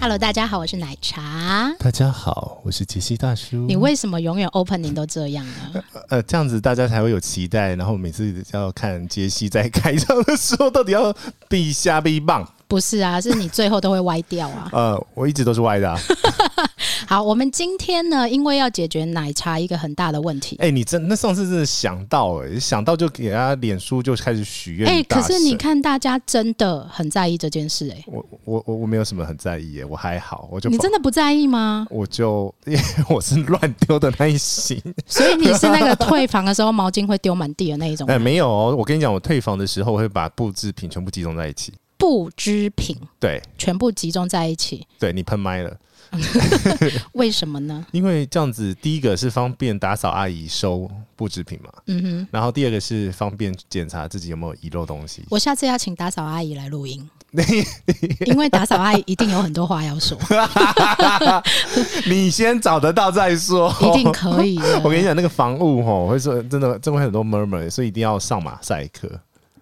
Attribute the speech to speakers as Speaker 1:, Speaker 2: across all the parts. Speaker 1: Hello，大家好，我是奶茶。
Speaker 2: 大家好，我是杰西大叔。
Speaker 1: 你为什么永远 opening 都这样 呢？
Speaker 2: 呃这样子大家才会有期待，然后每次要看杰西在开场的时候到底要避下避棒。
Speaker 1: 不是啊，是你最后都会歪掉啊。
Speaker 2: 呃，我一直都是歪的、啊。
Speaker 1: 好，我们今天呢，因为要解决奶茶一个很大的问题。
Speaker 2: 哎、你真那上次真的想到、哎，想到就给他脸书就开始许愿。
Speaker 1: 哎、可
Speaker 2: 大
Speaker 1: 是你
Speaker 2: 神，
Speaker 1: 看，大家真的很在意这件事、哎，
Speaker 2: 我我我我没有什么很在意耶，我还好，我就
Speaker 1: 你真
Speaker 2: 的。？
Speaker 1: 的不在意吗
Speaker 2: 我就因为我是乱丢的那一型，
Speaker 1: 所以你是那个退房的时候毛巾会丢满地的那一种
Speaker 2: 哎、没有哦。我跟你讲，我退房的时候我会把布制品全部集中在一起。
Speaker 1: 不知品，
Speaker 2: 对，
Speaker 1: 全部集中在一起，
Speaker 2: 对你喷麦了，
Speaker 1: 为什么呢？
Speaker 2: 因为这样子，第一个是方便打扫阿姨收布制品嘛，
Speaker 1: 嗯哼，
Speaker 2: 然后第二个是方便检查自己有没有遗漏东西。
Speaker 1: 我下次要请打扫阿姨来录 音，因为打扫阿姨一定有很多话要 说，
Speaker 2: 你先找得到再说，
Speaker 1: 一定可以的。
Speaker 2: 哦我跟你讲，那个房务吼，会说真的，真的会很多 murmur，所以一定要上马赛克。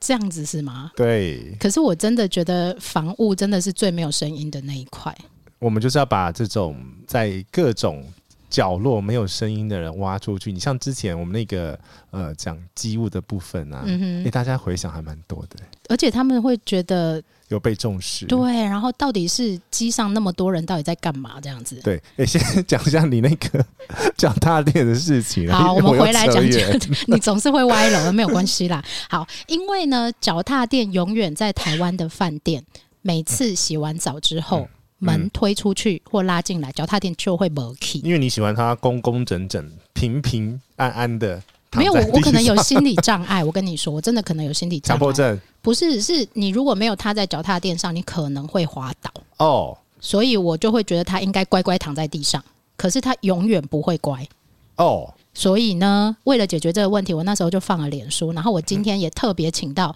Speaker 1: 这样子是吗？
Speaker 2: 对，
Speaker 1: 可是我真的觉得房屋真的是最没有声音的那一块。
Speaker 2: 我们就是要把这种在各种角落没有声音的人挖出去。你像之前我们那个呃讲机务的部分啊，
Speaker 1: 嗯
Speaker 2: 诶
Speaker 1: 哼，
Speaker 2: 大家回想还蛮多的，
Speaker 1: 而且他们会觉得
Speaker 2: 有被重视。
Speaker 1: 对，然后到底是机上那么多人到底在干嘛这样子？
Speaker 2: 对，哎、先讲一下你那个 脚踏垫的事情啦。
Speaker 1: 好，
Speaker 2: 因为
Speaker 1: 我们
Speaker 2: 又
Speaker 1: 回来
Speaker 2: 扯
Speaker 1: 讲
Speaker 2: 远
Speaker 1: 讲， 你总是会歪楼的，没有关系啦。好，因为呢，脚踏垫永远在台湾的饭店，每次洗完澡之
Speaker 2: 嗯
Speaker 1: 后，门推出去或拉进来，脚踏垫就会没 key。
Speaker 2: 因为你喜欢它工工整整、平平安安的。
Speaker 1: 没有我，我可能有心理障碍。我跟你说，我真的可能有心理障
Speaker 2: 强迫
Speaker 1: 碍。
Speaker 2: 症
Speaker 1: 不是，是你如果没有它在脚踏垫上，你可能会滑倒。
Speaker 2: 哦
Speaker 1: 所以我就会觉得他应该乖乖躺在地上，可是他永远不会乖。
Speaker 2: 哦，
Speaker 1: 所以呢，为了解决这个问题，我那时候就放了脸书，然后我今天也特别请到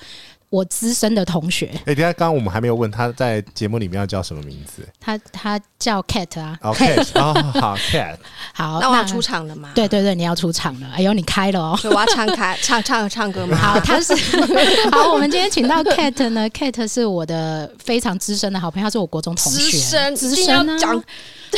Speaker 1: 我资深的同学，
Speaker 2: 哎、等一下，刚刚我们还没有问他在节目里面要叫什么名字。
Speaker 1: 他 他叫 Cat 啊。
Speaker 2: 哦，cat，哦，好，cat，
Speaker 1: 好，
Speaker 3: 那我要出。场了吗？，
Speaker 1: 对对对，你要出场了。哎呦，你开了哦。
Speaker 3: 所以我要唱开唱唱唱歌吗？
Speaker 1: 好，他是 好。我们今天请到 Cat 呢，Cat 是我的非常资深的好朋友，他是我国中同学，
Speaker 3: 资深
Speaker 1: 资
Speaker 3: 一定要
Speaker 1: 深啊
Speaker 3: 讲，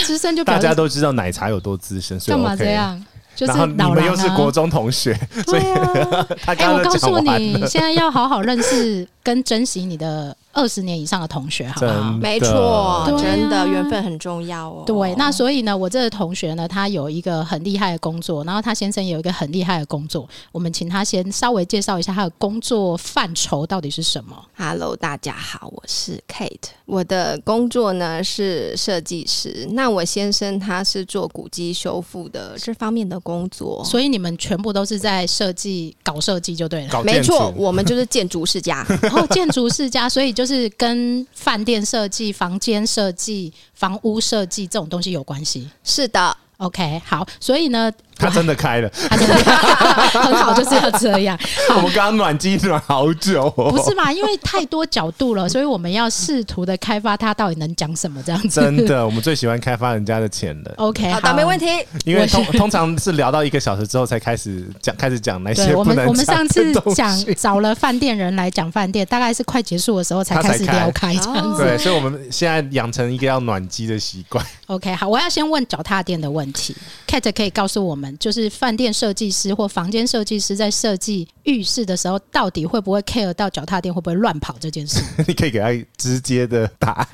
Speaker 1: 资深就 表
Speaker 2: 大
Speaker 1: 示
Speaker 2: 家都知道奶茶有多资深，所以
Speaker 1: 干
Speaker 2: OK,
Speaker 1: 嘛这？样？就是
Speaker 2: 然后你
Speaker 1: 老
Speaker 2: 们
Speaker 1: 狼
Speaker 2: 又是
Speaker 1: 啊
Speaker 2: 国中同学，所
Speaker 1: 对
Speaker 2: 以
Speaker 1: 啊。
Speaker 2: 他
Speaker 1: 哎、
Speaker 2: 刚
Speaker 1: 我告
Speaker 2: 刚都讲
Speaker 1: 诉
Speaker 2: 完了。
Speaker 1: 你，现在要好好认识跟珍惜你的二十年以上的同学，好不好
Speaker 2: 真？
Speaker 3: 没错
Speaker 1: 对啊，
Speaker 3: 真的缘分很重要哦。
Speaker 1: 对，那所以呢，我这个同学呢，他有一个很厉害的工作，然后他先生也有一个很厉害的工作。我们请他先稍微介绍一下他的工作范畴到底是什么。
Speaker 3: Hello，大家好，我是 Kate。我的工作呢是设计师，那我先生他是做古迹修复的这方面的工
Speaker 2: 哦
Speaker 3: 作。
Speaker 1: 所以你们全部都是在设计搞设计就对了，
Speaker 2: 搞
Speaker 3: 没
Speaker 2: 建筑
Speaker 3: 错，我们就是建筑世 家。
Speaker 1: 然后建筑世家，所以就是跟饭店设计、房间设计、房屋设计这种东西有关系。
Speaker 3: 是的，
Speaker 1: OK，好，所以呢，
Speaker 2: 他真的开 了。
Speaker 1: 他真的很好，就是要这样。
Speaker 2: 我们刚刚暖机暖好久、 哦，
Speaker 1: 不是嘛？因为太多角度了，所以我们要试图的开发它到底能讲什么这样子。
Speaker 2: 真的，我们最喜欢开发人家的潜能。
Speaker 1: OK，
Speaker 3: 好的，啊没问。题。
Speaker 2: 因为
Speaker 1: 我
Speaker 2: 通通常是聊到一个小时之后才开始讲，开始讲那些
Speaker 1: 对我
Speaker 2: 哎不
Speaker 1: 们，
Speaker 2: 能
Speaker 1: 我们上次
Speaker 2: 的东西
Speaker 1: 讲找了饭店人来讲饭店，大概是快结束的时候才
Speaker 2: 他才
Speaker 1: 开始聊开
Speaker 3: 开
Speaker 1: 这样子。
Speaker 2: 对，所以我们现在养成一个要暖机的习惯。
Speaker 1: OK，好，我要先问脚踏垫的问题。Cat 可以告诉我们，就是饭店设计师或房间设计师在设计浴室的时候，到底会不会 care 到脚踏垫会不会乱跑这 件事？
Speaker 2: 你可以给他直接的答案，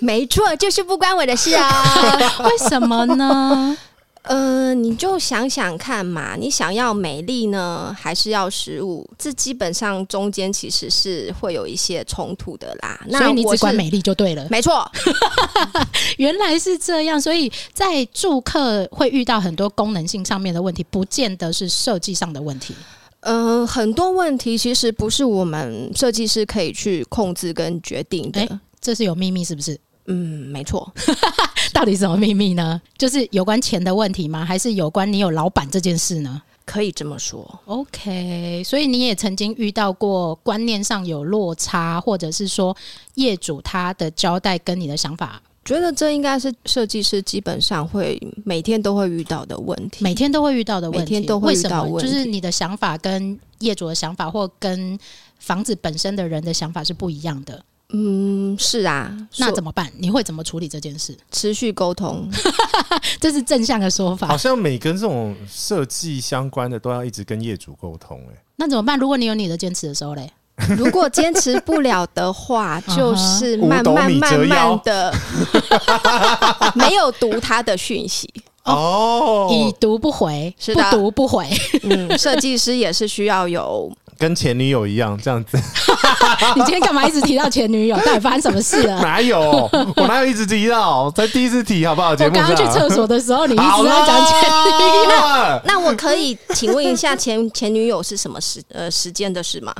Speaker 3: 没错，就是不关我的事 啊。
Speaker 1: 为什么呢？
Speaker 3: 呃，你就想想看嘛，你想要美丽呢，还是要食物？这基本上中间其实是会有一些冲突的啦。 那
Speaker 1: 所以你
Speaker 3: 我
Speaker 1: 只管
Speaker 3: 是，
Speaker 1: 美丽就对了。
Speaker 3: 没错，
Speaker 1: 原来是这样，所以在住客会遇到很多功能性上面的问题，不见得是设计上的问题。
Speaker 3: 嗯、很多问题其实不是我们设计师可以去控制跟决定的。
Speaker 1: 诶这是有秘密是不是？
Speaker 3: 嗯，没错，
Speaker 1: 到底什么秘密呢？就是有关钱的问题吗？还是有关你有老板这件事呢？
Speaker 3: 可以这么说，
Speaker 1: OK，所以你也曾经遇到过观念上有落差，或者是说业主他的交代跟你的想法，
Speaker 3: 觉得这应该是设计师基本上会每天都会遇到的问题。
Speaker 1: 每嗯天都会遇到的问题，
Speaker 3: 每天都会遇到
Speaker 1: 为
Speaker 3: 问
Speaker 1: 什么？
Speaker 3: 题
Speaker 1: 就是你的想法跟业主的想法，或跟房子本身的人的想法是不一样的，
Speaker 3: 嗯，是啊，
Speaker 1: 那
Speaker 3: 所
Speaker 1: 怎么办？你会怎么处理这件事？
Speaker 3: 持续沟通？
Speaker 1: 这是正向的说
Speaker 2: 好
Speaker 1: 法。
Speaker 2: 像每跟这种设计相关的都要一直跟业主沟通、欸，
Speaker 1: 那怎么办？如果你有你的坚持的时候嘞，
Speaker 3: 如果坚持不了的 话，
Speaker 1: 嗯哼
Speaker 3: 就是慢
Speaker 2: 五斗
Speaker 3: 慢
Speaker 2: 米
Speaker 3: 慢
Speaker 2: 折腰
Speaker 3: 慢的， 没有读他的讯息。
Speaker 2: 哦
Speaker 1: 已读不回，
Speaker 3: 是
Speaker 1: 不
Speaker 3: 的
Speaker 1: 读不 回，
Speaker 3: 嗯，设计师也是需要有
Speaker 2: 跟前女友一样这样 子，
Speaker 1: 你今天干嘛一直提到前 女友？到底发生什么事了？
Speaker 2: 哪有？我哪有一直提到？才第一次提好不好？节
Speaker 1: 我
Speaker 2: 目
Speaker 1: 刚
Speaker 2: 上
Speaker 1: 刚去厕所的时候，你一
Speaker 2: 好
Speaker 1: 直在讲前女友。
Speaker 2: 了
Speaker 3: 那我可以请问一 下前前女友是什么时呃时间的事吗？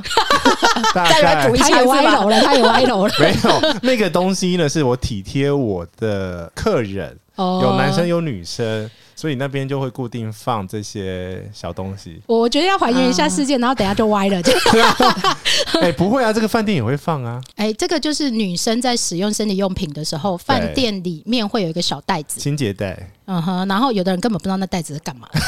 Speaker 2: 大
Speaker 3: 再来
Speaker 2: 概
Speaker 3: 补一
Speaker 1: 他
Speaker 3: 下
Speaker 1: 也
Speaker 3: 是
Speaker 1: 歪
Speaker 3: 吧？
Speaker 1: 楼 了，他也歪楼了。
Speaker 2: 没有那个东西呢，是我体贴我的客人，
Speaker 1: 哦。
Speaker 2: 有男生有女生，所以那边就会固定放这些小东西
Speaker 1: 我觉得要还原一下事件，然后等一下就歪了。就
Speaker 2: 嗯哎、不会啊，这个饭店也会放 啊，
Speaker 1: 哎、这个就是女生在使用生理用品的时候，饭店里面会有一个小袋 子，
Speaker 2: 清洁袋，
Speaker 1: 嗯哼，然后有的人根本不知道那袋子是干嘛的。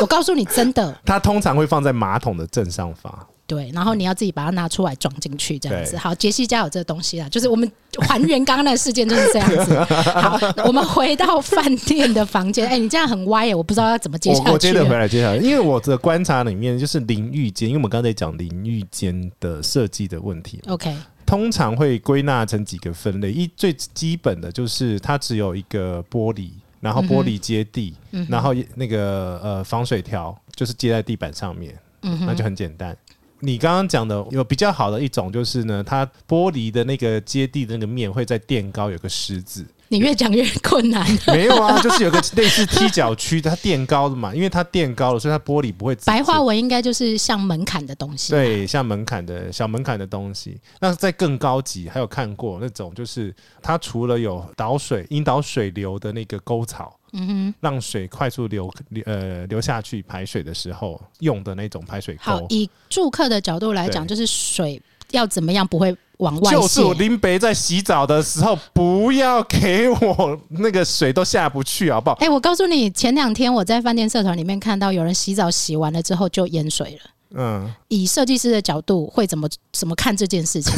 Speaker 1: 我告诉你，真的
Speaker 2: 它通常会放在马桶的正上方。
Speaker 1: 对，然后你要自己把它拿出来装进去，这样子。
Speaker 2: 嗯对
Speaker 1: 好，杰西家有这个东西啦，就是我们还原刚刚那个事件就是这样 子。好，我们回到饭店的房间，哎、你这样很歪耶、我不知道要怎么接下去啊
Speaker 2: 我
Speaker 1: 了。
Speaker 2: 我接着回来接下来，因为我的观察里面就是淋浴间，因为我们刚才讲淋浴间的设计的问题嘛，
Speaker 1: OK，
Speaker 2: 通常会归纳成几个分类，一最基本的就是它只有一个玻璃，然后玻璃接地，
Speaker 1: 嗯哼
Speaker 2: 然后也那个呃防水条就是接在地板上面，
Speaker 1: 嗯
Speaker 2: 那
Speaker 1: 哼，
Speaker 2: 就很简单。你刚刚讲的有比较好的一种就是呢，它玻璃的那个接地的那个面会在垫高有个 十字，
Speaker 1: 你越讲越困难。
Speaker 2: 没有啊， 就是有个类似踢脚区，它垫高的嘛，因为它垫高了，所以它玻璃不会直
Speaker 1: 白话
Speaker 2: 接
Speaker 1: 文应该就是像门槛的东西。
Speaker 2: 对，像门槛的小门槛的东西，那在更高级，还有看过那种，就是它除了有导水、引导水流的那个沟槽，
Speaker 1: 嗯哼，
Speaker 2: 让水快速流呃流下去排水的时候用的那种排水
Speaker 1: 好
Speaker 2: 沟，，
Speaker 1: 以住客的角度来讲，就是水要怎么样不会往外
Speaker 2: 就
Speaker 1: 泄
Speaker 2: 是。我林北在洗澡的时候，不要给我那个水都下不去，好不好？
Speaker 1: 哎、我告诉你，前两天我在饭店社团里面看到有人洗澡洗完了之后就淹水了。
Speaker 2: 嗯，
Speaker 1: 以设计师的角度会怎么怎么看这件事情？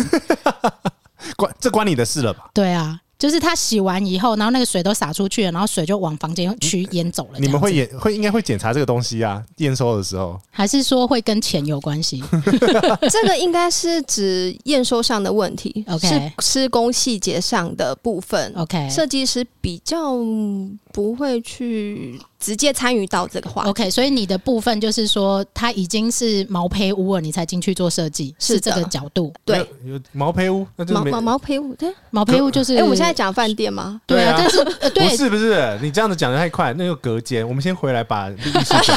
Speaker 2: 关这关你的事了吧？
Speaker 1: 对啊，就是他洗完以后，然后那个水都洒出去了，然后水就往房间区淹走了。
Speaker 2: 你们会
Speaker 1: 这样子
Speaker 2: 检会应该会检查这个东西啊，验收的时候。
Speaker 1: 还是说会跟钱有关 系？
Speaker 3: 这个应该是指验收上的问题
Speaker 1: OK
Speaker 3: 是施工细节上的部分。
Speaker 1: OK
Speaker 3: 设计师比较嗯不会去直接参与到这个话
Speaker 1: OK，所以你的部分就是说，他已经是毛坯屋了，你才进去做设计，
Speaker 3: 是
Speaker 1: 是这
Speaker 3: 的
Speaker 1: 个角度。
Speaker 3: 对，
Speaker 2: 有，有毛坯屋，那就
Speaker 3: 毛
Speaker 2: 没
Speaker 3: 毛毛坯屋，对，
Speaker 1: 毛坯屋就是，
Speaker 3: 哎、我们现在讲饭店吗？
Speaker 1: 对啊，但
Speaker 2: 对啊
Speaker 1: 是、呃、对
Speaker 2: 不是不是，你这样子讲的太快，那个隔间，我们先回来把历史讲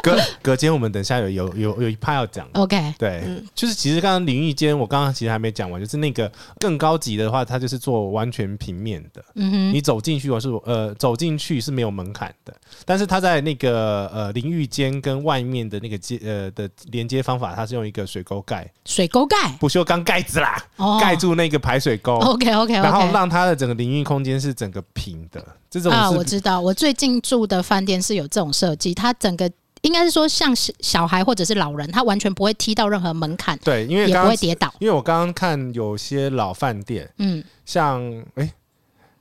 Speaker 2: 隔隔间，我们等一下有有有有一趴要讲。
Speaker 1: OK，
Speaker 2: 对，
Speaker 3: 嗯
Speaker 2: 就是其实刚刚淋浴间，我刚刚其实还没讲完，就是那个更高级的话，它就是做完全平面的，
Speaker 1: 嗯哼，
Speaker 2: 你走进去我是呃走进去是没有门槛的，但是它在那个呃淋浴间跟外面的那个接呃的连接方法，它是用一个水沟盖，
Speaker 1: 水沟盖
Speaker 2: 不锈钢盖子啦，
Speaker 1: 哦，
Speaker 2: 盖住那个排水沟，
Speaker 1: OK OK OK，
Speaker 2: 然后让它的整个淋浴空间是整个平的，这种
Speaker 1: 啊，
Speaker 2: 是
Speaker 1: 我知道，我最近住的饭店是有这种设计，它整个应该是说像小小孩或者是老人，他完全不会踢到任何门槛，
Speaker 2: 对，因为
Speaker 1: 也
Speaker 2: 刚
Speaker 1: 不
Speaker 2: 刚
Speaker 1: 会跌倒。
Speaker 2: 因为我刚刚看有些老饭店，
Speaker 1: 嗯，
Speaker 2: 像哎、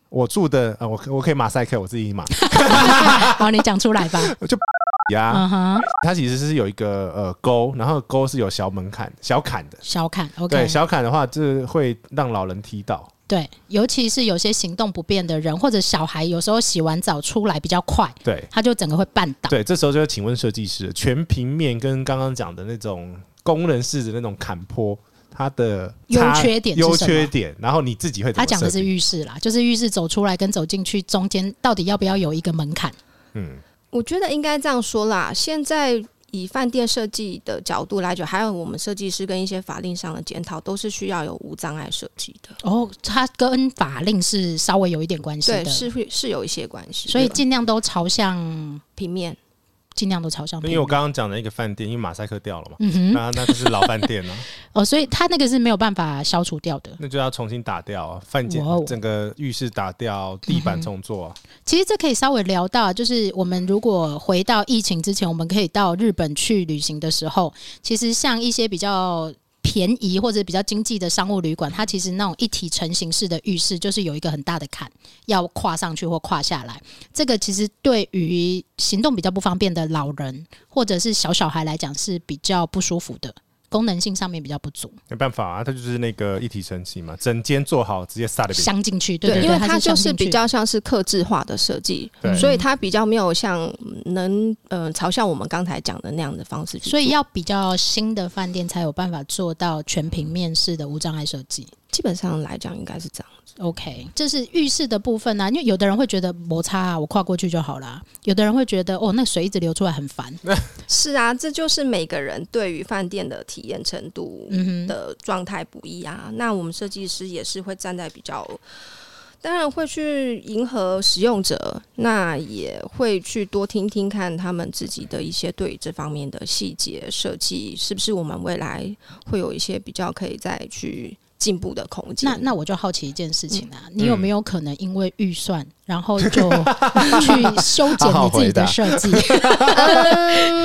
Speaker 2: 我住的呃，我可我可以马赛克我自 己马
Speaker 1: 好，你讲出来 吧。
Speaker 2: 呀、
Speaker 1: 嗯哼，
Speaker 2: 它其实是有一个呃沟，然后沟是有小门槛、小坎的。
Speaker 1: 小看
Speaker 2: 对，
Speaker 1: OK，
Speaker 2: 小坎的话，这会让老人踢到。
Speaker 1: 对，尤其是有些行动不便的人或者小孩，有时候洗完澡出来比较快，
Speaker 2: 对
Speaker 1: 他就整个会绊倒。
Speaker 2: 对，这时候就要请问设计师，全平面跟刚刚讲的那种工人式的那种坎坡，它的
Speaker 1: 优
Speaker 2: 差
Speaker 1: 缺点是
Speaker 2: 优
Speaker 1: 什
Speaker 2: 缺
Speaker 1: 么
Speaker 2: 点，然后你自己会怎
Speaker 1: 他
Speaker 2: 么
Speaker 1: 讲的
Speaker 2: 设
Speaker 1: 是
Speaker 2: 计
Speaker 1: 浴室啦，就是浴室走出来跟走进去中间到底要不要有一个门槛？
Speaker 2: 嗯，
Speaker 3: 我觉得应该这样说啦。现在以饭店设计的角度来讲，还有我们设计师跟一些法令上的检讨，都是需要有无障碍设计的。
Speaker 1: 哦，它跟法令是稍微有一点关系
Speaker 3: 对，
Speaker 1: 的，
Speaker 3: 是会是有一些关系的，
Speaker 1: 所以尽量都朝向
Speaker 3: 平面
Speaker 1: 尽量都朝向
Speaker 2: 因
Speaker 1: 平
Speaker 2: 为我
Speaker 1: 面。
Speaker 2: 刚刚讲的一个饭店，因为马赛克掉了嘛，
Speaker 1: 嗯哼，
Speaker 2: 那那就是老饭店了、啊
Speaker 1: 哦，所以它那个是没有办法消除掉的。
Speaker 2: 那就要重新打掉啊饭店
Speaker 1: 哇哦
Speaker 2: 整个浴室打掉，地板
Speaker 1: 嗯哼
Speaker 2: 重做啊，
Speaker 1: 其实这可以稍微聊到，就是我们如果回到疫情之前，我们可以到日本去旅行的时候，其实像一些比较。便宜或者比较经济的商务旅馆，它其实那种一体成型式的浴室，就是有一个很大的坎要跨上去或跨下来。这个其实对于行动比较不方便的老人或者是小小孩来讲是比较不舒服的，功能性上面比较不足，
Speaker 2: 没办法啊，它就是那个一体成型嘛，整间做好直接撒的饼。
Speaker 1: 镶进去，对对
Speaker 3: 因为它
Speaker 1: 它
Speaker 3: 就
Speaker 1: 镶
Speaker 3: 是
Speaker 1: 进去
Speaker 3: 比较像是克制化的设计，
Speaker 2: 对
Speaker 3: 所以它比较没有像嗯能呃嘲笑我们刚才讲的那样的方式去做。
Speaker 1: 所以要比较新的饭店才有办法做到全平面式的无障碍设计。
Speaker 3: 基本上来讲应该是这样。
Speaker 1: OK，这是浴室的部分啊，因为有的人会觉得摩擦、啊，我跨过去就好啦；有的人会觉得哦，那水一直流出来很烦。
Speaker 3: 是啊，这就是每个人对于饭店的体验程度
Speaker 1: 嗯哼，
Speaker 3: 的状态不一啊。那我们设计师也是会站在比较，当然会去迎合使用者，那也会去多听听看他们自己的一些对于这方面的细节设计，是不是我们未来会有一些比较可以再去进步的空间。
Speaker 1: 那那我就好奇一件事情啊，你有没有可能因为预算，然后就去修剪你自己的设计？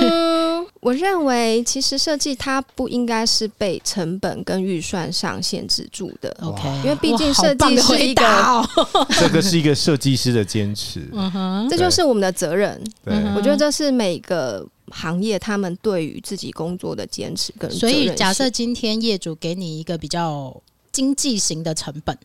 Speaker 3: 嗯，我认为其实设计它不应该是被成本跟预算上限制住的。
Speaker 1: OK，
Speaker 3: 因为毕竟
Speaker 1: 哇好
Speaker 3: 设计
Speaker 1: 棒的
Speaker 3: 是一
Speaker 1: 回答 哦，
Speaker 2: 这个是一个设计师的坚持，
Speaker 1: 嗯哼，
Speaker 3: 这就是我们的责任，
Speaker 2: 对，
Speaker 1: 嗯哼
Speaker 3: 我觉得这是每个行业他们对于自己工作的坚持跟
Speaker 1: 所
Speaker 3: 责任
Speaker 1: 以
Speaker 3: 心
Speaker 1: 假设今天业主给你一个比较经济型的成本，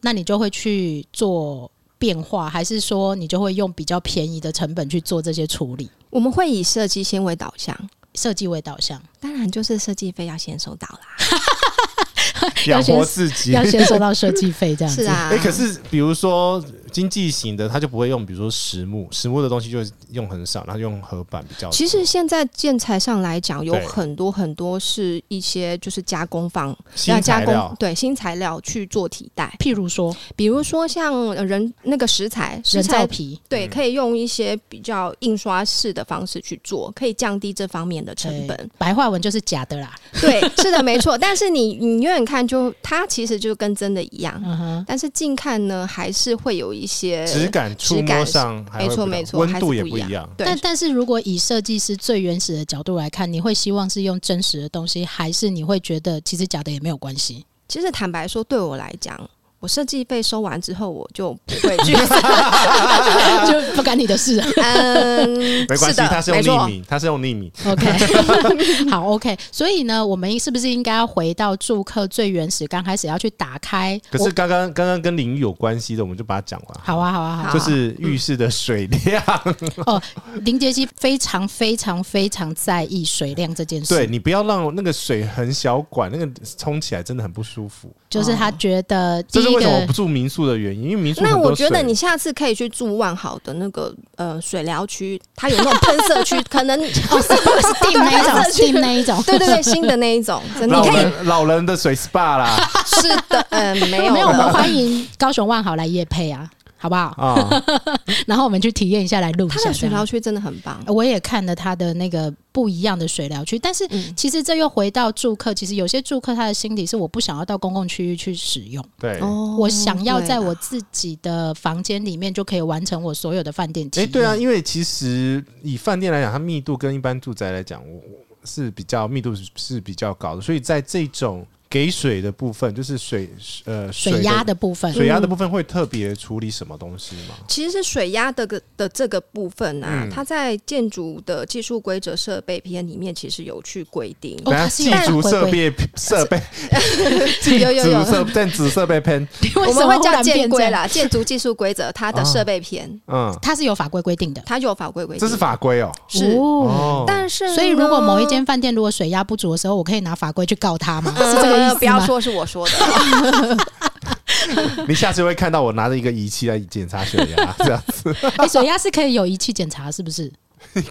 Speaker 1: 那你就会去做变化，还是说你就会用比较便宜的成本去做这些处 理？
Speaker 3: 我们会以设计先为导向，
Speaker 1: 设计为导向，
Speaker 3: 当然就是设计费要先收到啦。
Speaker 2: 养活自己。
Speaker 1: 要
Speaker 2: 哎、
Speaker 1: 先收到设计费这样子。
Speaker 3: 是 啊，
Speaker 2: 可是比如说经济型的，他就不会用，比如说实木，实木的东西就用很少，然后用合板比较多。
Speaker 3: 其实现在建材上来讲，有
Speaker 2: 对
Speaker 3: 很多很多是一些就是加工方
Speaker 2: 新
Speaker 3: 加
Speaker 2: 材
Speaker 3: 工
Speaker 2: 料，
Speaker 3: 对新材料去做替代，
Speaker 1: 譬如说
Speaker 3: 比如说像呃人那个食材，食
Speaker 1: 人
Speaker 3: 材
Speaker 1: 造皮，
Speaker 3: 对，
Speaker 2: 嗯
Speaker 3: 可以用一些比较印刷式的方式去做，可以降低这方面的成本。
Speaker 1: 哎白话文就是假的啦。
Speaker 3: 对，是的，没错。但是你你远远看就，它其实就跟真的一样，
Speaker 1: 嗯哼，
Speaker 3: 但是近看呢，还是会有一些
Speaker 2: 质感、触摸上还会
Speaker 3: 没
Speaker 2: 不
Speaker 3: 错
Speaker 2: 一样温
Speaker 3: 没错
Speaker 2: 度也
Speaker 3: 还是不一样
Speaker 2: 一样。
Speaker 3: 对
Speaker 1: 但但是如果以设计师最原始的角度来看，你会希望是用真实的东西，还是你会觉得其实假的也没有关 系？
Speaker 3: 其实坦白说，对我来讲，我设计费收完之后，我就不会去。
Speaker 1: 就不干你的事。啊
Speaker 3: 嗯，
Speaker 2: 没关系，
Speaker 3: 的
Speaker 2: 它是用
Speaker 3: 没
Speaker 2: 粒
Speaker 3: 错。
Speaker 2: 米，它是用粒米。
Speaker 1: OK，好 OK，所以呢，我们是不是应该要回到住客最原始，刚开始要去打开？
Speaker 2: 可
Speaker 1: 我
Speaker 2: 是刚刚刚刚跟淋浴有关系的，我们就把它讲完。
Speaker 1: 好啊，好啊，好啊！
Speaker 2: 就是浴室的水量，
Speaker 3: 嗯
Speaker 1: 林杰西非常非常非常在意水量这件事，
Speaker 2: 对，你不要让那个水很小管，那个冲起来真的很不舒服。
Speaker 1: 就是
Speaker 3: 哦
Speaker 1: 他觉得第
Speaker 2: 这是
Speaker 1: 一
Speaker 2: 为什么我
Speaker 1: 个
Speaker 2: 不住民宿的原因，因为民宿
Speaker 3: 那
Speaker 2: 很多
Speaker 3: 我觉得
Speaker 2: 水
Speaker 3: 你下次可以去住万豪的那个呃水疗区，它有那种喷射区，可能
Speaker 1: 哦，是 Steam 那一 种，Steam 那一种，
Speaker 3: 啊对对对，新的那 一种，真的
Speaker 2: 老
Speaker 3: 你可以
Speaker 2: 人老人的水 SPA 啦
Speaker 3: 是的，嗯，没有
Speaker 1: 没有，我们
Speaker 3: 了
Speaker 1: 欢迎高雄万豪来夜配啊，好不好？
Speaker 2: 啊、
Speaker 1: 然后我们去体验一下，来录一
Speaker 3: 它
Speaker 1: 下
Speaker 3: 的
Speaker 1: 这
Speaker 3: 水疗
Speaker 1: 样。
Speaker 3: 区真的很棒。
Speaker 1: 我也看了他的那个不一样的水疗区，但是
Speaker 3: 嗯，
Speaker 1: 其实这又回到住客，其实有些住客他的心理是我不想要到公共区域去使用。
Speaker 2: 对。
Speaker 3: 哦
Speaker 1: 我想要在
Speaker 3: 对
Speaker 1: 我
Speaker 3: 啦
Speaker 1: 自己的房间里面就可以完成我所有的饭店体
Speaker 2: 哎、
Speaker 1: 验。
Speaker 2: 对啊，，因为其实以饭店来讲，它密度跟一般住宅来讲，我我是比较密度是是比较高的，所以在这种给水的部分，就是水呃
Speaker 1: 水压
Speaker 2: 的
Speaker 1: 的部分，
Speaker 2: 水压的
Speaker 3: 嗯
Speaker 2: 部分会特别处理什么东西吗？
Speaker 3: 其实水压的个的这个部分啊，
Speaker 2: 嗯
Speaker 3: 它在建筑的技术规则设备篇里面其实有去规定，
Speaker 1: 哦
Speaker 2: 等下
Speaker 1: 它是
Speaker 2: 技
Speaker 1: 有
Speaker 2: 术
Speaker 1: 回
Speaker 2: 设
Speaker 1: 归
Speaker 2: 备设备，
Speaker 3: 有 有
Speaker 2: 主
Speaker 3: 有，
Speaker 2: 设电子设 备喷，
Speaker 1: 嗯为
Speaker 3: 我
Speaker 1: 什么
Speaker 3: 们会
Speaker 1: 忽
Speaker 3: 叫
Speaker 1: 然
Speaker 3: 建
Speaker 1: 变这
Speaker 3: 规
Speaker 1: 样？
Speaker 3: 啦，建筑技术规则它的设备篇，
Speaker 2: 嗯，
Speaker 1: 它是有法规规定的，
Speaker 3: 它有法规规定，
Speaker 2: 这是法规哦。
Speaker 3: 是，
Speaker 1: 哦。
Speaker 2: 哦，
Speaker 3: 但是呢
Speaker 1: 所以如果某一间饭店如果水压不足的时候，我可以拿法规去告他吗？是这个意
Speaker 3: 呃
Speaker 1: 思吗？
Speaker 3: 不要说是我说的，
Speaker 2: 你下次会看到我拿着一个仪器来检查血 压，这样子。
Speaker 1: 哎，水压是可以有仪器检查，是不是？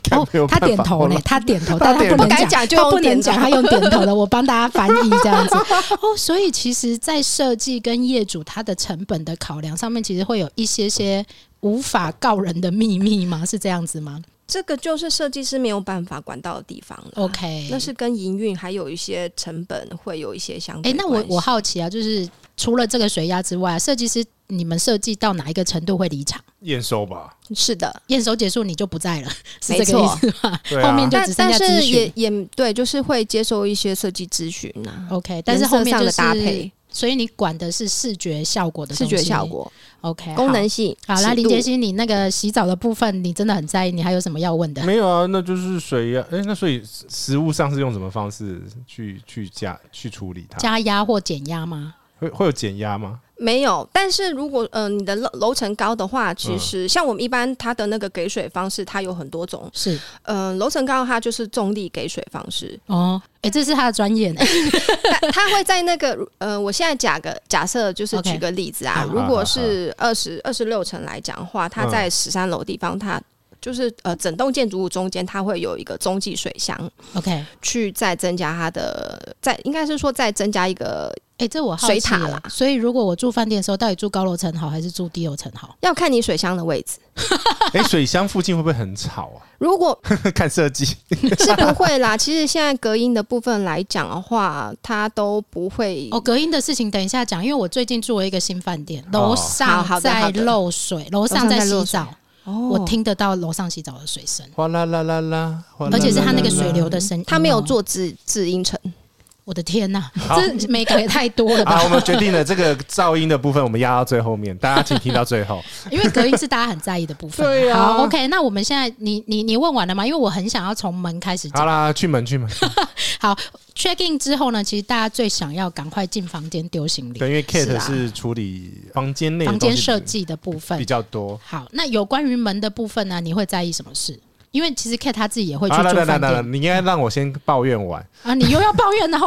Speaker 2: 该没有
Speaker 1: 哦他
Speaker 2: 办法
Speaker 1: 点头嘞，他点头，
Speaker 2: 他
Speaker 1: 但他
Speaker 2: 点头
Speaker 1: 不能
Speaker 3: 不
Speaker 1: 讲，
Speaker 3: 敢讲就
Speaker 1: 他不
Speaker 3: 用点
Speaker 1: 能讲，
Speaker 3: 头
Speaker 1: 他用点头的，我帮大家翻译这 样子。哦，所以其实，在设计跟业主他的成本的考量上面，其实会有一些些无法告人的秘密吗？是这样子吗？
Speaker 3: 这个就是设计师没有办法管到的地方了。
Speaker 1: OK，
Speaker 3: 那是跟营运还有一些成本会有一些相
Speaker 1: 哎、
Speaker 3: 对
Speaker 1: 那
Speaker 3: 关系。
Speaker 1: 我我好奇啊，就是除了这个水压之外，啊设计师你们设计到哪一个程度会离场？
Speaker 2: 验收吧，
Speaker 3: 是的，
Speaker 1: 验收结束你就不在了， 是
Speaker 3: 没
Speaker 1: 这个意
Speaker 3: 错
Speaker 1: 思吗？
Speaker 2: 对啊
Speaker 1: 后 面就
Speaker 3: 但
Speaker 1: 只剩
Speaker 3: 但
Speaker 1: 下咨
Speaker 3: 是也
Speaker 1: 询。
Speaker 3: 也对，就是会接受一些设计咨询啊呐，
Speaker 1: OK，但是
Speaker 3: 颜色
Speaker 1: 后面
Speaker 3: 上
Speaker 1: 就
Speaker 3: 的
Speaker 1: 是
Speaker 3: 搭配、
Speaker 1: 所以你管的是视觉效果的
Speaker 3: 视
Speaker 1: 东
Speaker 3: 觉
Speaker 1: 西
Speaker 3: 效。果、
Speaker 1: OK，
Speaker 3: 功能
Speaker 1: 好。
Speaker 3: 性。
Speaker 1: 好，来
Speaker 3: 尺
Speaker 1: 林
Speaker 3: 度
Speaker 1: 杰希，你那个洗澡的部分，你真的很在意，你还有什么要问的？
Speaker 2: 没有啊，那就是水呀、哎、那所以食物上是用什么方式去去加去处理它？
Speaker 1: 加压或减压吗？
Speaker 2: 会会有减压吗？
Speaker 3: 没有，但是如果呃你的楼楼层高的话，其实、
Speaker 1: 嗯
Speaker 3: 像我们一般它的那个给水方式，它有很多种。
Speaker 1: 是
Speaker 3: 嗯、楼层高它就是重力给水方 式，
Speaker 1: 哦，哎、这是他的专 业呢。
Speaker 3: 它它会在那个呃，我现在假个假设就是举
Speaker 1: OK
Speaker 3: 个例子啊
Speaker 1: 好
Speaker 3: 如果是二十二十六层来讲的话，它
Speaker 2: 嗯
Speaker 3: 在十三楼地方它。就是呃，整栋建筑物中间它会有一个中继水箱，
Speaker 1: OK，哎、
Speaker 3: 去再增加它的，再应该是说再增加一个，
Speaker 1: 这我好
Speaker 3: 水
Speaker 1: 奇
Speaker 3: 塔
Speaker 1: 了
Speaker 3: 啦
Speaker 1: 所以如果我住饭店的时候，到底住高楼层好还是住低楼层好？
Speaker 3: 要看你水箱的位置。
Speaker 2: 哎、水箱附近会不会很吵啊？
Speaker 3: 如果
Speaker 2: 看设计，
Speaker 3: 是不会 啦。其实现在隔音的部分来讲的话，它都不会。
Speaker 1: 哦，隔音的事情等一下讲，因为我最近住了一个新饭店，楼
Speaker 3: 哦好
Speaker 1: 上
Speaker 3: 好的
Speaker 1: 在
Speaker 3: 好的
Speaker 1: 漏水，楼上在洗
Speaker 3: 楼上
Speaker 1: 澡
Speaker 3: 在漏，哦
Speaker 1: 我，听得到楼上洗澡的水声，
Speaker 2: 哗啦啦啦啦，
Speaker 3: 哦
Speaker 2: 哗啦啦啦啦
Speaker 1: 而且是它那个水流的声音哦。
Speaker 3: 它没有做制制音层，
Speaker 1: 我的天呐、这美感也太多了吧！
Speaker 2: 啊，我们决定了这个噪音的部分，我们压到最后面，大家请听到最后。
Speaker 1: 因为隔音是大家很在意的部分。
Speaker 2: 对 啊
Speaker 1: 好，OK，那我们现在你你你问完了吗？因为我很想要从门开始
Speaker 2: 好
Speaker 1: 讲。
Speaker 2: 啦，去门去门，
Speaker 1: check in 之后呢，其实大家最想要赶快进房间丢行李，
Speaker 2: 对，因为
Speaker 3: 是
Speaker 2: Kate
Speaker 3: 啊
Speaker 2: 是处理房间内的
Speaker 1: 房
Speaker 2: 东
Speaker 1: 间
Speaker 2: 西
Speaker 1: 设计的部分
Speaker 2: 比。较多。
Speaker 1: 好，那有关于门的部分呢，你会在意什么事？因为其实 Kate 他自己也会去
Speaker 2: 啊，
Speaker 1: 住
Speaker 2: 来来来
Speaker 1: 饭
Speaker 2: 来，
Speaker 1: 店
Speaker 2: 来，你应该让我先抱怨完，
Speaker 1: 啊，你又要抱怨了、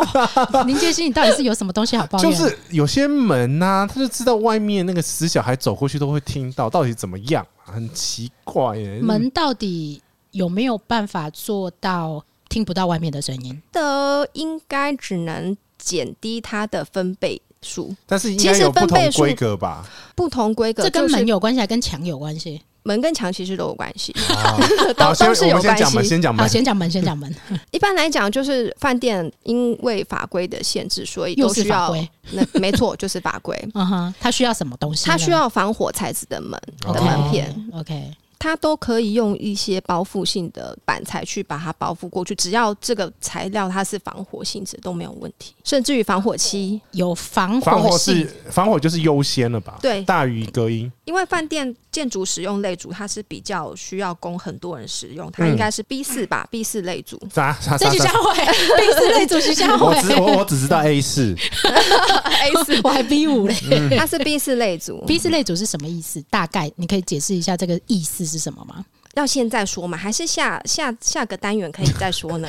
Speaker 1: 哦， 林杰心，你到底是有什么东西好抱
Speaker 2: 就
Speaker 1: 怨？
Speaker 2: 是有些门呐、他就知道外面那个死小孩走过去都会听到，到底怎么样啊、很奇怪耶、
Speaker 1: 门到底有没有办法做到听不到外面的声音？
Speaker 3: 的应该只能减低它的分贝数，
Speaker 2: 但是应该有不同规 格吧？
Speaker 3: 不同规格
Speaker 1: 这跟
Speaker 3: 就是
Speaker 1: 门有关系，还跟墙有关系？
Speaker 3: 门跟墙其实都有关系，
Speaker 2: 啊
Speaker 3: 都
Speaker 2: 好，先
Speaker 3: 都是
Speaker 2: 我
Speaker 3: 有
Speaker 2: 们先
Speaker 3: 关
Speaker 2: 讲门，
Speaker 3: 系。
Speaker 2: 先讲
Speaker 1: 好，
Speaker 2: 门。
Speaker 1: 先讲门，先讲门。
Speaker 3: 一般来讲，就是饭店因为法规的限制，所以
Speaker 1: 又
Speaker 3: 都
Speaker 1: 是
Speaker 3: 需
Speaker 1: 法
Speaker 3: 要
Speaker 1: 规。
Speaker 3: 那没错，就是法 规。
Speaker 1: 嗯哼，他需要什么东西呢？
Speaker 3: 它需要防火材质的门
Speaker 2: 哦
Speaker 3: 的门片，
Speaker 1: OK，
Speaker 3: 它都可以用一些包覆性的板材去把它包覆过去，只要这个材料它是防火性质都没有问题，甚至于防火漆。
Speaker 1: 有防
Speaker 2: 防火是
Speaker 1: 性。
Speaker 2: 防火就是优先了吧？
Speaker 3: 对
Speaker 2: 大于隔音。
Speaker 3: 因为饭店建筑使用类组它是比较需要供很多人使用，它
Speaker 2: 嗯
Speaker 3: 应该是 B 四吧、b 四类组。
Speaker 2: 啥啥
Speaker 1: 这
Speaker 2: 啥
Speaker 1: 徐
Speaker 2: 啥
Speaker 1: 佳？慧，第四类主徐佳
Speaker 2: 我
Speaker 1: 慧，
Speaker 2: 只我我只知道 A 四，
Speaker 3: A 四，
Speaker 1: 我还 B 五嘞。
Speaker 2: 嗯
Speaker 3: 它是 B 四类组。
Speaker 1: B 四类组是什么意思？大概你可以解释一下这个意思是什么吗？
Speaker 3: 要现在说吗？还是下下下个单元可以再说 呢？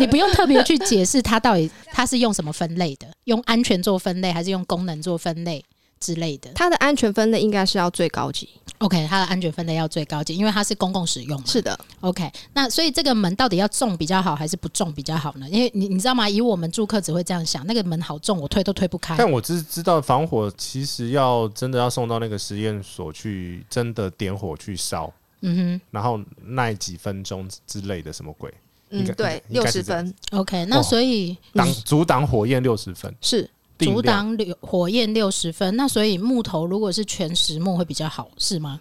Speaker 1: 你不用特别去解释它到底它是用什么分类的，用安全做分类还是用功能做分类之类的。
Speaker 3: 它的安全分类应该是要最高级。
Speaker 1: OK，它的安全分类要最高级，因为它是公共使用嘛。
Speaker 3: 是的，
Speaker 1: OK，那所以这个门到底要重比较好还是不重比较好呢？因为你你知道吗？以我们住客只会这样想，那个门好重，我推都推不开。
Speaker 2: 但我只知道防火其实要真的要送到那个实验所去，真的点火去烧，
Speaker 1: 嗯
Speaker 2: 然后耐几分钟之类的什么鬼，应
Speaker 3: 嗯
Speaker 2: 该，
Speaker 3: 对，
Speaker 2: 应
Speaker 3: 六
Speaker 2: 该
Speaker 3: 十
Speaker 2: 是这样
Speaker 3: 分
Speaker 1: 哼，OK，那
Speaker 2: 哦
Speaker 1: 所以
Speaker 2: 挡阻挡火焰六十分，
Speaker 3: 是
Speaker 2: 定
Speaker 1: 嗯阻
Speaker 2: 量
Speaker 1: 挡流火焰六十分，那所以木头如果是全实木会比较好，是 吗？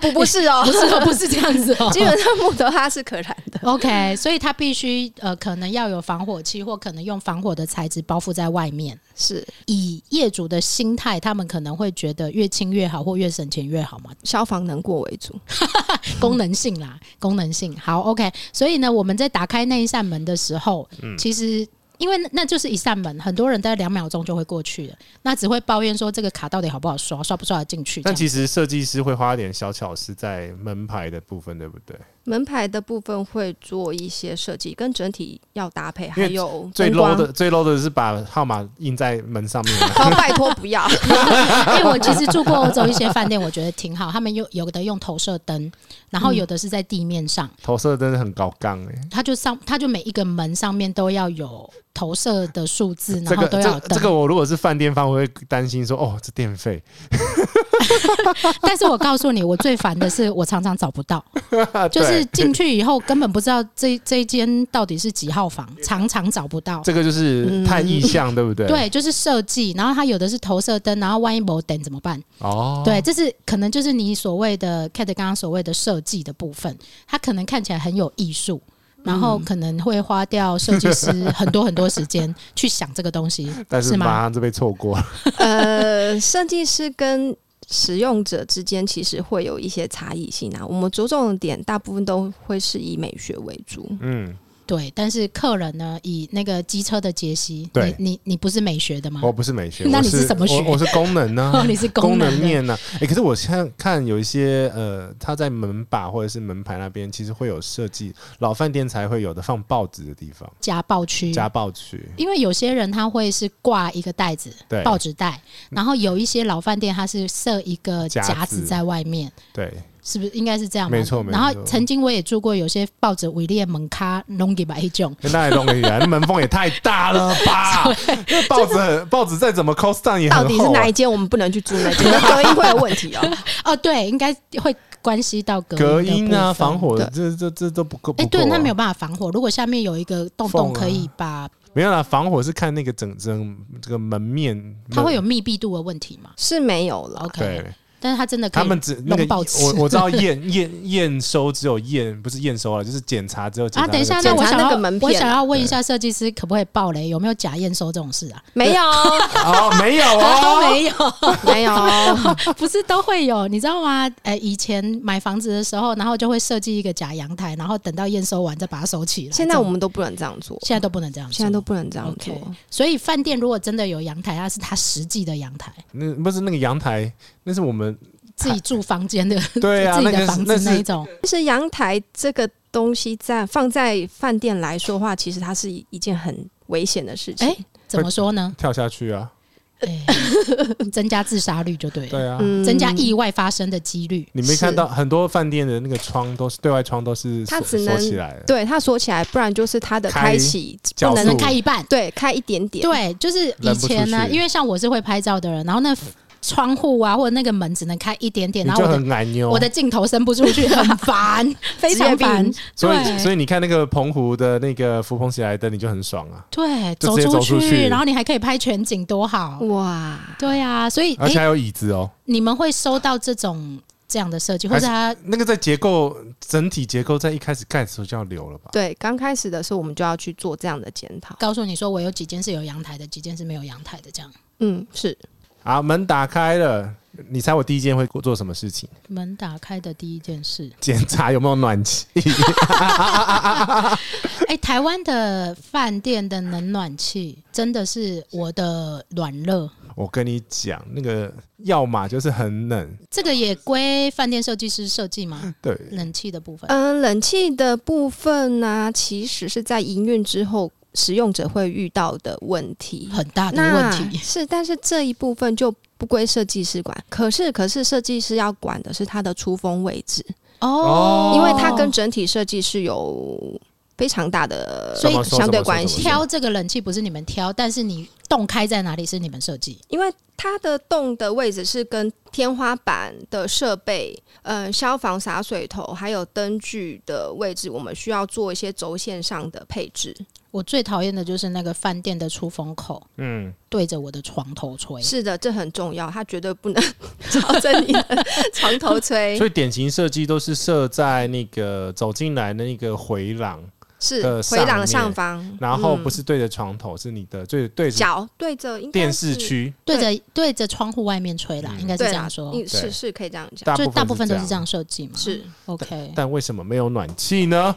Speaker 3: 不不 是哦
Speaker 1: 不，是哦，不是这样子 哦。
Speaker 3: 基本上木头它是可燃的。
Speaker 1: OK，所以它必须呃，可能要有防火漆，或可能用防火的材质包覆在外面。
Speaker 3: 是
Speaker 1: 以业主的心态，他们可能会觉得越轻越好，或越省钱越好嘛，
Speaker 3: 消防能过为主。
Speaker 1: 功能性啦，功能性。好，OK。所以呢，我们在打开那一扇门的时候，
Speaker 2: 嗯
Speaker 1: 其实因为那那就是一扇门，很多人在两秒钟就会过去了，那只会抱怨说这个卡到底好不好刷，刷不刷得进去。这
Speaker 2: 但
Speaker 1: 样
Speaker 2: 其实设计师会花一点小巧思在门牌的部分，对不对？
Speaker 3: 门牌的部分会做一些设计，跟整体要搭配，
Speaker 2: 因
Speaker 3: 还
Speaker 2: 为
Speaker 3: 有
Speaker 2: 最
Speaker 3: 灯
Speaker 2: low
Speaker 3: 光。
Speaker 2: 的最 low 的是把号码印在门上面。啊
Speaker 3: 哦，拜托不要，
Speaker 1: 因为我其实住过欧洲一些饭店，我觉得挺好，他们有有的用投射灯，然
Speaker 2: 嗯
Speaker 1: 后有的是在地面上。
Speaker 2: 投射真的很高杠哎、
Speaker 1: 它就上，它就每一个门上面都要有投射的数字，
Speaker 2: 这
Speaker 1: 然后
Speaker 2: 个
Speaker 1: 都要有
Speaker 2: 这
Speaker 1: 灯。
Speaker 2: 这个我如果是饭店方，我会担心说哦，这电费
Speaker 1: 但是我告诉你，我最烦的是我常常找不到，就是进去以后根本不知道这这一间到底是几号房，常常找不到。
Speaker 2: 这个就是看意向，对不对？
Speaker 1: 嗯对，就是设计，然后它有的是投射灯，然后万一没灯怎么办？
Speaker 2: 哦，
Speaker 1: 对，这是可能就是你所谓的 Cat 刚刚所谓的设计的部分，它可能看起来很有艺术，
Speaker 2: 嗯
Speaker 1: 然后可能会花掉设计师很多很多时间去想这个东西，
Speaker 2: 但是
Speaker 1: 是
Speaker 2: 马
Speaker 1: 吗？
Speaker 2: 上就被错过了。
Speaker 3: 呃，设计师跟使用者之间其实会有一些差异性啊。我们着重的点大部分都会是以美学为主，
Speaker 2: 嗯，
Speaker 1: 对，但是客人呢，以那个机车的杰西，
Speaker 2: 对
Speaker 1: 你你你不是美学的吗？
Speaker 2: 我哦不是美学，
Speaker 1: 嗯那
Speaker 2: 我
Speaker 1: 你是什么学
Speaker 2: 我我是功能呢、
Speaker 1: 哦，你是
Speaker 2: 功
Speaker 1: 能
Speaker 2: 能
Speaker 1: 的
Speaker 2: 面呢、哎、可是我现在看有一些呃，它在门把或者是门牌那边，其实会有设计，老饭店才会有的放报纸的地方，
Speaker 1: 家暴区。
Speaker 2: 加报区。
Speaker 1: 因为有些人他会是挂一个袋子，
Speaker 2: 对嗯
Speaker 1: 报纸袋，然后有一些老饭店它是设一个
Speaker 2: 夹子
Speaker 1: 夹子在外面，
Speaker 2: 对，
Speaker 1: 是不是应该是这样吗？
Speaker 2: 没错没错
Speaker 1: 然后曾经我也住过有些报纸伪列门卡弄给白种，
Speaker 2: 跟大家弄一下，那门缝也太大了 吧？那报纸很报纸再怎么 cost down 也很
Speaker 3: 到
Speaker 2: 厚、啊，
Speaker 3: 底是哪一间我们不能去住那间，那隔音会有问题哦。
Speaker 1: 哦，对，应该会关系到隔
Speaker 2: 隔
Speaker 1: 音
Speaker 2: 音
Speaker 1: 的
Speaker 2: 啊、
Speaker 1: 部分
Speaker 2: 防火，
Speaker 3: 对
Speaker 2: 这这这都不够。
Speaker 1: 哎、
Speaker 2: 不够
Speaker 1: 对，
Speaker 2: 啊
Speaker 1: 那没有办法防火。如果下面有一个洞
Speaker 2: 缝
Speaker 1: 洞，
Speaker 2: 啊
Speaker 1: 可以把
Speaker 2: 没有啦，防火是看那个整整这个门面，
Speaker 1: 它会有密闭度的问题嘛
Speaker 3: 是没有了，
Speaker 1: ？OK，
Speaker 2: 对，
Speaker 1: 但是它真的可以
Speaker 2: 他们只那个
Speaker 1: 弄报纸
Speaker 2: 我我 知道验验验收只有验不是验收了，就是检查只有检
Speaker 1: 啊，
Speaker 2: 查那个
Speaker 1: 等一下，
Speaker 2: 证
Speaker 1: 那
Speaker 2: 件
Speaker 1: 我想
Speaker 3: 检查那
Speaker 1: 要
Speaker 3: 个门片啊
Speaker 1: 我想要问
Speaker 2: 对
Speaker 1: 一下设计师，可不可以爆雷？有没有假验收这种事啊？
Speaker 3: 没 有，
Speaker 2: 哦没有
Speaker 1: 都
Speaker 2: 哦，
Speaker 1: 没有，
Speaker 3: 没有。
Speaker 1: 不是都会有，你知道吗？呃，以前买房子的时候，然后就会设计一个假阳台，然后等到验收完再把它收起来。
Speaker 3: 现在
Speaker 1: 这
Speaker 3: 我
Speaker 1: 种
Speaker 3: 们都不能这样做，
Speaker 1: 现在都不能这样做，
Speaker 3: 现在都不能这样做
Speaker 1: OK。。所以饭店如果真的有阳台，它是它实际的阳台，
Speaker 2: 那不是那个阳台，那是我们
Speaker 1: 自己住房间的，
Speaker 2: 对 啊，
Speaker 1: 自己
Speaker 2: 那个
Speaker 1: 的
Speaker 2: 是
Speaker 1: 房
Speaker 2: 那
Speaker 1: 子那
Speaker 2: 是
Speaker 1: 一种。
Speaker 3: 但是阳台这个东西在放在饭店来说的话，其实它是一件很危险的事情。
Speaker 1: 哎怎么说呢？
Speaker 2: 跳下去啊，
Speaker 1: 哎增加自杀率就对了，
Speaker 2: 对啊，
Speaker 3: 嗯
Speaker 1: 增加意外发生的几率。
Speaker 2: 你没看到很多饭店的那个窗都是对外窗都是
Speaker 3: 它
Speaker 2: 锁
Speaker 3: 只能
Speaker 2: 锁起来的，
Speaker 3: 对它锁起来，不然就是它的
Speaker 2: 开
Speaker 3: 开启
Speaker 2: 角
Speaker 3: 不
Speaker 1: 只
Speaker 3: 能
Speaker 2: 度
Speaker 1: 能开一半，
Speaker 3: 对开一点点，
Speaker 1: 对，就是以前呢、
Speaker 2: 忍不出去嗯
Speaker 1: 因为像我是会拍照的人，然后那窗户啊或者那个门只能开一点点，
Speaker 2: 你
Speaker 1: 然后
Speaker 2: 就
Speaker 1: 我的
Speaker 2: 很矮啊妞
Speaker 1: 我。的镜头伸不出去，很烦，
Speaker 3: 非
Speaker 1: 职业
Speaker 3: 常
Speaker 1: 病
Speaker 3: 烦。
Speaker 2: 所以，
Speaker 1: 对
Speaker 2: 所以你看那个澎湖的那个浮蓬起来灯，你就很爽啊，
Speaker 1: 对，
Speaker 2: 就
Speaker 1: 走
Speaker 2: 直接走出去
Speaker 1: 去，然后你还可以拍全景，多好。
Speaker 3: 哇，
Speaker 1: 对啊，所以
Speaker 2: 而
Speaker 1: 哎、
Speaker 2: 且还有椅子哦。
Speaker 1: 你们会收到这种这样的设计，或
Speaker 2: 还
Speaker 1: 者它
Speaker 2: 那个在结构整体结构在一开始盖的时候就要留了吧？
Speaker 3: 对，刚开始的时候我们就要去做这样的检讨。
Speaker 1: 告诉你说我有几间是有阳台的，几间是没有阳台的，这样
Speaker 3: 嗯，是
Speaker 2: 好，门打开了，你猜我第一件会做什么事情？
Speaker 1: 门打开的第一件事。
Speaker 2: 检查有没有暖气。
Speaker 1: 哎、台湾的饭店的冷暖气真的是我的软肋，
Speaker 2: 我跟你讲，那个要么就是很冷，
Speaker 1: 这个也归饭店设计师设计吗？
Speaker 2: 对，
Speaker 1: 冷气的部分，
Speaker 3: 嗯，冷气的部分呢、其实是在营运之后使用者会遇到的问题。
Speaker 1: 很大的
Speaker 3: 那
Speaker 1: 问题。
Speaker 3: 是，但是这一部分就不归设计师管。可是，可是设计师要管的是它的出风位置，
Speaker 2: 哦
Speaker 3: 因为它跟整体设计是有非常大的
Speaker 1: 所以
Speaker 2: 怎么说
Speaker 3: 相对
Speaker 2: 怎么说
Speaker 3: 关系
Speaker 2: 怎么。
Speaker 1: 挑这个冷气不是你们挑，但是你洞开在哪里是你们设计。
Speaker 3: 因为它的洞的位置是跟天花板的设备、呃消防洒水头还有灯具的位置，我们需要做一些轴线上的配置。
Speaker 1: 我最讨厌的就是那个饭店的出风口
Speaker 2: 嗯，
Speaker 1: 对着我的床头吹，
Speaker 3: 是的，这很重要，它绝对不能朝着你的 床头吹
Speaker 2: 所。以典型设计都是设在那个走进来的那个回廊，
Speaker 3: 是
Speaker 2: 的
Speaker 3: 回廊的
Speaker 2: 呃上
Speaker 3: 上
Speaker 2: 面
Speaker 3: 方，
Speaker 2: 然后
Speaker 3: 嗯
Speaker 2: 不是对着床头，是你的对对着
Speaker 3: 脚对着应该
Speaker 2: 电视
Speaker 3: 是，
Speaker 2: 区，
Speaker 1: 对着对着窗户外面吹啦，
Speaker 2: 嗯
Speaker 1: 应该是
Speaker 3: 对
Speaker 1: 这
Speaker 3: 啦
Speaker 1: 样说。
Speaker 3: 嗯是
Speaker 2: 对
Speaker 3: 是可以这样讲，
Speaker 2: 大
Speaker 1: 就大部
Speaker 2: 部
Speaker 1: 分
Speaker 2: 分
Speaker 1: 都是这
Speaker 2: 这样。
Speaker 1: 样设计嘛，
Speaker 3: 是
Speaker 1: OK。
Speaker 2: 但为什么没有暖气呢？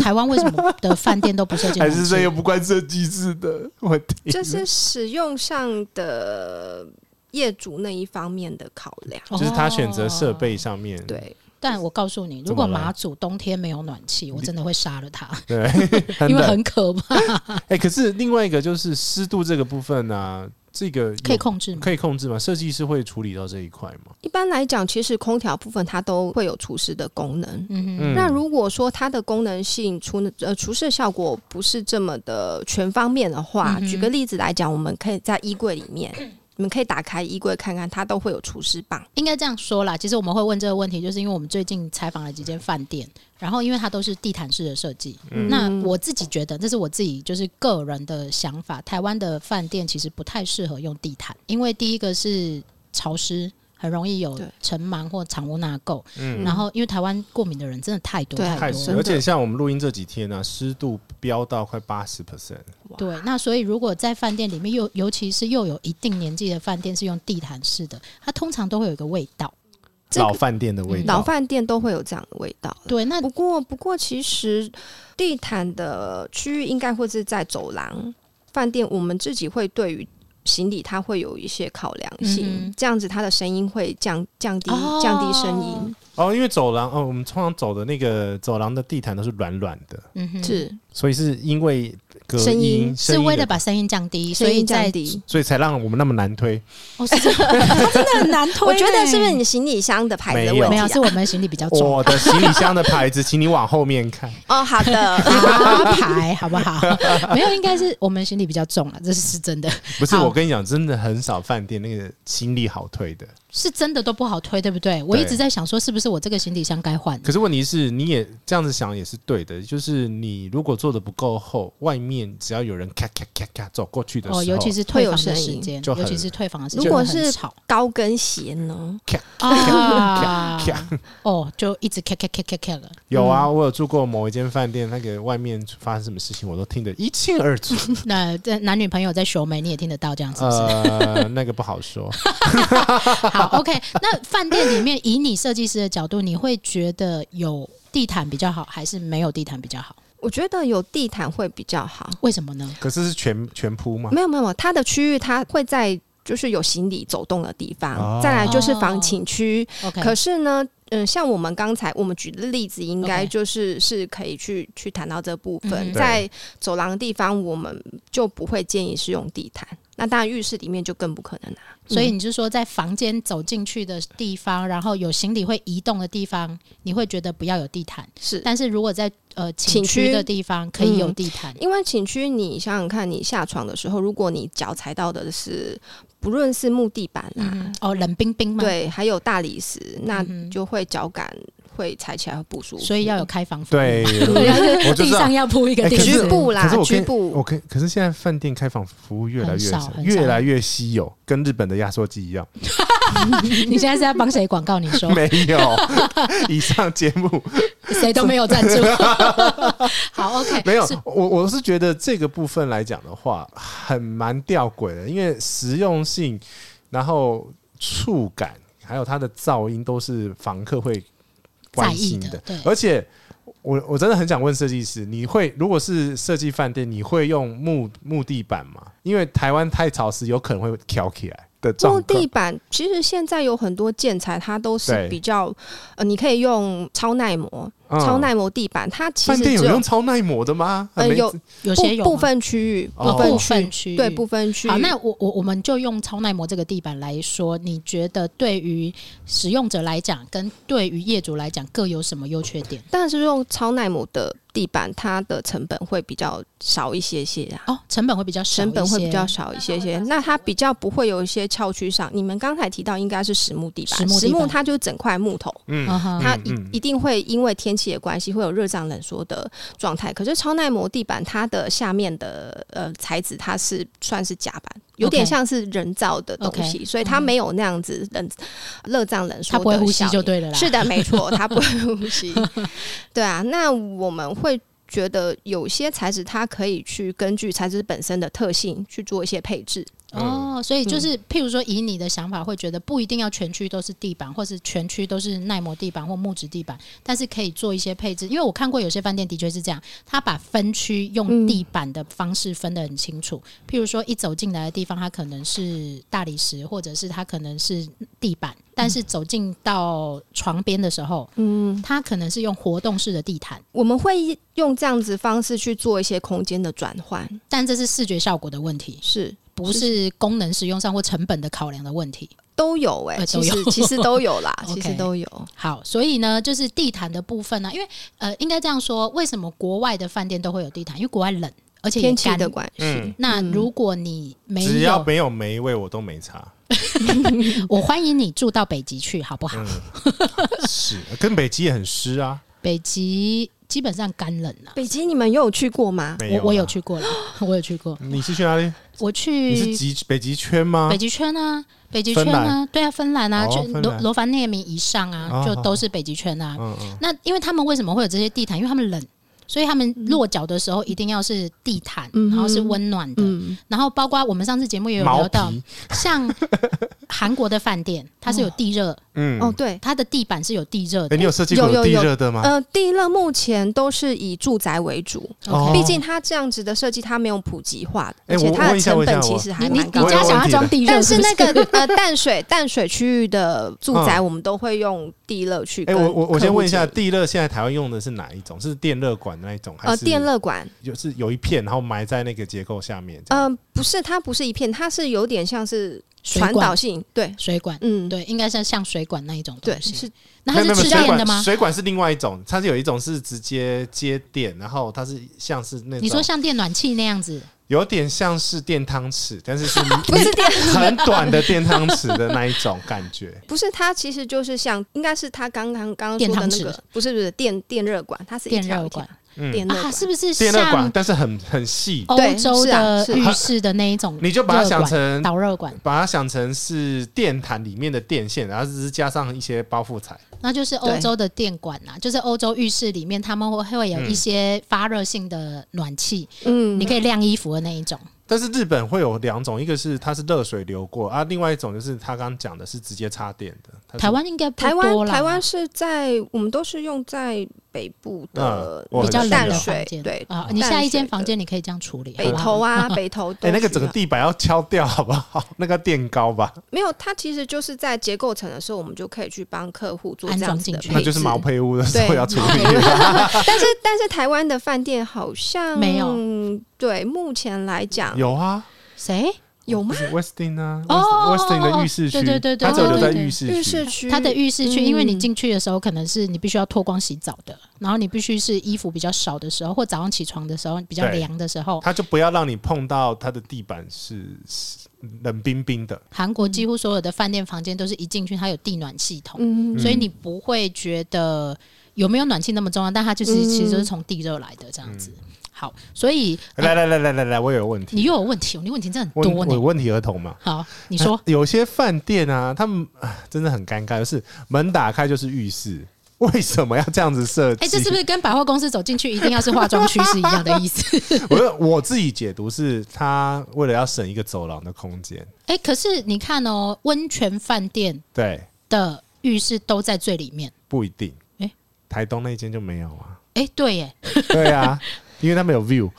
Speaker 1: 台湾为什么的饭店都不设计
Speaker 2: 还
Speaker 1: 暖
Speaker 2: 是这又
Speaker 1: 气？
Speaker 2: 不关设计师的问题？
Speaker 3: 这是使用上的业主那一方面的考量。
Speaker 2: 就是他选择设备
Speaker 1: 哦。
Speaker 2: 上面，
Speaker 3: 对，
Speaker 1: 但我告诉你，如
Speaker 2: 怎
Speaker 1: 果
Speaker 2: 么了
Speaker 1: 马祖冬天没有暖气，我真的会杀了他，
Speaker 2: 对， 很
Speaker 1: 因为
Speaker 2: 冷。
Speaker 1: 很可怕。
Speaker 2: 哎、可是另外一个就是湿度这个部分呢、这个有
Speaker 1: 可以控制吗？
Speaker 2: 可以控制吗？设计师会处理到这一块吗？
Speaker 3: 一般来讲，其实空调部分它都会有除湿的功能。
Speaker 1: 嗯哼，
Speaker 2: 嗯
Speaker 3: 那如果说它的功能性除呃除湿效果不是这么的全方面的话，
Speaker 1: 嗯哼
Speaker 3: 举个例子来讲，我们可以在衣柜里面你们可以打开衣柜看看，它都会有除湿棒。
Speaker 1: 应该这样说啦，其实我们会问这个问题，就是因为我们最近采访了几间饭店，然后因为它都是地毯式的设计，
Speaker 2: 嗯
Speaker 3: 嗯
Speaker 1: 那我自己觉得这是我自己就是个人的想法，台湾的饭店其实不太适合用地毯，因为第一个是潮湿。很容易有
Speaker 3: 对
Speaker 1: 尘螨或藏污纳垢，
Speaker 2: 嗯
Speaker 1: 然后因为台湾过敏的人真的太多
Speaker 3: 对
Speaker 1: 太
Speaker 2: 太
Speaker 1: 多了，
Speaker 2: 湿，
Speaker 3: 真
Speaker 2: 而
Speaker 3: 的
Speaker 2: 且像我们录音这几天呢、湿度飙到快八十 percent，
Speaker 1: 对，那所以如果在饭店里面又尤其是又有一定年纪的饭店是用地毯式的，它通常都会有一个味道。
Speaker 3: 这个
Speaker 2: 老饭店的味
Speaker 1: 嗯
Speaker 2: 道。
Speaker 3: 老饭店都会有这样的味道。
Speaker 1: 对，那
Speaker 3: 不过，不过其实地毯的区域应该会是在走廊。饭店我们自己会对于行李它会有一些考量性，
Speaker 1: 嗯哼
Speaker 3: 这样子它的声音会降降低、
Speaker 1: 哦
Speaker 3: 降低声音。
Speaker 2: 哦，因为走廊哦，我们通常走的那个走廊的地毯都是软软的，
Speaker 1: 嗯哼，
Speaker 3: 是
Speaker 2: 所以是因为隔
Speaker 3: 声音
Speaker 1: 是为了
Speaker 2: 的
Speaker 1: 把声音降低，所
Speaker 3: 声
Speaker 1: 以
Speaker 3: 音
Speaker 1: 在
Speaker 3: 降低。
Speaker 2: 所以才让我们那么难推。
Speaker 1: 哦，是这 样真的很难推呢。
Speaker 3: 我觉得是不是你行李箱的牌子的问
Speaker 1: 没
Speaker 3: 题、啊
Speaker 1: 有？是我们行李比较重，
Speaker 2: 我的行李箱的牌子，请你往后面看。
Speaker 3: 哦，好的，
Speaker 1: 啊牌好不好？没有，应该是我们行李比较重了，啊这是是真的，
Speaker 2: 不是，
Speaker 1: 好
Speaker 2: 我跟你讲，真的很少饭店那个行李好推的。
Speaker 1: 是真的都不好推，对不对？我一
Speaker 2: 对
Speaker 1: 直在想说，是不是我这个行李箱该换？
Speaker 2: 可是问题是，你也这样子想也是对的，就是你如果做的不够厚，外面只要有人咔咔咔咔走过去的时候，
Speaker 1: 哦，尤其是退房
Speaker 3: 会
Speaker 1: 的
Speaker 3: 有声
Speaker 1: 时
Speaker 3: 音
Speaker 1: 间，
Speaker 2: 就
Speaker 1: 尤其
Speaker 2: 很
Speaker 1: 是退房的时间，
Speaker 3: 如果
Speaker 1: 很
Speaker 3: 是
Speaker 1: 吵。
Speaker 3: 高跟鞋呢？
Speaker 1: 啊
Speaker 2: 咔咔，
Speaker 1: 哦，就一直咔咔咔咔咔了。
Speaker 2: 有啊，我有住过某一间饭店，那个外面发生什么事情我都听得一清二楚。
Speaker 1: 那这男女朋友在修眉，你也听得到这样子是不是？
Speaker 2: 呃，那个不好说。
Speaker 1: 好，OK。那饭店里面，以你设计师的角度，你会觉得有地毯比较好，还是没有地毯比较好？
Speaker 3: 我觉得有地毯会比较好。
Speaker 1: 为什么呢？
Speaker 2: 可是是全全铺吗？
Speaker 3: 没有没有，没有它的区域它会在就是有行李走动的地方，
Speaker 2: 哦
Speaker 3: 再来就是
Speaker 1: 哦
Speaker 3: 房寝区。
Speaker 1: OK，
Speaker 3: 可是呢，嗯，像我们刚才我们举的例子，应该
Speaker 1: OK
Speaker 3: 就是是可以去去谈到这部分。
Speaker 1: 嗯哼
Speaker 3: 在走廊的地方，我们就不会建议是用地毯。那当然，浴室里面就更不可能啦、啊嗯
Speaker 1: 所以你是说，在房间走进去的地方，然后有行李会移动的地方，你会觉得不要有地毯。
Speaker 3: 是
Speaker 1: 但是如果在呃寝
Speaker 3: 寝
Speaker 1: 区
Speaker 3: 区
Speaker 1: 的地方，可以有地毯。
Speaker 3: 因为寝区，你想想看，你下床的时候，如果你脚踩到的是不论是木地板啦、
Speaker 1: 嗯哼，哦，冷冰冰嘛。。
Speaker 3: 对，还有大理石，那
Speaker 1: 嗯哼
Speaker 3: 就会脚感会踩起来会不舒服。
Speaker 1: 所以要有开房服务
Speaker 2: 对，我就
Speaker 1: 地
Speaker 2: 知道
Speaker 1: 上。要铺一个
Speaker 2: 哎
Speaker 1: 地
Speaker 2: 可是
Speaker 3: 局
Speaker 1: 毯
Speaker 3: 部啦
Speaker 2: 可是我，
Speaker 3: 局
Speaker 2: 跟
Speaker 3: 部
Speaker 2: 我跟，可是现在饭店开放服务越来越
Speaker 1: 很少
Speaker 2: 少，
Speaker 1: 很少
Speaker 2: 越来越稀有，跟日本的压缩机一样。
Speaker 1: 你现在是在帮谁广告？你说
Speaker 2: 没有， 以上节目
Speaker 1: 谁都没有赞 助。好，OK，
Speaker 2: 没有
Speaker 1: 是。
Speaker 2: 我我是觉得这个部分来讲的话，很蛮吊诡的，因为实用性，然后触感，还有它的噪音，都是房客会关心
Speaker 1: 在意的对
Speaker 2: 而且。我我真的很想问设计师，你会如果是设计饭店，你会用木木地板吗？因为台湾太潮湿，有可能会挑起来的状
Speaker 3: 木
Speaker 2: 况。
Speaker 3: 地板其实现在有很多建材，它都
Speaker 2: 对
Speaker 3: 是比较呃，你可以用超耐磨、
Speaker 2: 嗯
Speaker 3: 超耐磨地板，它其
Speaker 2: 饭
Speaker 3: 实
Speaker 2: 店有
Speaker 3: 只
Speaker 2: 用超耐磨的吗？
Speaker 3: 呃
Speaker 2: 很没
Speaker 3: 有
Speaker 1: 有些
Speaker 3: 部
Speaker 1: 有
Speaker 3: 部
Speaker 1: 吗
Speaker 3: 分区域、
Speaker 2: 哦
Speaker 3: 部
Speaker 1: 部
Speaker 3: 分
Speaker 1: 分
Speaker 3: 区
Speaker 1: 区域
Speaker 3: 对部分区域。
Speaker 1: 好，那我我我们就用超耐磨这个地板来说，你觉得对于使用者来讲，跟对于业主来讲，各有什么优缺点？
Speaker 3: 但是用超耐磨的地板，它的成本会比较少一些些啊。
Speaker 1: 哦，成本会比较少一些，
Speaker 3: 成本会比较少一些些，那它比较不会有一些翘曲上。你们刚才提到应该是实木地
Speaker 1: 实
Speaker 3: 板，
Speaker 1: 木地
Speaker 3: 实木
Speaker 1: 板
Speaker 3: 它就是整块木头，
Speaker 2: 嗯
Speaker 1: 嗯哼。
Speaker 3: 它
Speaker 2: 嗯
Speaker 3: 一、
Speaker 2: 嗯
Speaker 3: 一定会因为天气的关系会有热胀冷缩的状态。可是超耐磨地板，它的下面的呃材质它是算是夹板，有点
Speaker 1: OK
Speaker 3: 像是人造的东西
Speaker 1: OK 嗯
Speaker 3: 所以它没有那样子冷热胀冷缩，
Speaker 1: 它不会呼吸就。对了啦。
Speaker 3: 是的，没错，它不会 呼吸。对啊，那我们会。觉得有些材质，它可以去根据材质本身的特性去做一些配置。
Speaker 1: 哦，所以就是，譬如说，以你的想法，会觉得不一定要全区都是地板，或是全区都是耐磨地板或木质地板，但是可以做一些配置。因为我看过有些饭店的确是这样，他把分区用地板的方式分得很清楚。譬如说，一走进来的地方，它可能是大理石，或者是它可能是地板，但是走进到床边的时候，嗯，它可能是用活动式的地毯，
Speaker 3: 我们会用这样子方式去做一些空间的转换，
Speaker 1: 但这是视觉效果的问题，
Speaker 3: 是
Speaker 1: 不是功能使用上或成本的考量的问题。
Speaker 3: 都有哎、
Speaker 1: 呃
Speaker 3: 其
Speaker 1: 都有，
Speaker 3: 实其实都有啦其实
Speaker 1: OK
Speaker 3: 都有。
Speaker 1: 好，所以呢，就是地毯的部分呢、因为呃，应该这样说，为什么国外的饭店都会有地毯？因为国外冷。而且也
Speaker 3: 天气
Speaker 1: 干
Speaker 3: 的关系。
Speaker 2: 嗯，
Speaker 1: 那
Speaker 3: 嗯
Speaker 1: 如果你没
Speaker 2: 只要
Speaker 1: 有，
Speaker 2: 没有霉味，我都没差。
Speaker 1: 我欢迎你住到北极去，好不好？
Speaker 2: 嗯， 是，跟北极也很湿啊，
Speaker 1: 北极基本上干冷了、
Speaker 3: 北极你们有去过吗？
Speaker 2: 没有
Speaker 1: 我我有
Speaker 2: 啦。
Speaker 1: 去过了， 我有去过，
Speaker 2: 你是去哪里？
Speaker 1: 我
Speaker 2: 你
Speaker 1: 去
Speaker 2: 是极北极圈吗
Speaker 1: 北？极圈啊，北极圈
Speaker 2: 芬
Speaker 1: 啊
Speaker 2: 兰，
Speaker 1: 对啊，芬兰啊，
Speaker 2: 哦
Speaker 1: 就
Speaker 2: 芬
Speaker 1: 罗
Speaker 2: 兰
Speaker 1: 罗凡涅米以上啊，
Speaker 2: 哦
Speaker 1: 就都是北极圈啊。
Speaker 2: 嗯嗯，
Speaker 1: 那因为他们为什么会有这些地毯？因为他们冷，所以他们落脚的时候一定要是地毯，
Speaker 3: 嗯
Speaker 1: 然后是温暖的。
Speaker 3: 嗯，
Speaker 1: 然后包括我们上次节目也有聊
Speaker 2: 毛
Speaker 1: 到，
Speaker 2: 皮，
Speaker 1: 像韩国的饭店，它是有地热，
Speaker 2: 嗯，
Speaker 3: 哦
Speaker 2: 哎、
Speaker 3: 对，
Speaker 1: 它的地板是有地热的。
Speaker 2: 你有设计过
Speaker 3: 有有
Speaker 2: 地
Speaker 3: 有
Speaker 2: 热的吗？
Speaker 3: 呃，地热目前都是以住宅为主，
Speaker 2: 哦
Speaker 1: OK
Speaker 3: 毕竟它这样子的设计它没有普及化的，
Speaker 2: 哎
Speaker 3: 而且
Speaker 2: 我
Speaker 3: 它
Speaker 2: 问
Speaker 3: 的
Speaker 2: 一下我
Speaker 3: 成
Speaker 2: 问一
Speaker 3: 本
Speaker 2: 下
Speaker 3: 其
Speaker 2: 我
Speaker 3: 实还
Speaker 1: 你你
Speaker 3: 蛮
Speaker 1: 你
Speaker 3: 高
Speaker 2: 我有
Speaker 1: 家
Speaker 3: 的。
Speaker 1: 想要装地热，
Speaker 3: 但是
Speaker 1: 不
Speaker 3: 那个呃淡水淡水区域的住宅，我们都会用地热去
Speaker 2: 哎、
Speaker 3: 跟客户
Speaker 2: 我
Speaker 3: 建
Speaker 2: 嗯
Speaker 3: 议。
Speaker 2: 我我先问一下，地热现在台湾用的是哪一种？是电热管那一种，还是、
Speaker 3: 呃，电热管，
Speaker 2: 就是有一片，然后埋在那个结构下面？这样
Speaker 3: 呃，不是，它不是一片，它是有点像是
Speaker 1: 水
Speaker 3: 传
Speaker 1: 管
Speaker 3: 导性，对，
Speaker 1: 水管，
Speaker 3: 嗯，
Speaker 1: 对，应该是像水管那一种
Speaker 3: 对，
Speaker 1: 东西。
Speaker 3: 是
Speaker 1: 那
Speaker 2: 没有没
Speaker 1: 它
Speaker 2: 有
Speaker 1: 是
Speaker 2: 没
Speaker 1: 吃
Speaker 2: 有水
Speaker 1: 电
Speaker 2: 管
Speaker 1: 的吗？
Speaker 2: 水管是另外一种，它是有一种是直接接电，然后它是像是那种
Speaker 1: 你说像电暖气那样子，
Speaker 2: 有点像是电汤匙，但 是是
Speaker 3: 不是电？
Speaker 2: 很短的电汤匙的那一种感觉。
Speaker 3: 不是，它其实就是像，应该是它刚刚刚刚
Speaker 1: 电
Speaker 3: 说的
Speaker 1: 汤
Speaker 3: 那
Speaker 1: 匙
Speaker 3: 个，不是不是电电热管，它是一
Speaker 1: 电
Speaker 3: 条
Speaker 1: 热
Speaker 3: 一条
Speaker 1: 管
Speaker 2: 嗯，
Speaker 3: 电热
Speaker 1: 啊，
Speaker 3: 管，
Speaker 1: 是不是
Speaker 2: 电热管，
Speaker 1: 像
Speaker 2: 但是很很细，
Speaker 1: 欧
Speaker 3: 对
Speaker 1: 洲
Speaker 3: 是啊
Speaker 1: 的
Speaker 3: 是
Speaker 1: 浴室的那一种热管？
Speaker 2: 你就把它想成
Speaker 1: 导热管，
Speaker 2: 把它想成是电毯里面的电线，然后只是加上一些包覆材。
Speaker 1: 那就是欧洲的电管呐、就是欧洲浴室里面他们会会
Speaker 2: 嗯
Speaker 1: 有一些发热性的暖气，
Speaker 3: 嗯，
Speaker 1: 你可以晾衣服的那一种。
Speaker 2: 但是日本会有两种，一个是它是热水流过啊，另外一种就是他刚刚讲的是直接插电的。它是
Speaker 1: 台湾应该不
Speaker 3: 台
Speaker 1: 多
Speaker 3: 湾
Speaker 1: 啦
Speaker 3: 台湾是在我们都是用在北部的
Speaker 2: 嗯我
Speaker 1: 比
Speaker 2: 很
Speaker 1: 较冷
Speaker 3: 淡
Speaker 1: 的
Speaker 3: 水
Speaker 1: 房，间，
Speaker 3: 对
Speaker 1: 啊，你下一间房
Speaker 3: 淡水
Speaker 1: 间你可以这样处理，
Speaker 3: 的北
Speaker 1: 好
Speaker 3: 投
Speaker 1: 不好
Speaker 3: 啊， 北投都
Speaker 2: 哎、那个
Speaker 3: 需
Speaker 2: 整个
Speaker 3: 要
Speaker 2: 地板要敲掉好不好？那个垫高吧，
Speaker 3: 没有，它其实就是在结构层的时候，我们就可以去帮客户做
Speaker 1: 安
Speaker 3: 这
Speaker 1: 装
Speaker 3: 样子的
Speaker 1: 进去
Speaker 3: 配置
Speaker 2: 那就是毛坯屋的时候
Speaker 3: 对
Speaker 2: 要处
Speaker 3: 毛
Speaker 2: 理。
Speaker 3: 坯屋但是但是台湾的饭店好像
Speaker 1: 没有，
Speaker 3: 对，目前来讲
Speaker 2: 有啊，
Speaker 1: 谁？
Speaker 3: 有吗
Speaker 2: 就？是 Westin 啊
Speaker 1: 哦哦哦
Speaker 2: ，Westin 的浴室区，
Speaker 1: 对对对对
Speaker 2: 它只有留在
Speaker 1: 对对对
Speaker 2: 浴室区。
Speaker 3: 浴室区
Speaker 1: 他的浴室区，
Speaker 3: 嗯
Speaker 1: 因为你进去的时候可能是你必须要脱光洗澡的，然后你必须是衣服比较少的时候，或早上起床的时候比较
Speaker 2: 对
Speaker 1: 凉的时候。
Speaker 3: 嗯
Speaker 2: 它就不要让你碰到它的地板是是冷冰冰的，
Speaker 1: 韩国几乎所有的饭店房间都是一进去它有地暖系统，
Speaker 3: 嗯，
Speaker 1: 所以你不会觉得有没有暖气那么重要，但它就是、
Speaker 3: 嗯
Speaker 1: 其实就是从地热来的这样子。好，所以、呃
Speaker 2: 嗯来来来来来来，我有个问题，
Speaker 1: 你又有问题哦，你问题真的很
Speaker 2: 问
Speaker 1: 多
Speaker 2: 我
Speaker 1: 呢
Speaker 2: 有。问题儿童嘛？
Speaker 1: 好，你说
Speaker 2: 哎有些饭店啊，他们啊真的很尴尬，就是门打开就是浴室，为什么要这样子设计？
Speaker 1: 哎、这是不是跟百货公司走进去一定要是化妆区是一样的意思？
Speaker 2: 我我自己解读是，他为了要省一个走廊的空间，
Speaker 1: 哎、可是你看哦，温泉饭店
Speaker 2: 对，
Speaker 1: 的浴室都在最里面。
Speaker 2: 不一定。
Speaker 1: 诶
Speaker 2: 台东那间就没有啊？
Speaker 1: 哎、对耶，
Speaker 2: 对啊， 因为他们有 view，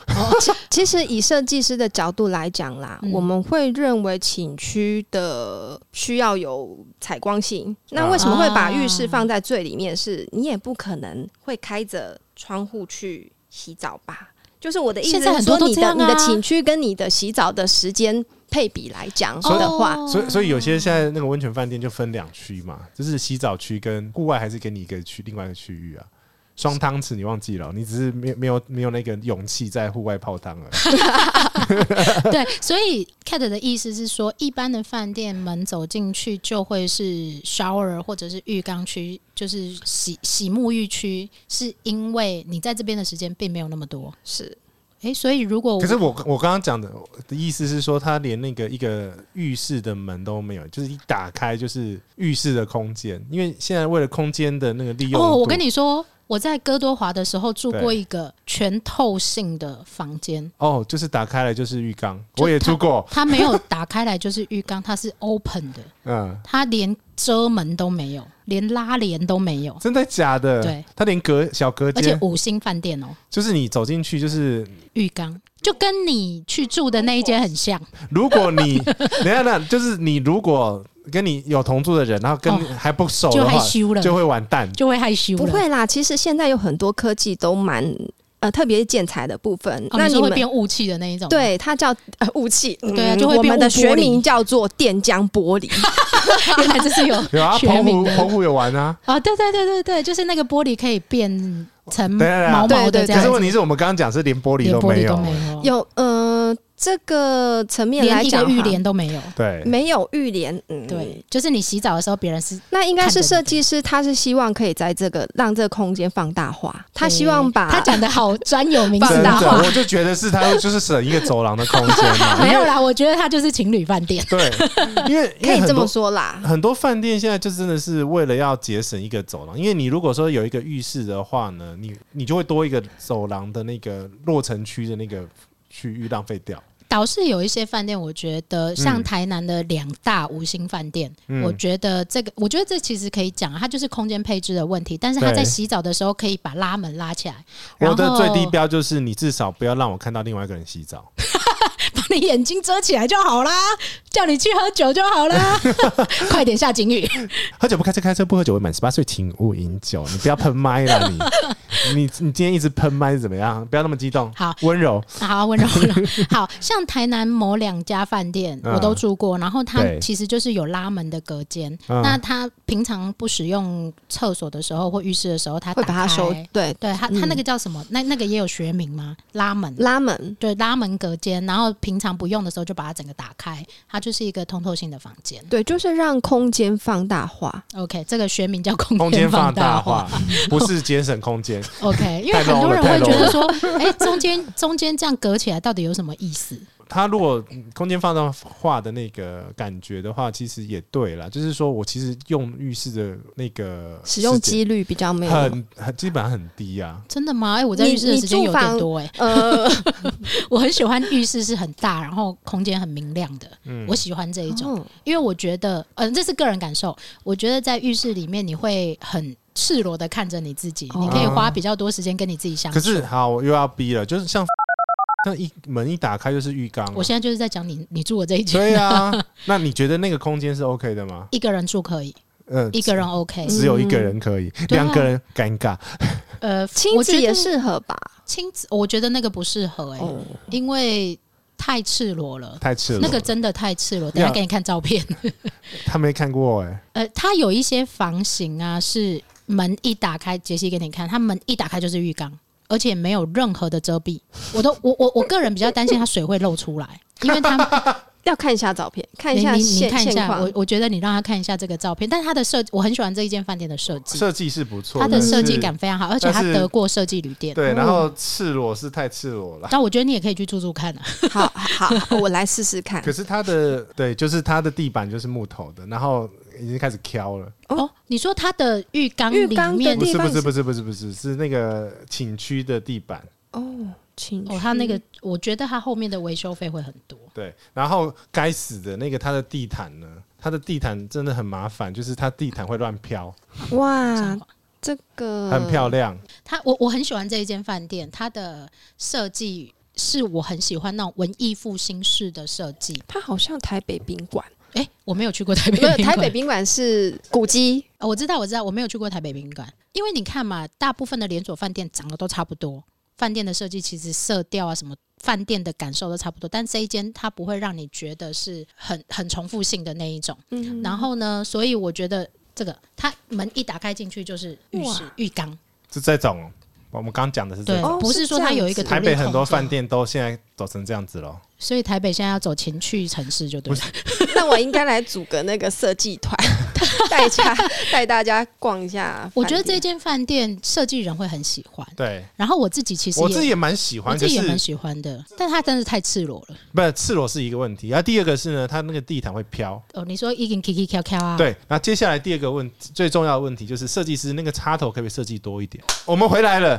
Speaker 3: 其实以设计师的角度来讲啦，
Speaker 1: 嗯
Speaker 3: 我们会认为寝区的需要有采光性。
Speaker 1: 啊
Speaker 3: 那为什么会把浴室放在最里面是？你也不可能会开着窗户去洗澡吧？就是我的意思
Speaker 1: 现在
Speaker 3: 是
Speaker 1: 很多
Speaker 3: 说，
Speaker 1: 都
Speaker 3: 你
Speaker 1: 这
Speaker 3: 的
Speaker 1: 样
Speaker 3: 你的
Speaker 1: 啊
Speaker 3: 寝区跟你的洗澡的时间配比来讲
Speaker 2: 所以
Speaker 3: 的话，
Speaker 1: 哦
Speaker 2: 所以所以有些现在那个温泉饭店就分两区嘛，就是洗澡区跟户外还是给你一个区，另外一个区域啊。双汤匙你忘记了，你只是没有没有没有那个勇气在户外泡汤而已。
Speaker 1: 对，所以 Cat 的意思是说，一般的饭店门走进去就会是 shower 或者是浴缸区，就是洗洗沐浴区，是因为你在这边的时间并没有那么多。
Speaker 3: 是
Speaker 1: 诶，所以如果
Speaker 2: 可是我我刚刚讲的的意思是说，他连那个一个浴室的门都没有，就是一打开就是浴室的空间，因为现在为了空间的那个利用
Speaker 1: 哦，我
Speaker 2: 度
Speaker 1: 跟你说，我在哥多华的时候住过
Speaker 2: 对
Speaker 1: 一个全透性的房间，
Speaker 2: 哦，就是打开了就是浴缸，
Speaker 1: 就
Speaker 2: 我也住过，
Speaker 1: 它没有打开来就是浴缸，它是 open 的，
Speaker 2: 嗯，
Speaker 1: 它连遮门都没有，连拉帘都没有，
Speaker 2: 真的假的？
Speaker 1: 对，
Speaker 2: 它连隔小隔
Speaker 1: 而且
Speaker 2: 间，
Speaker 1: 五星饭店哦，
Speaker 2: 就是你走进去，就是
Speaker 1: 浴缸就跟你去住的那一间很像。
Speaker 2: 如果 你等一下那，就是你如果跟你有同住的人，然后跟你还不熟
Speaker 1: 哦就
Speaker 2: 的话，
Speaker 1: 害羞了
Speaker 2: 就会完蛋。
Speaker 1: 就会害羞
Speaker 3: 不
Speaker 1: 了。
Speaker 3: 会啦。其实现在有很多科技都蛮呃，特别是建材的部分。
Speaker 1: 哦、
Speaker 3: 那
Speaker 1: 你说
Speaker 3: 你
Speaker 1: 会
Speaker 3: 们
Speaker 1: 变雾气的那一种，，
Speaker 3: 对，它叫呃雾气，
Speaker 1: 对啊
Speaker 3: 嗯
Speaker 1: 就会
Speaker 3: 我
Speaker 1: 变
Speaker 3: 们的
Speaker 1: 雾玻
Speaker 3: 学
Speaker 1: 璃
Speaker 3: 名叫做电浆玻璃。
Speaker 1: 原来这是有
Speaker 2: 有啊，
Speaker 1: 学
Speaker 2: 澎
Speaker 1: 名
Speaker 2: 湖
Speaker 1: 的
Speaker 2: 澎湖有玩啊，
Speaker 1: 哦，对对对对对，就是那个玻璃可以变层
Speaker 2: 等一下
Speaker 1: 毛毛的
Speaker 3: 对对
Speaker 1: 这
Speaker 3: 对
Speaker 2: 可
Speaker 1: 样
Speaker 2: 是问
Speaker 1: 子，
Speaker 2: 题是我们刚刚讲是连玻璃
Speaker 1: 啊连
Speaker 2: 都
Speaker 1: 玻
Speaker 2: 没
Speaker 1: 璃
Speaker 2: 有
Speaker 1: 都，没有，
Speaker 3: 有呃这个层面来
Speaker 1: 连一
Speaker 3: 讲
Speaker 1: 个
Speaker 3: 哈，
Speaker 1: 浴帘都没有。
Speaker 2: 对，
Speaker 3: 没有浴帘，嗯，
Speaker 1: 对，就是你洗澡的时候，别人是
Speaker 3: 那应该
Speaker 1: 看
Speaker 3: 是
Speaker 1: 着
Speaker 3: 设
Speaker 1: 你的
Speaker 3: 计师，他是希望可以在这个让这个空间放大化，他希望把
Speaker 1: 他讲的好专有名词
Speaker 2: 真
Speaker 1: 的
Speaker 2: 的，
Speaker 1: 话，
Speaker 2: 我就觉得是它就是省一个走廊的空间嘛，
Speaker 1: 没啊
Speaker 2: 因
Speaker 1: 有
Speaker 2: 为
Speaker 1: 啦，我觉得他就是情侣饭店，
Speaker 2: 对， 因为因
Speaker 3: 可
Speaker 2: 为
Speaker 3: 以
Speaker 2: 很
Speaker 3: 这么
Speaker 2: 多
Speaker 3: 说啦。
Speaker 2: 很多饭店现在就真的是为了要节省一个走廊，因为你如果说有一个浴室的话呢，你你就会多一个走廊的那个落成区的那个区域浪费掉。
Speaker 1: 倒是有一些饭店，我觉得像
Speaker 2: 嗯
Speaker 1: 台南的两大五星饭店，
Speaker 2: 嗯
Speaker 1: 我觉得这个，我觉得这其实可以讲，它就是空间配置的问题，但是他
Speaker 2: 对
Speaker 1: 在洗澡的时候可以把拉门拉起来， 然
Speaker 2: 我
Speaker 1: 后
Speaker 2: 的最低标就是你至少不要让我看到另外一个人洗澡。
Speaker 1: 把你眼睛遮起来就好啦，叫你去喝酒就好 啦，快点下警语，
Speaker 2: 喝酒不开车，开车不喝酒。未满十八岁，请勿饮酒。你不要喷麦了，你你你今天一直喷麦是怎么样？不要那么激动，
Speaker 1: 好
Speaker 2: 温柔。
Speaker 1: 好温柔 了。好像台南某两家饭店
Speaker 2: 嗯
Speaker 1: 我都住过，然后它
Speaker 2: 对
Speaker 1: 其实就是有拉门的隔间，
Speaker 2: 嗯
Speaker 1: 那它平常不使用厕所的时候或浴室的时候，它
Speaker 3: 会
Speaker 1: 打
Speaker 3: 把它收
Speaker 1: 开
Speaker 3: 对
Speaker 1: 对它，
Speaker 2: 嗯
Speaker 1: 它那个叫什么？那那个也有学名吗？拉门，
Speaker 3: 拉门，
Speaker 1: 对，拉门隔间。然后平常不用的时候就把它整个打开，它就是一个通透性的房间。
Speaker 3: 对，就是让空间放大化。
Speaker 1: OK，这个学名叫空
Speaker 2: 空
Speaker 1: 间
Speaker 2: 间放
Speaker 1: 大
Speaker 2: 大化。，不是节省空间。
Speaker 1: OK，因为
Speaker 2: 太
Speaker 1: 很
Speaker 2: low
Speaker 1: 多
Speaker 2: 了
Speaker 1: 人
Speaker 2: 太
Speaker 1: 会
Speaker 2: low
Speaker 1: 觉得
Speaker 2: 了
Speaker 1: 说，哎、中间中间这样隔起来到底有什么意思？
Speaker 2: 它如果空间放大化的那个感觉的话，其实也对啦。就是说我其实用浴室的那个
Speaker 3: 使用
Speaker 2: 时间
Speaker 3: 几率比较没有。
Speaker 2: 很很基本上很低啊。
Speaker 1: 真的吗？哎、我在
Speaker 3: 你
Speaker 1: 浴室的
Speaker 3: 你
Speaker 1: 时间
Speaker 3: 住
Speaker 1: 有点
Speaker 3: 房
Speaker 1: 多哎、
Speaker 3: 呃，
Speaker 1: 我很喜欢浴室是很大，然后空间很明亮的，
Speaker 2: 嗯
Speaker 1: 我喜欢 这一种。
Speaker 3: 哦
Speaker 1: 因为我觉得，嗯、这是个人感受。我觉得在浴室里面，你会很赤裸的看着你自己，
Speaker 3: 哦
Speaker 1: 你可以花比较多时间跟你自己相
Speaker 2: 可
Speaker 1: 处。
Speaker 2: 是好，我又要逼了，就是像那一门一打开就是浴缸啊、
Speaker 1: 我现在就是在讲你，你住我这一间，
Speaker 2: 对啊，那你觉得那个空间是 OK 的吗？
Speaker 1: 一个人住可以，
Speaker 2: 嗯、
Speaker 1: 一个人 OK，
Speaker 2: 只有一个人可以，
Speaker 1: 对啊
Speaker 2: 两、个人尴尬。
Speaker 1: 呃，
Speaker 3: 嗯亲
Speaker 1: 我觉
Speaker 3: 子
Speaker 1: 得
Speaker 3: 也适合吧？
Speaker 1: 亲子，我觉得那个不适合哎、
Speaker 3: 哦，
Speaker 1: 因为太赤裸了。
Speaker 2: 太赤裸了，
Speaker 1: 那个真的太赤裸，等一下
Speaker 2: 要
Speaker 1: 给你看照片。
Speaker 2: 他没看过哎、
Speaker 1: 呃，它有一些房型啊，是门一打开，杰西给你看，它门一打开就是浴缸，而且没有任何的遮蔽。我都我我我个人比较担心它水会漏出来，因为它
Speaker 3: 要看一下照片， 看一
Speaker 1: 你
Speaker 3: 下
Speaker 1: 你你
Speaker 3: 现
Speaker 1: 看一
Speaker 3: 现
Speaker 1: 下，
Speaker 3: 况
Speaker 1: 我。我觉得你让他看一下这个照片，但是它的设，我很喜欢这一间饭店的设计，
Speaker 2: 设计是不错，
Speaker 1: 它的
Speaker 2: 但是
Speaker 1: 设计感非常好，而且它
Speaker 2: 但是
Speaker 1: 得过设计旅店。
Speaker 2: 对，
Speaker 3: 嗯
Speaker 2: 然后赤裸是太赤裸了。
Speaker 1: 但我觉得你也可以去住住看啊。
Speaker 3: 好好，好我来试试看
Speaker 2: 可。是它的对，就是它的地板就是木头的，然后已经开始敲了。
Speaker 3: 哦
Speaker 1: 哦，你说它的浴缸
Speaker 3: 浴
Speaker 1: 里
Speaker 3: 缸的
Speaker 1: 面
Speaker 2: 不
Speaker 3: 地
Speaker 2: 是
Speaker 3: 板
Speaker 2: 不是不是不是不是是那个寝区的地板，
Speaker 3: 哦，请
Speaker 1: 哦，它那个我觉得它后面的维修费会很多。
Speaker 2: 对，然后该死的那个它的地毯呢，它的地毯真的很麻烦，就是它地毯会乱飘，
Speaker 3: 哇，这
Speaker 1: 嗯
Speaker 3: 个
Speaker 2: 很漂
Speaker 3: 亮。
Speaker 2: 亮，
Speaker 1: 它我我很喜欢这一间饭店，它的设计是我很喜欢那种文艺复兴式的设计。
Speaker 3: 它好像台北宾馆，
Speaker 1: 哎、我没有去过台北
Speaker 3: 没
Speaker 1: 宾
Speaker 3: 有
Speaker 1: 馆，
Speaker 3: 台北宾馆是古迹，
Speaker 1: 哦我知道，我知道，我没有去过台北宾馆，因为你看嘛，大部分的连锁饭店长得都差不多，饭店的设计其实色调啊什么。饭店的感受都差不多，但这一间它不会让你觉得是很很重复性的那一种。
Speaker 3: 嗯
Speaker 1: 然后呢，所以我觉得这个它门一打开进去就是浴室
Speaker 3: 哇
Speaker 1: 浴缸，
Speaker 2: 是这种。我们刚讲的是这
Speaker 1: 对，
Speaker 2: 种，
Speaker 3: 哦
Speaker 1: 不是
Speaker 3: 是
Speaker 1: 说
Speaker 3: 这
Speaker 1: 它
Speaker 3: 样
Speaker 1: 有一个
Speaker 3: 子
Speaker 1: 独
Speaker 2: 台
Speaker 1: 立
Speaker 2: 北很
Speaker 1: 空
Speaker 2: 多
Speaker 1: 间
Speaker 2: 饭店都现在走成这样子喽。
Speaker 1: 所以台北现在要走情趣城市就对了。
Speaker 3: 那我应该来组个那个设计 团，带家带大家逛一下。
Speaker 1: 我觉得这间饭店设计人会很喜欢，
Speaker 2: 对，
Speaker 1: 然后我自己其实也
Speaker 2: 我自己也蛮喜
Speaker 1: 我
Speaker 2: 欢，
Speaker 1: 自己也
Speaker 2: 可
Speaker 1: 蛮
Speaker 2: 是
Speaker 1: 喜欢的，但它真的太赤裸了。
Speaker 2: 不是赤裸是一个问题，然后第二个是呢，它那个地毯会飘。
Speaker 1: 哦，你说一根 Kiki Q Q 啊？，
Speaker 2: 对，那接下来第二个问最重要的问题就是设计师那个插头可不可以设计多一点？我们回 来了，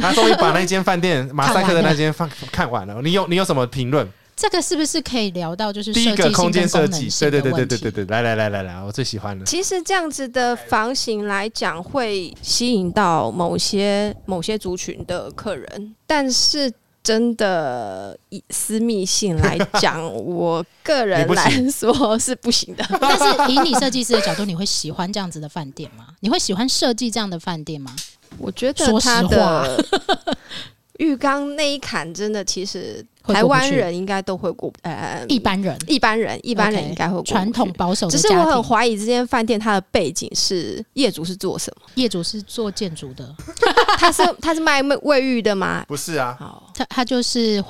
Speaker 2: 他终于把那间饭店马赛克的那间放看完了。你有你有什么评论？
Speaker 1: 这个是不是可以聊到就是
Speaker 2: 第一
Speaker 1: 设计
Speaker 2: 个
Speaker 1: 性
Speaker 2: 空间
Speaker 1: 跟
Speaker 2: 设
Speaker 1: 功
Speaker 2: 计
Speaker 1: 能，性的
Speaker 2: 对对
Speaker 1: 问题
Speaker 2: 对对对对对，来来来来来，我最喜欢了。
Speaker 3: 其实这样子的房型来讲，会吸引到某些某些族群的客人，但是真的以私密性来 讲，我个人
Speaker 2: 你不
Speaker 3: 来
Speaker 2: 行
Speaker 3: 说是不行的。
Speaker 1: 但是以你设计师的角度，你会喜欢这样子的饭店吗？你会喜欢设计这样的饭店吗？
Speaker 3: 我觉
Speaker 1: 说
Speaker 3: 得
Speaker 1: 实
Speaker 3: 它
Speaker 1: 话
Speaker 3: 的 浴缸那一坎真的，其实
Speaker 1: 会过不去
Speaker 3: 台湾人应该都会过，呃，
Speaker 1: 一般人，
Speaker 3: 一般人一般人
Speaker 1: OK，
Speaker 3: 应该会过不去
Speaker 1: 传统。保守的
Speaker 3: 只
Speaker 1: 家
Speaker 3: 是
Speaker 1: 庭，
Speaker 3: 我很怀疑这间饭店它的背景是业主是做什么。
Speaker 1: 业主是做建筑的，
Speaker 3: 他是他是卖卫浴的吗？
Speaker 2: 不是啊，
Speaker 3: 好，
Speaker 1: 它它就是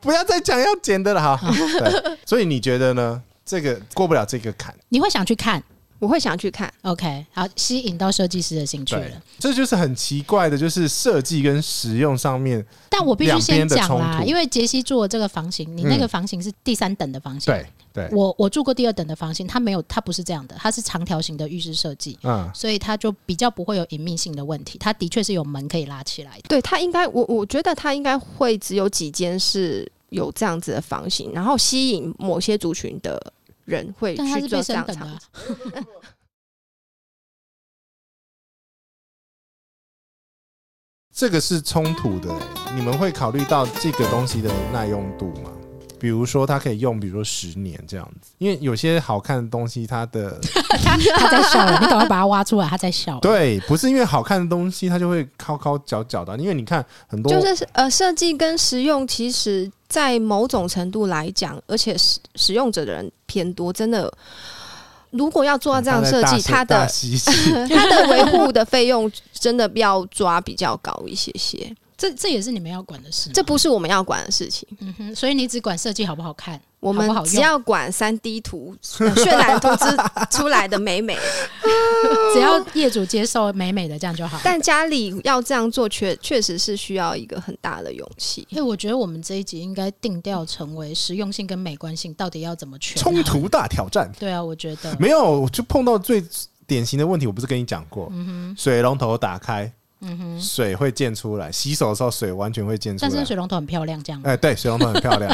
Speaker 2: 不要再讲要剪的了哈。 对所以你觉得呢？这个过不了这个坎，
Speaker 1: 你会想去看
Speaker 3: 我会想去看。
Speaker 1: ，OK，好，吸引到设计师的兴趣
Speaker 2: 对
Speaker 1: 了。，
Speaker 2: 这就是很奇怪的，就是设计跟实用上面，
Speaker 1: 但我必须先讲
Speaker 2: 两边的冲
Speaker 1: 啦，
Speaker 2: 突
Speaker 1: 因为杰西做的这个房型，你那个
Speaker 2: 嗯
Speaker 1: 房型是第三等的房型，
Speaker 2: 对对，
Speaker 1: 我我住过第二等的房型，它没有，它不是这样的，它是长条形的浴室设计，
Speaker 2: 嗯，
Speaker 1: 所以它就比较不会有隐秘性的问题。它的确是有门可以拉起来的。
Speaker 3: 对他应该，我我觉得他应该会只有几间是有这样子的房型，然后吸引某些族群的人会
Speaker 1: 但它是被
Speaker 3: 去做这
Speaker 1: 升
Speaker 3: 样
Speaker 1: 等的
Speaker 3: 场
Speaker 1: 啊
Speaker 3: 景。，
Speaker 2: 这个是冲突的欸、你们会考虑到这个东西的耐用度吗？比如说，它可以用，比如说十年这样子，因为有些好看的东西，它 的
Speaker 1: 他在笑了，你赶快把它挖出来，他在笑。，
Speaker 2: 对，不是因为好看的东西，它就会靠靠角角的。因为你看很多，
Speaker 3: 就是呃，设计跟实用，其实在某种程度来讲，而且使使用者的人偏多，真的。如果要做到这样设计，
Speaker 2: 它
Speaker 3: 它的
Speaker 2: 吸气
Speaker 3: 它的维护的费用真的要抓比较高一些些，
Speaker 1: 这这也是你们要管的事吗。
Speaker 3: 这不是我们要管的事情。
Speaker 1: 嗯哼，所以你只管设计好不好看，
Speaker 3: 我们
Speaker 1: 好不好用
Speaker 3: 只要管三 D 图、呃渲染图之出来的美美，
Speaker 1: 只要业主接受美美的这样就好。
Speaker 3: 但家里要这样做，确确实是需要一个很大的勇气。
Speaker 1: 因为我觉得我们这一集应该定调成为实用性跟美观性到底要怎么权衡
Speaker 2: 冲。突大挑战，
Speaker 1: 对啊，我觉得
Speaker 2: 没有，我就碰到最典型的问题，我不是跟你讲过，
Speaker 3: 嗯
Speaker 1: 嗯
Speaker 2: 水龙头打开，水会溅出来，洗手的时候水完全会溅出
Speaker 1: 但
Speaker 2: 来
Speaker 1: 是。水龙头很漂亮，这样吗
Speaker 2: 哎、对，水龙头很漂 亮，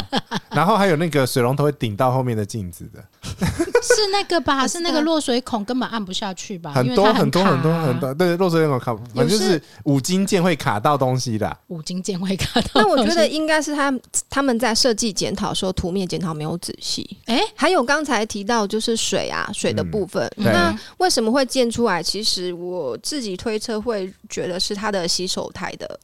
Speaker 2: 然后还有那个水龙头会顶到后面的镜子的，
Speaker 1: 是那个吧？
Speaker 3: 我知
Speaker 1: 是
Speaker 3: 道
Speaker 1: 那个落水孔根本按不下去吧？因
Speaker 2: 很
Speaker 1: 为
Speaker 2: 多
Speaker 1: 它
Speaker 2: 很多
Speaker 1: 卡啊
Speaker 2: 很多很多，对，落水那种卡，反正就是五金件会卡到东西的。
Speaker 1: 五金件会看到。
Speaker 3: 那我觉得，应该是他他们在设计检讨说图面检讨没有仔细，
Speaker 1: 哎、
Speaker 3: 还有刚才提到就是水啊水的部分，
Speaker 2: 嗯
Speaker 3: 那
Speaker 1: 对
Speaker 3: 为什么会溅出来？其实我自己推测会觉得是它的洗手台的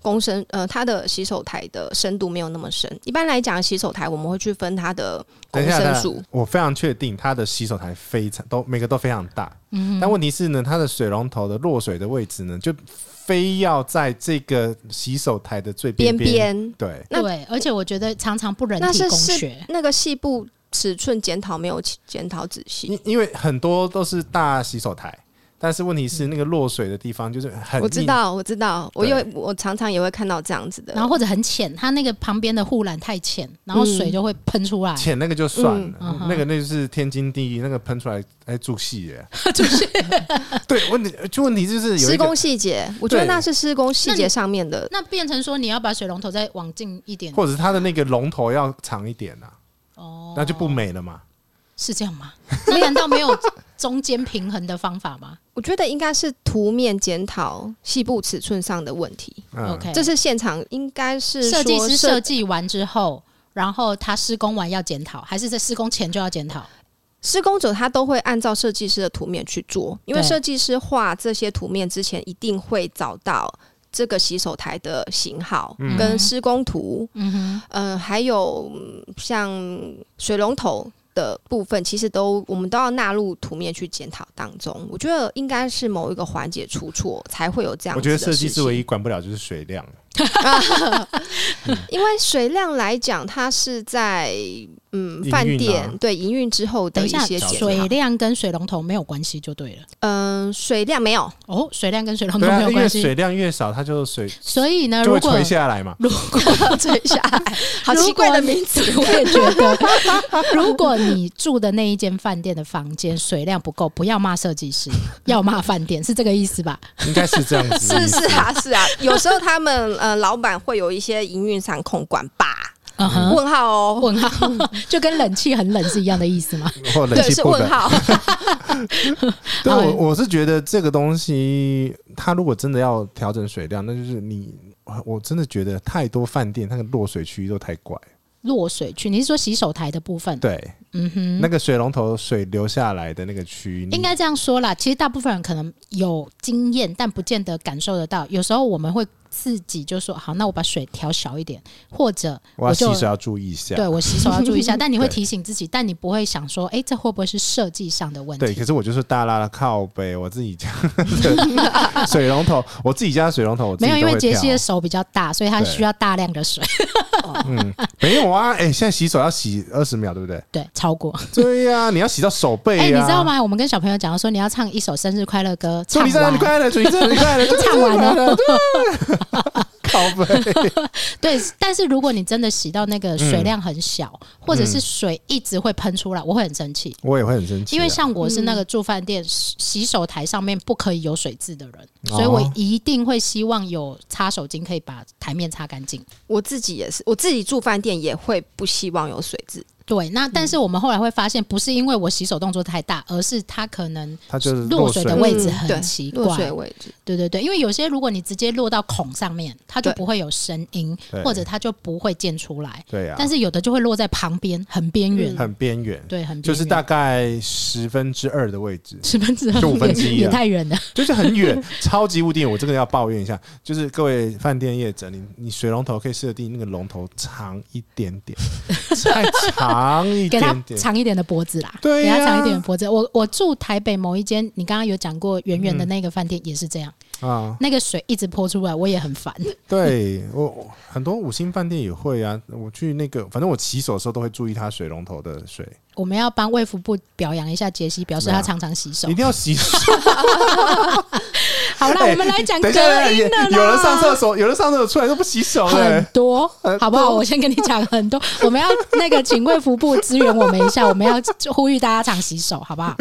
Speaker 3: 公深，呃，它的洗手台的深度没有那么深。一般来讲，洗手台我们会去分它的公
Speaker 2: 等一下，
Speaker 3: 升
Speaker 2: 等一下
Speaker 3: 数，
Speaker 2: 我非常确定它的洗手台非常都每个都非常大，
Speaker 1: 嗯
Speaker 2: 但问题是呢，它的水龙头的落水的位置呢，就非要在这个洗手台的最
Speaker 3: 边
Speaker 2: 边。
Speaker 3: 边
Speaker 2: 对，
Speaker 3: 那
Speaker 1: 对，而且我觉得常常不人
Speaker 3: 那
Speaker 1: 体
Speaker 3: 是
Speaker 1: 工
Speaker 3: 是
Speaker 1: 学。
Speaker 3: 那个细部尺寸检讨没有检讨仔细。
Speaker 2: 因因为很多都是大洗手台，但是问题是那个落水的地方就是很
Speaker 3: 我知
Speaker 2: 硬
Speaker 3: 道，我知道，我
Speaker 2: 对
Speaker 3: 有我常常也会看到这样子的，
Speaker 1: 然后或者很浅，它那个旁边的护栏太浅，然后水就会喷出来。
Speaker 2: 浅那个就算
Speaker 3: 嗯
Speaker 2: 了，
Speaker 1: 嗯哼
Speaker 2: 那个那就是天经地义，那个喷出来哎注戏耶，注戏。 对，问题就问题就是有
Speaker 3: 施
Speaker 2: 一个
Speaker 3: 工细节，我觉得
Speaker 2: 对
Speaker 3: 那是施工细
Speaker 1: 那
Speaker 3: 节
Speaker 1: 你
Speaker 3: 上面的。
Speaker 1: 那变成说你要把水龙头再往近一 点
Speaker 2: 或者是它的那个龙头要长一点呐、啊
Speaker 1: 哦，
Speaker 2: 那就不美了嘛。
Speaker 1: 是这样吗？那难道没有中间平衡的方法吗
Speaker 3: 我觉得应该是图面检讨细部尺寸上的问题，
Speaker 2: 嗯
Speaker 1: ？OK，
Speaker 3: 这是现场应该是
Speaker 1: 设计
Speaker 3: 说
Speaker 1: 师设计完之后，然后他施工完要检讨，还是在施工前就要检讨？
Speaker 3: 施工者他都会按照设计师的图面去做，因为
Speaker 1: 对
Speaker 3: 设计师画这些图面之前，一定会找到这个洗手台的型号、
Speaker 2: 嗯
Speaker 3: 跟施工图，
Speaker 1: 嗯哼，
Speaker 3: 呃，还有嗯像水龙头。的部分其实都我们都要纳入图面去检讨当中，我觉得应该是某一个环节出错才会有这样
Speaker 2: 我
Speaker 3: 子
Speaker 2: 觉得
Speaker 3: 的事
Speaker 2: 设计
Speaker 3: 情。
Speaker 2: 师唯一管不了就是水量，啊
Speaker 3: 因为水量来讲，它是在嗯
Speaker 2: 营运啊
Speaker 3: 饭店对营运之后
Speaker 1: 等
Speaker 3: 的
Speaker 1: 一
Speaker 3: 一
Speaker 1: 下，
Speaker 3: 些检
Speaker 1: 水
Speaker 3: 查。
Speaker 1: 量跟水龙头没有关系就对了。
Speaker 3: 嗯、水量没有，
Speaker 1: 哦，水量跟水龙头
Speaker 2: 对
Speaker 1: 没
Speaker 2: 啊，
Speaker 1: 有
Speaker 2: 因为
Speaker 1: 关系，
Speaker 2: 水量越少，它就水
Speaker 1: 所以呢，
Speaker 2: 就
Speaker 1: 如
Speaker 2: 会
Speaker 1: 果
Speaker 2: 垂下来嘛。
Speaker 1: 如果
Speaker 3: 垂 下来，好奇怪的名字。
Speaker 1: 我也觉得，如果你住的那一间饭店的房间水量不够，不要骂设计师，要骂饭店，是这个意思吧？
Speaker 2: 应该是 这样子的
Speaker 3: 是
Speaker 2: 意思，
Speaker 3: 是啊是啊，有时候他们呃老板会有一些营运上控管吧？
Speaker 1: 嗯哼，
Speaker 3: 问号哦，
Speaker 1: 问号就跟冷气很冷是一样的意思吗？
Speaker 2: 或冷
Speaker 3: 对
Speaker 2: 气
Speaker 3: 是
Speaker 2: 不
Speaker 3: 问
Speaker 2: 冷。
Speaker 3: 号。
Speaker 2: 对，
Speaker 1: 好
Speaker 2: 我我是觉得这个东西，它如果真的要调整水量，那就是你，我真的觉得太多饭店那个落水区域都太怪。
Speaker 1: 落水区，你是说洗手台的部分？
Speaker 2: 对，
Speaker 1: 嗯哼，
Speaker 2: 那个水龙头水流下来的那个区域，你
Speaker 1: 应该这样说啦。其实大部分人可能有经验，但不见得感受得到。有时候我们会自己就说好，那我把水调小一点，或者
Speaker 2: 我要
Speaker 1: 就
Speaker 2: 洗手要注意一下。
Speaker 1: 对我洗手要注意一 下。但你会
Speaker 2: 对
Speaker 1: 提醒自己，但你不会想说，哎、这会不会是设计上的问
Speaker 2: 对，
Speaker 1: 题？
Speaker 2: 可是我就是大拉拉靠背，我自己家的水龙头，我自己家的水龙头我自
Speaker 1: 没
Speaker 2: 己
Speaker 1: 有，因
Speaker 2: 都
Speaker 1: 为
Speaker 2: 会
Speaker 1: 杰西
Speaker 2: 跳
Speaker 1: 的手比较大，所以他
Speaker 2: 对
Speaker 1: 需要大量的水，
Speaker 2: 没有啊，哎、现在洗手要洗二十秒，对不对？
Speaker 1: 对，超过。
Speaker 2: 对呀、你要洗到手背
Speaker 1: 哎、
Speaker 2: 呀、
Speaker 1: 你知道？吗？我们跟小朋友讲说，你要唱一首生日快乐歌，
Speaker 2: 祝
Speaker 1: 唱
Speaker 2: 你生日
Speaker 1: 完，
Speaker 2: 快乐，祝你生日快乐，祝 你
Speaker 1: 唱完了。
Speaker 2: 靠背。
Speaker 1: 对，但是如果你真的洗到那个
Speaker 2: 嗯
Speaker 1: 水量很小，或者是水一直会喷出来，我会很生气。
Speaker 2: 我也会很生气啊，
Speaker 1: 因为像我是那
Speaker 3: 嗯
Speaker 1: 个住饭店、洗洗手台上面不可以有水渍的人，
Speaker 2: 哦
Speaker 1: 所以我一定会希望有擦手巾可以把台面擦干净。
Speaker 3: 我自己也是，我自己住饭店也会不希望有水渍。
Speaker 1: 对，那
Speaker 3: 嗯
Speaker 1: 但是我们后来会发现，不是因为我洗手动作太大，而是它可能
Speaker 2: 它就是
Speaker 1: 落水的位置
Speaker 3: 嗯对
Speaker 1: 很奇
Speaker 3: 落
Speaker 1: 怪。
Speaker 3: 水位置，
Speaker 1: 对对对，因为有些如果你直接落到孔上面，它就
Speaker 3: 对
Speaker 1: 不会有声音，
Speaker 2: 对
Speaker 1: 或者它就不会溅出来。
Speaker 2: 对呀、
Speaker 1: 但是有的就会落在旁边，很边缘，
Speaker 2: 很边缘，
Speaker 1: 对，很
Speaker 2: 就是大
Speaker 1: 大，
Speaker 2: 概十分之二的位置
Speaker 1: 十分之二，
Speaker 2: 就五分之一啊
Speaker 1: 也太远了。
Speaker 2: 就是 很远，超级无敌远。我这个要抱怨一下，就是各位饭店业者，你你水龙头可以设定那个龙头长一点 点，再长一
Speaker 1: 给他
Speaker 2: 点点，
Speaker 1: 长一点的脖子啦，
Speaker 2: 对
Speaker 1: 给
Speaker 2: 呀
Speaker 1: 他长一点的脖子。我我住台北某一间，你刚刚有讲过远远的那个饭店也是这样，
Speaker 2: 啊，
Speaker 1: 那个水一直泼出来，我也很 烦。
Speaker 2: 对我我很多五星饭店也会啊，我去那个，反正我洗手的时候都会注意它水龙头的水，
Speaker 1: 我们要帮卫福部表扬一下杰西，表示
Speaker 2: 怎么
Speaker 1: 他常
Speaker 2: 样
Speaker 1: 常洗手
Speaker 2: 一定。要 洗手。
Speaker 1: 好啦，
Speaker 2: 哎
Speaker 1: 我们来讲隔
Speaker 2: 等一下，等一
Speaker 1: 音
Speaker 2: 下
Speaker 1: 的啦。
Speaker 2: 有有人上厕所，有人上厕所出来都不洗手哎、啊
Speaker 1: 很多
Speaker 2: 很多，
Speaker 1: 好不好？我先跟你讲很多，我们要那个请卫福部支援我们一 下，我们要呼吁大家常洗手，好不好？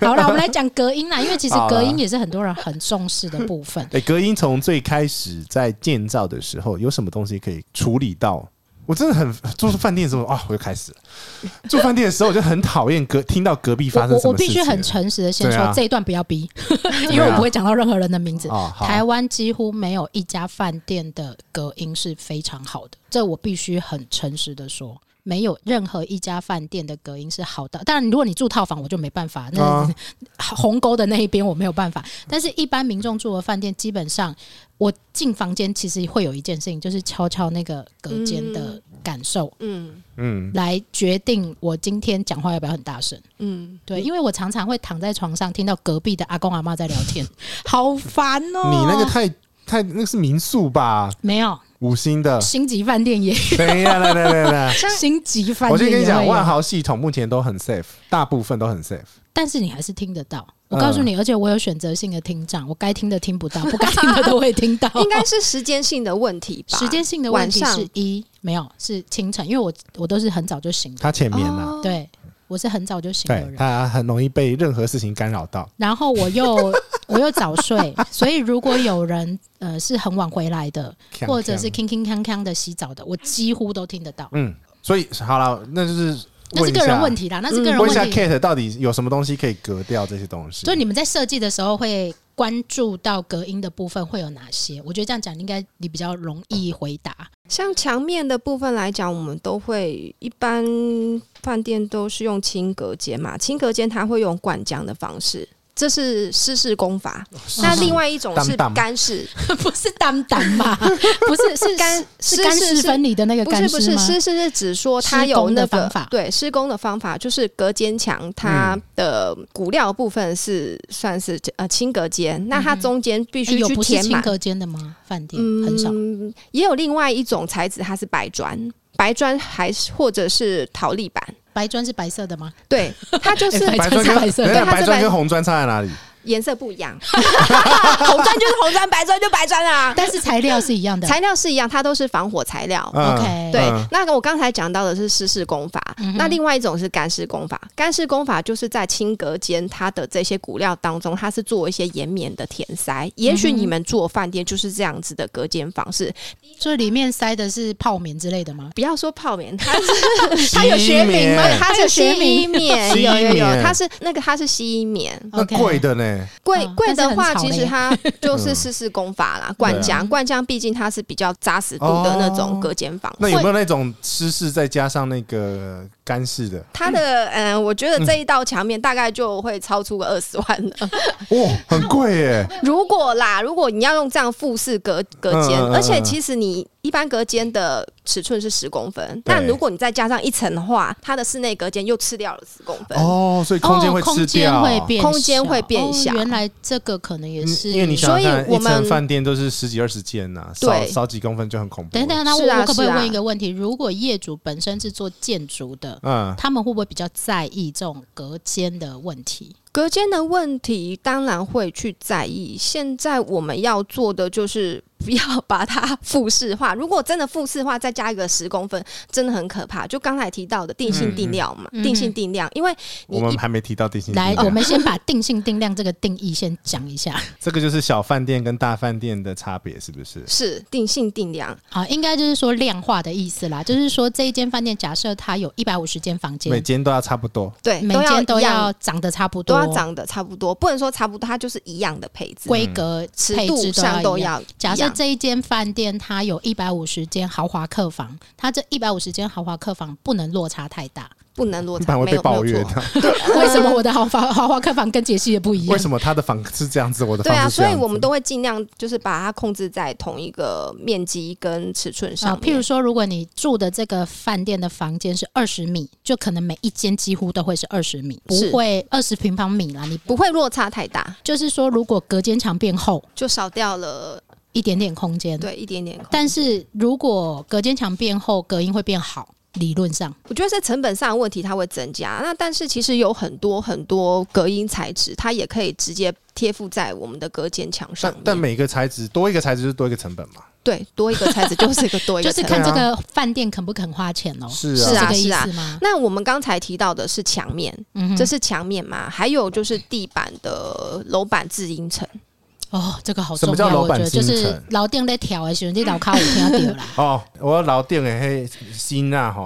Speaker 1: 好啦，我们来讲隔音啦，因为其实
Speaker 2: 好啦
Speaker 1: 隔音也是很多人很重视的部分。
Speaker 2: 哎、隔音从最开始在建造的时候，有什么东西可以处理到？我真的很住饭店的时候啊，我又 开始了住饭店的时候，我就很讨厌隔听到隔壁
Speaker 1: 我
Speaker 2: 发生
Speaker 1: 我
Speaker 2: 什
Speaker 1: 我
Speaker 2: 么事
Speaker 1: 必
Speaker 2: 情了。
Speaker 1: 须很诚实的先
Speaker 2: 对
Speaker 1: 说
Speaker 2: 啊，
Speaker 1: 这一段不要 逼，因
Speaker 2: 对
Speaker 1: 为
Speaker 2: 啊
Speaker 1: 我不会讲到任何人的名字。
Speaker 2: 哦好
Speaker 1: 台湾几乎没有一家饭店的隔音是非常好的，这我必须很诚实的说。没有任何一家饭店的隔音是好的，当然如果你住套房，我就没办法。那、
Speaker 2: 啊
Speaker 1: 鸿沟的那一边我没有办法，但是一般民众住的饭店，基本上我进房间其实会有一件事情，就是敲敲那个隔间的感受，
Speaker 3: 嗯
Speaker 2: 嗯，
Speaker 1: 来决定我今天讲话要不要很大声。
Speaker 3: 嗯，。
Speaker 1: 对，因为我常常会躺在床上听到隔壁的阿公阿妈在聊天，好烦哦、
Speaker 2: 你那个太啊太那个是民宿吧？
Speaker 1: 没有，
Speaker 2: 五星的
Speaker 1: 星级饭店也，
Speaker 2: 等一下，来来来来，
Speaker 1: 星级 饭
Speaker 2: 我先
Speaker 1: 店
Speaker 2: 跟
Speaker 1: 也
Speaker 2: 你讲，
Speaker 1: 会
Speaker 2: 万
Speaker 1: 有，
Speaker 2: 豪系统目前都很 safe，大部分都很 safe。
Speaker 1: 但是你还是听得到。我告
Speaker 2: 嗯
Speaker 1: 诉你，而且我有选择性的听障，我该听的听不到，不该听的都会听到
Speaker 3: 应该是时间性的问题吧？
Speaker 1: 时间性的问题
Speaker 3: 晚
Speaker 1: 是
Speaker 3: 上
Speaker 1: 一没有是清晨，因为我我都是很早就醒的，
Speaker 2: 他前面呢、
Speaker 3: 哦，
Speaker 1: 对我是很早就醒的
Speaker 2: 对
Speaker 1: 人。
Speaker 2: 他很容易被任何事情干扰到。
Speaker 1: 然后我又 我又早睡，所以如果有人呃是很晚回来的，
Speaker 2: 锵
Speaker 1: 或者是
Speaker 2: 锵
Speaker 1: 铿铿锵锵的洗澡的，我几乎都听得到。
Speaker 2: 嗯，所以好了，那就是
Speaker 1: 那是
Speaker 2: 问一
Speaker 1: 个人
Speaker 2: 下嗯
Speaker 1: 问题啦，那是个人
Speaker 2: 问一下
Speaker 1: 问题。
Speaker 2: Kate 到底有什么东西可以隔掉这些东西？
Speaker 1: 所以你们在设计的时候会关注到隔音的部分会有哪些？我觉得这样讲应该你比较容易回答。
Speaker 3: 像墙面的部分来讲，我们都会一般饭店都是用轻隔间嘛，轻隔间它会用灌浆的方式。这是湿式工法，
Speaker 2: 哦
Speaker 3: 那另外一种是
Speaker 2: 当当
Speaker 3: 干式，
Speaker 1: 不是单单吧？不是是
Speaker 3: 干
Speaker 1: 是
Speaker 3: 湿
Speaker 1: 干
Speaker 3: 是
Speaker 1: 湿
Speaker 3: 是
Speaker 1: 分离的那个
Speaker 3: 不是
Speaker 1: 干
Speaker 3: 不
Speaker 1: 湿
Speaker 3: 是
Speaker 1: 吗？
Speaker 3: 湿式是指说它
Speaker 1: 施
Speaker 3: 有
Speaker 1: 工的
Speaker 3: 那个
Speaker 1: 方法
Speaker 3: 对施工的方法，就是隔间墙它的骨料部分是算是呃轻隔间，那它
Speaker 1: 嗯哼
Speaker 3: 中间必
Speaker 1: 哎
Speaker 3: 须
Speaker 1: 有
Speaker 3: 去
Speaker 1: 不是
Speaker 3: 填
Speaker 1: 轻
Speaker 3: 满
Speaker 1: 隔间的吗？饭店
Speaker 3: 嗯，
Speaker 1: 很少。
Speaker 3: 也有另外一种材质，它是白砖，白砖还是或者是陶砾板，
Speaker 1: 白砖是白色的吗？
Speaker 3: 对，它就是
Speaker 1: 哎白
Speaker 2: 白
Speaker 1: 砖
Speaker 2: 砖跟
Speaker 1: 是白色的
Speaker 2: 等一下
Speaker 3: 对它是
Speaker 2: 白砖
Speaker 3: 白
Speaker 2: 跟红砖差在 哪里？
Speaker 3: 颜色不一 样，红砖就是红砖，白砖就白砖啊，
Speaker 1: 但是材料是一样的。
Speaker 3: 材料是一样，它都是防火材料。
Speaker 2: 嗯
Speaker 1: OK
Speaker 3: 对
Speaker 2: 嗯，
Speaker 3: 那我刚才讲到的是湿式工法，
Speaker 1: 嗯哼
Speaker 3: 那另外一种是干式工法。干式工法就是在清隔间它的这些骨料当中，它是做一些延绵的填塞。也许
Speaker 1: 嗯哼
Speaker 3: 你们做饭店就是这样子的隔间方式，
Speaker 1: 所以里面塞的是泡棉之类的吗？
Speaker 3: 不要说泡棉，它是
Speaker 1: 它有学名吗
Speaker 2: 吸棉
Speaker 3: 它
Speaker 1: 它有
Speaker 3: 是
Speaker 1: 学
Speaker 3: 吸
Speaker 1: 名
Speaker 3: 棉，
Speaker 2: 吸
Speaker 3: 有有
Speaker 2: 棉
Speaker 3: 有，它是那个它是吸棉，
Speaker 2: 那
Speaker 1: OK
Speaker 2: 贵的呢？哎，
Speaker 3: 贵
Speaker 1: 哦
Speaker 3: 贵
Speaker 1: 但是
Speaker 3: 的
Speaker 1: 很
Speaker 3: 话，
Speaker 1: 吵
Speaker 3: 其实
Speaker 1: 嘞
Speaker 3: 它就是
Speaker 2: 嗯
Speaker 3: 四四工法啦，灌
Speaker 2: 对
Speaker 1: 啊
Speaker 3: 浆，灌浆毕竟它是比较扎实度的那种隔间房，
Speaker 2: 哦那有没
Speaker 3: 会
Speaker 2: 有那种湿式再加上那个干式的？
Speaker 3: 它的嗯、呃我觉得这一道墙面大概就会超出个二十万
Speaker 1: 嗯
Speaker 3: 了。
Speaker 1: 哦
Speaker 2: 哇，很 贵耶！
Speaker 3: 如果啦，如果你要用这样复式隔隔间，
Speaker 2: 嗯嗯嗯
Speaker 3: 而且其实你一般隔间的尺寸是十公分，
Speaker 2: 对
Speaker 3: 但如果你再加上一层的话，它的室内隔间又吃掉了十公分。
Speaker 2: 哦，所以空间会
Speaker 1: 哦空
Speaker 2: 吃
Speaker 1: 间
Speaker 2: 掉。
Speaker 1: 会变小，
Speaker 3: 空间会变小
Speaker 1: 哦原来这个可能也
Speaker 2: 嗯
Speaker 1: 是，
Speaker 2: 因为你想
Speaker 3: 所以
Speaker 2: 想看，
Speaker 3: 我
Speaker 2: 一层
Speaker 3: 们
Speaker 2: 饭店都是十几二十间呐，少
Speaker 3: 对
Speaker 2: 少几公分就很恐怖
Speaker 1: 等
Speaker 2: 了。
Speaker 1: 一下，那
Speaker 3: 是啊
Speaker 1: 我我可不可以
Speaker 3: 是啊
Speaker 1: 问一个问题？如果业主本身是做建筑的，
Speaker 2: 嗯，
Speaker 1: 他们会不会比较在意这种隔间的问题？
Speaker 3: 隔间的问题当然会去在意。现在我们要做的就是不要把它复式化。如果真的复式化，再加一个十公分，真的很可怕。就刚才提到的定性定量嘛，
Speaker 1: 嗯嗯
Speaker 3: 定性定量，因为你
Speaker 2: 我们
Speaker 3: 一
Speaker 2: 还没提到定性
Speaker 1: 来
Speaker 2: 定，价
Speaker 1: 我们先把定性定量这个定义先讲一下
Speaker 2: 这个就是小饭店跟大饭店的差别，是不是？
Speaker 3: 是定性定量，
Speaker 1: 啊，应该就是说量化的意思啦，就是说这一间饭店假设它有一百五十间房
Speaker 2: 每
Speaker 1: 间，
Speaker 2: 间都要差不多。
Speaker 3: 对，
Speaker 1: 每间都
Speaker 3: 一样
Speaker 1: 要长得差不
Speaker 3: 都
Speaker 1: 多，
Speaker 3: 要长得差不多，不能说差不多，它就是一样的配置，
Speaker 1: 规
Speaker 2: 嗯
Speaker 1: 格
Speaker 3: 尺
Speaker 1: 配
Speaker 3: 度
Speaker 1: 置
Speaker 3: 上
Speaker 1: 都
Speaker 3: 都
Speaker 1: 一样。
Speaker 3: 要
Speaker 1: 假
Speaker 3: 一样。
Speaker 1: 设这一间饭店它有一百五十间豪华客房，它这一百五十间豪华客房不能落差太 大。
Speaker 3: 不能落
Speaker 2: 一般
Speaker 3: 差，
Speaker 2: 会
Speaker 3: 没
Speaker 2: 被
Speaker 3: 有
Speaker 2: 抱
Speaker 3: 没有
Speaker 2: 怨
Speaker 3: 错。
Speaker 2: 的，
Speaker 1: 为什么我的豪华豪华客房跟杰西也不一样？
Speaker 2: 为什么他的房是这样子，我的
Speaker 3: 对
Speaker 2: 房
Speaker 3: 啊，
Speaker 2: 子是这
Speaker 3: 所
Speaker 2: 样
Speaker 3: 以
Speaker 2: 子
Speaker 3: 我们都会尽量就是把它控制在同一个面积跟尺寸上
Speaker 1: 啊，譬
Speaker 3: 面。
Speaker 1: 如说，如果你住的这个饭店的房间是二十米，就可能每一间几乎都会是二十米，不
Speaker 3: 是
Speaker 1: 会二十平方米啦。你
Speaker 3: 不会落差太大，
Speaker 1: 就是说，如果隔间墙变厚
Speaker 3: 就少掉了
Speaker 1: 一点点空间，。
Speaker 3: 对一点点空。
Speaker 1: 但是如果隔间墙变厚，隔音会变好，理论上
Speaker 3: 我觉得在成本上的问题它会增加，那但是其实有很多很多隔音材质，它也可以直接贴附在我们的隔间墙上
Speaker 2: 但
Speaker 3: 面。
Speaker 2: 但每个材质多一个材质就是多一个成本嘛。
Speaker 3: 对多一个材质就是一 个多一
Speaker 1: 就
Speaker 3: 个
Speaker 1: 是
Speaker 3: 成
Speaker 1: 看
Speaker 3: 本。
Speaker 1: 这个饭店肯不肯花钱哦，
Speaker 2: 是
Speaker 3: 啊
Speaker 1: 这
Speaker 3: 啊
Speaker 1: 个意
Speaker 3: 是
Speaker 1: 思吗？
Speaker 3: 那我们刚才提到的是墙面，
Speaker 1: 嗯哼，
Speaker 3: 这是墙面嘛？还有就是地板的楼板制音层，
Speaker 1: 哦，这个好
Speaker 2: 什
Speaker 1: 重
Speaker 2: 么
Speaker 1: 要，
Speaker 2: 叫
Speaker 1: 我觉
Speaker 2: 楼板
Speaker 1: 得就
Speaker 2: 精
Speaker 1: 是
Speaker 2: 神。
Speaker 1: 老店在调的时候，你老卡有听到啦
Speaker 2: 哦，我老店的嘿心啊 吼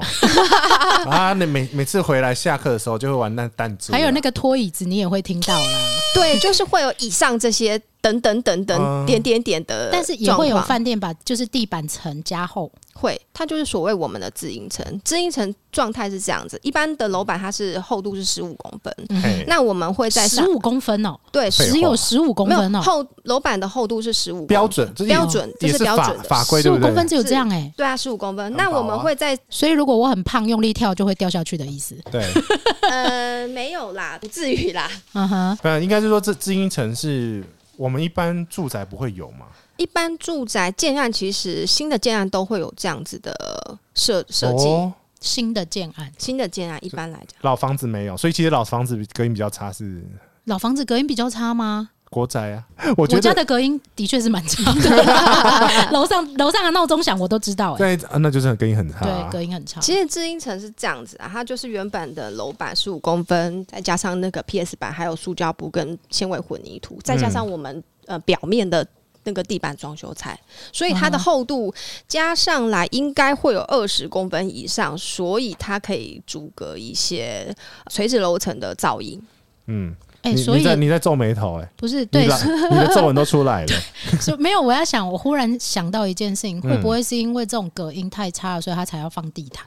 Speaker 2: 啊，你每每次回来下课的时候就会玩那弹珠啊，
Speaker 1: 还有那个拖椅子，你也会听到啦，
Speaker 2: 啊
Speaker 3: 对，就是会有以上这些等等等
Speaker 2: 嗯
Speaker 3: 等点点点的状况，
Speaker 1: 但是也会有饭店把就是地板层加厚，
Speaker 3: 会，它就是所谓我们的自营层。自营层状态是这样子，一般的楼板它是厚度是十五公分，
Speaker 1: 嗯哼
Speaker 2: 嘿
Speaker 3: 那我们会在上
Speaker 1: 十五公分哦，
Speaker 3: 对
Speaker 2: 废话
Speaker 1: 只有十五公
Speaker 3: 没
Speaker 1: 分
Speaker 3: 有
Speaker 1: 哦，
Speaker 3: 厚楼板的厚度是十五
Speaker 2: 标，准，这也
Speaker 3: 标准这
Speaker 2: 也
Speaker 3: 是
Speaker 2: 是
Speaker 3: 标
Speaker 2: 法
Speaker 3: 准的
Speaker 2: 法规
Speaker 1: 十
Speaker 2: 对
Speaker 1: 五
Speaker 2: 不
Speaker 1: 公分
Speaker 2: 对？
Speaker 1: 只有
Speaker 3: 是
Speaker 1: 这样哎、
Speaker 3: 对啊，十五公分。
Speaker 2: 很
Speaker 3: 那
Speaker 2: 薄
Speaker 3: 我们
Speaker 2: 啊
Speaker 3: 会在
Speaker 1: 所以如果我很胖，用力跳就会掉下去的意思。
Speaker 2: 对，
Speaker 3: 呃没有啦，不至于啦。
Speaker 1: 嗯哼，
Speaker 2: 嗯，应该是说这知音城是我们一般住宅不会有嘛？
Speaker 3: 一般住宅建案其实新的建案都会有这样子的设设计，
Speaker 2: 哦
Speaker 1: 新的建案，
Speaker 3: 新的建案一般来讲。
Speaker 2: 老房子没有，所以其实老房子隔音比较差是
Speaker 1: 老房子隔音比较差吗？
Speaker 2: 国宅啊。 我
Speaker 1: 我
Speaker 2: 觉
Speaker 1: 家
Speaker 2: 得
Speaker 1: 的隔音的确是蛮差 的，楼上楼上的闹钟响我都知道哎、
Speaker 2: 对，啊那就是隔音很差
Speaker 1: 对，
Speaker 2: 啊。
Speaker 1: 隔音很差。
Speaker 3: 其实知音层是这样子啊，它就是原本的楼板十五公分，再加上那个 PS 板，还有塑胶布跟纤维混凝土，
Speaker 1: 嗯
Speaker 3: 再加上我们、呃表面的那个地板装修材，所以它
Speaker 1: 嗯
Speaker 3: 的
Speaker 1: 哼
Speaker 3: 厚度加上来应该会有二十公分以上，所以它可以阻隔一些呃垂直楼层的噪音。
Speaker 2: 嗯，
Speaker 1: 哎、
Speaker 2: 你
Speaker 1: 所
Speaker 2: 你
Speaker 1: 以
Speaker 2: 在你在皱眉头哎，
Speaker 1: 不是
Speaker 2: 你
Speaker 1: 对，
Speaker 2: 老 你的皱纹都出 来了。
Speaker 1: 所以没有我要想，我忽然想到一件事情，
Speaker 2: 嗯
Speaker 1: 会不会是因为这种隔音太差了，所以他才要放地毯？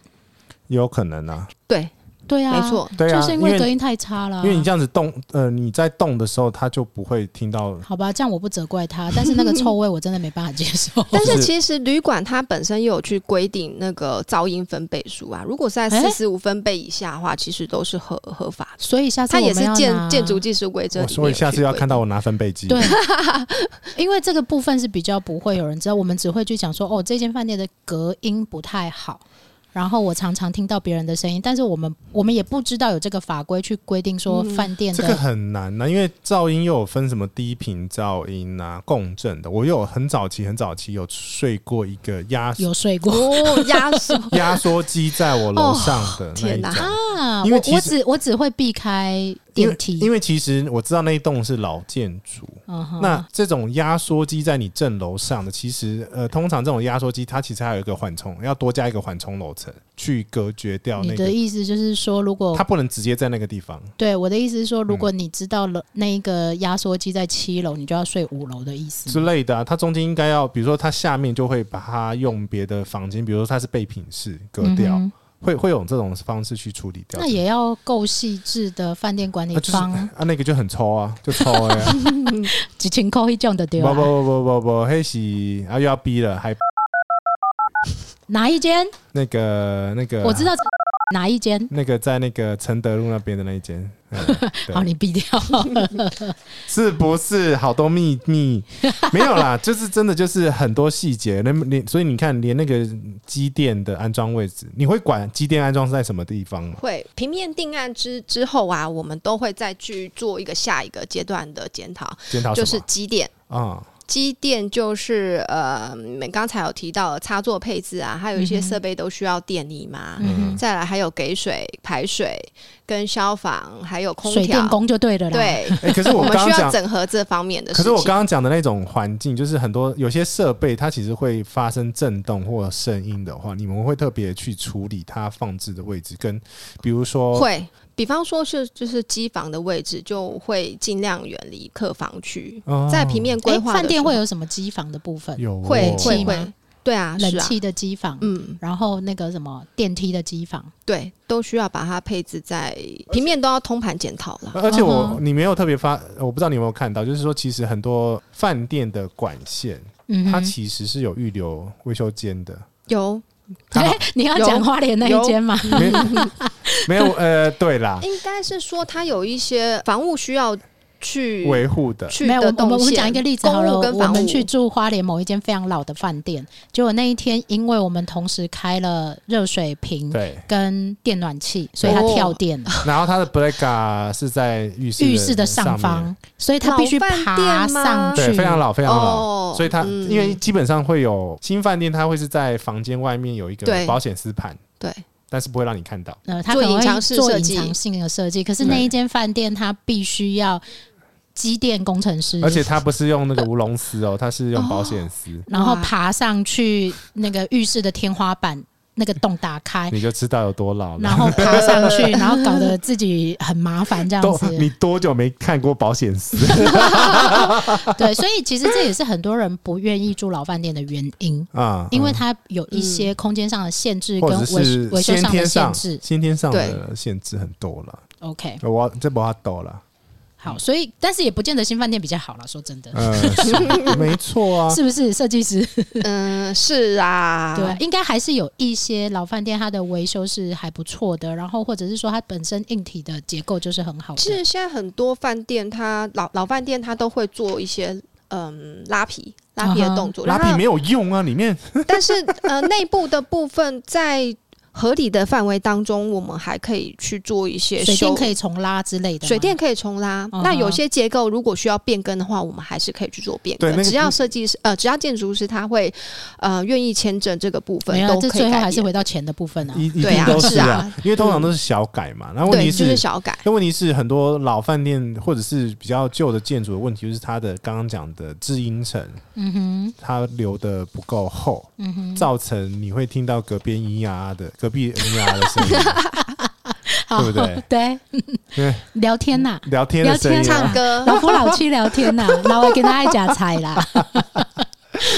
Speaker 2: 有可能啊，
Speaker 3: 对，
Speaker 1: 对啊，
Speaker 3: 没，错，
Speaker 2: 对啊，
Speaker 1: 就是因
Speaker 2: 因
Speaker 1: 为隔
Speaker 2: 为
Speaker 1: 音太差了啊、
Speaker 2: 因为你这样子动，呃，你在动的时候，它就不会听到。
Speaker 1: 好吧，这样我不责怪他，但是那个臭味我真的没办法接 受。
Speaker 3: 但
Speaker 2: 就是是
Speaker 3: 其实旅馆它本身也有去规定那个噪音分贝数啊，如果是在
Speaker 1: 哎
Speaker 3: 四十五分贝以下的话，其实都是合合法的。
Speaker 1: 所以下次
Speaker 3: 它也
Speaker 1: 我们
Speaker 3: 是
Speaker 1: 要
Speaker 3: 建
Speaker 1: 拿
Speaker 3: 建筑技术规则
Speaker 2: 我
Speaker 3: 里面
Speaker 2: 哦所
Speaker 3: 有
Speaker 2: 以
Speaker 3: 去
Speaker 2: 下次要
Speaker 3: 规
Speaker 2: 看到
Speaker 3: 定
Speaker 2: 我拿分贝机。
Speaker 1: 对， 因为这个部分是比较不会有人知道，我们只会去讲说哦，这间饭店的隔音不太好。然后我常常听到别人的声音，但是我们我们也不知道有这个法规去规定说
Speaker 3: 嗯
Speaker 1: 饭店
Speaker 2: 这
Speaker 1: 的、
Speaker 2: 个很难啊呐、因为噪音又有分什么低频噪音啊、共振的。我有很早期、很早期有睡过一个压
Speaker 1: 有睡过
Speaker 3: 哦，压缩
Speaker 2: 压缩机在我楼上
Speaker 1: 哦
Speaker 2: 的那一
Speaker 3: 天
Speaker 2: 种。
Speaker 3: 哪
Speaker 1: 啊。
Speaker 2: 因为
Speaker 1: 我
Speaker 2: 其
Speaker 1: 我
Speaker 2: 实
Speaker 1: 只我只会避开
Speaker 2: 因
Speaker 1: 电
Speaker 2: 为
Speaker 1: 梯，
Speaker 2: 因为其实我知道那一栋是老建筑，
Speaker 1: 嗯哼，
Speaker 2: 那这种压缩机在你正楼上的，其实呃，通常这种压缩机它其实还有一个缓冲，要多加一个缓冲楼层去隔绝掉
Speaker 1: 你
Speaker 2: 那
Speaker 1: 的
Speaker 2: 个，
Speaker 1: 意思就是说，如果
Speaker 2: 它不能直接在那个地方。
Speaker 1: 对我的意思是说，如
Speaker 2: 嗯
Speaker 1: 果你知道了那一个压缩机在七楼，你就要睡五楼的意思
Speaker 2: 之
Speaker 1: 吗。
Speaker 2: 类的啊，它中间应该要，比如说它下面就会把它用别的房间，比如说它是备品室隔掉，
Speaker 1: 嗯哼
Speaker 2: 会会有这种方式去处理掉。
Speaker 1: 那也要够细致的饭店管理
Speaker 2: 啊就是
Speaker 1: 方，
Speaker 2: 啊，那个就很抽啊，就抽哎、欸，
Speaker 1: 几千块一种的 对啊
Speaker 2: 不不
Speaker 1: 吧？
Speaker 2: 不不不不，黑喜啊又要逼了，还
Speaker 1: 哪一间？
Speaker 2: 那个那个，
Speaker 1: 我知道哪一间。
Speaker 2: 那个在那个承德路那边的那一间，嗯对
Speaker 1: 哦好，你避掉。
Speaker 2: 是不是好多秘 密？没有啦，就是真的就是很多细节，连连所以你看，连那个机电的安装位置，你会管机电安装是在什么地方吗？
Speaker 3: 会平面定案之之后啊，我们都会再去做一个下一个阶段的检讨，
Speaker 2: 检讨什
Speaker 3: 就
Speaker 2: 么？
Speaker 3: 是机电。
Speaker 2: 啊、
Speaker 3: 机电就是呃，你们刚才有提到的插座配置啊，还有一些设备都需要电力嘛。
Speaker 1: 嗯
Speaker 3: 再来还有给水、排水、跟消防，还有
Speaker 1: 哼，
Speaker 3: 空
Speaker 1: 水电
Speaker 3: 调。
Speaker 1: 工就对了啦。，
Speaker 3: 对，
Speaker 2: 哎可是我
Speaker 3: 我们
Speaker 2: 刚
Speaker 3: 需
Speaker 2: 刚
Speaker 3: 要
Speaker 2: 讲，
Speaker 3: 整合这方面的事
Speaker 2: 可
Speaker 3: 情。
Speaker 2: 是我刚刚讲的那种环境，就是很多有些设备它其实会发生震动或声音的话，你们会特别去处理它放置的位置，跟比如说
Speaker 3: 会，比方说是就是机房的位置，就会尽量远离客房区。
Speaker 2: 哦
Speaker 3: 在平面规
Speaker 1: 哎，
Speaker 3: 划的时候，
Speaker 1: 饭店会有什么机房的部分？
Speaker 2: 有哦
Speaker 3: 会
Speaker 1: 气
Speaker 3: 会
Speaker 1: 吗
Speaker 3: 会，对啊，是
Speaker 1: 冷
Speaker 3: 啊，
Speaker 1: 气的机房，
Speaker 3: 嗯，
Speaker 1: 然后那个什么电梯的机房。
Speaker 3: 对，都需要把它配置在平面都要通盘检讨了。
Speaker 2: 而且我
Speaker 1: 嗯
Speaker 2: 你没有特别发，我不知道你有没有看到，就是说其实很多饭店的管线，
Speaker 1: 嗯
Speaker 2: 它
Speaker 1: 哼，
Speaker 2: 其实是有预留维修间的。
Speaker 3: 有，
Speaker 2: 它
Speaker 1: 哎，你要讲花莲那一间吗？
Speaker 2: 没没有呃，对啦，
Speaker 3: 应该是说它有一些房务需要去
Speaker 2: 维护的
Speaker 3: 去
Speaker 1: 没有，我
Speaker 3: 的
Speaker 1: 们
Speaker 3: 动
Speaker 1: 我们
Speaker 3: 线
Speaker 1: 讲一个例子好了，
Speaker 3: 公务跟
Speaker 1: 我
Speaker 3: 房
Speaker 1: 们
Speaker 3: 务
Speaker 1: 去住花莲某一间非常老的饭店，结果那一天因为我们同时开了热水瓶
Speaker 2: 对，
Speaker 1: 跟电暖气，所以
Speaker 3: 哦
Speaker 1: 它跳电 了。
Speaker 2: 然后它的 black 啊是在浴室
Speaker 1: 浴室的上
Speaker 2: 面
Speaker 1: 方，所以它必须爬上去
Speaker 2: 对，，非常老，非常老。
Speaker 3: 哦，
Speaker 2: 所以它、
Speaker 3: 嗯
Speaker 2: 因为基本上会有新饭店，它会是在房间外面有一个
Speaker 3: 对
Speaker 2: 保险丝盘，
Speaker 3: 对
Speaker 2: 但是不会让你看到。
Speaker 1: 呃，它可能
Speaker 3: 做隐
Speaker 1: 会
Speaker 3: 藏式
Speaker 1: 做
Speaker 3: 设
Speaker 1: 隐
Speaker 3: 计
Speaker 1: 藏性的设计。可是那一间饭店它必须要机电工程师，
Speaker 2: 而且它不是用那个无龙丝哦，它是用保险丝，
Speaker 1: 然后
Speaker 3: 哇
Speaker 1: 爬上去那个浴室的天花板那个洞打开，
Speaker 2: 你就知道有多老了
Speaker 1: 然。 后爬上去，然后搞得自己很麻烦这样
Speaker 2: 多
Speaker 1: 子。
Speaker 2: 你多久没看过保险丝？
Speaker 1: 对，所以其实这也是很多人不愿意住老饭店的原因，
Speaker 2: 啊，
Speaker 1: 因为
Speaker 2: 嗯
Speaker 1: 它有一些空间上的限制
Speaker 2: 或
Speaker 1: 跟
Speaker 2: 者
Speaker 1: 维
Speaker 2: 是
Speaker 1: 维修
Speaker 2: 先
Speaker 1: 上的
Speaker 2: 天
Speaker 1: 限
Speaker 2: 上
Speaker 1: 制。
Speaker 2: 先天上的限制很多了，
Speaker 1: OK，
Speaker 2: 我这不怕抖了，
Speaker 1: 好，
Speaker 2: 嗯
Speaker 1: 所以但是也不见得新饭店比较好了，说真的，
Speaker 2: 呃，是没错啊，
Speaker 1: 是不是设计师？
Speaker 3: 嗯是啊，
Speaker 1: 对，应该还是有一些老饭店它的维修是还不错的，然后或者是说它本身硬体的结构就是很好
Speaker 3: 其
Speaker 1: 的。
Speaker 3: 实现在很多饭店它，老老饭店它都会做一些嗯拉皮拉
Speaker 1: 啊
Speaker 3: 皮的动作，
Speaker 2: 拉
Speaker 3: 然
Speaker 2: 皮
Speaker 3: 后
Speaker 2: 没有用啊，里面
Speaker 3: 但是呃 内部的部分在合理的范围当中，我们还可以去做一些
Speaker 1: 水电
Speaker 3: 修
Speaker 1: 可。以重拉之类的吗，
Speaker 3: 水电可以重拉
Speaker 1: 嗯哼
Speaker 3: 那有些结构如果需要变更的话，我们还是可以去做变更。
Speaker 2: 对那个
Speaker 3: 只要设计师呃，只要建筑师他会呃愿意签证这个部分
Speaker 1: 没，有，啊
Speaker 3: 都
Speaker 1: 这
Speaker 3: 可
Speaker 1: 最
Speaker 3: 以
Speaker 1: 后
Speaker 3: 改
Speaker 1: 还是
Speaker 3: 变。
Speaker 1: 回到钱的部分啊。嗯
Speaker 2: 一一
Speaker 3: 对
Speaker 2: 定
Speaker 3: 啊
Speaker 2: 都
Speaker 3: 是
Speaker 2: 啊
Speaker 3: 啊，
Speaker 2: 因为通常都是小改嘛，那问
Speaker 3: 对，
Speaker 2: 题
Speaker 3: 就是小改。
Speaker 2: 那问题是，很多老饭店或者是比较旧的建筑的问题，就是它的刚刚讲的制音层，
Speaker 1: 嗯哼，
Speaker 2: 它留的不够厚，
Speaker 1: 嗯哼，
Speaker 2: 造成你会听到隔壁咿呀的隔壁咿呀的 声音，
Speaker 1: 好，
Speaker 2: 对不 对对
Speaker 1: 聊天呐、
Speaker 2: 聊天的声
Speaker 1: 聊
Speaker 2: 音
Speaker 1: 天
Speaker 2: 啊
Speaker 1: 啊，
Speaker 3: 唱歌
Speaker 1: 老夫老妻聊天呐、老外跟他爱假菜 啦，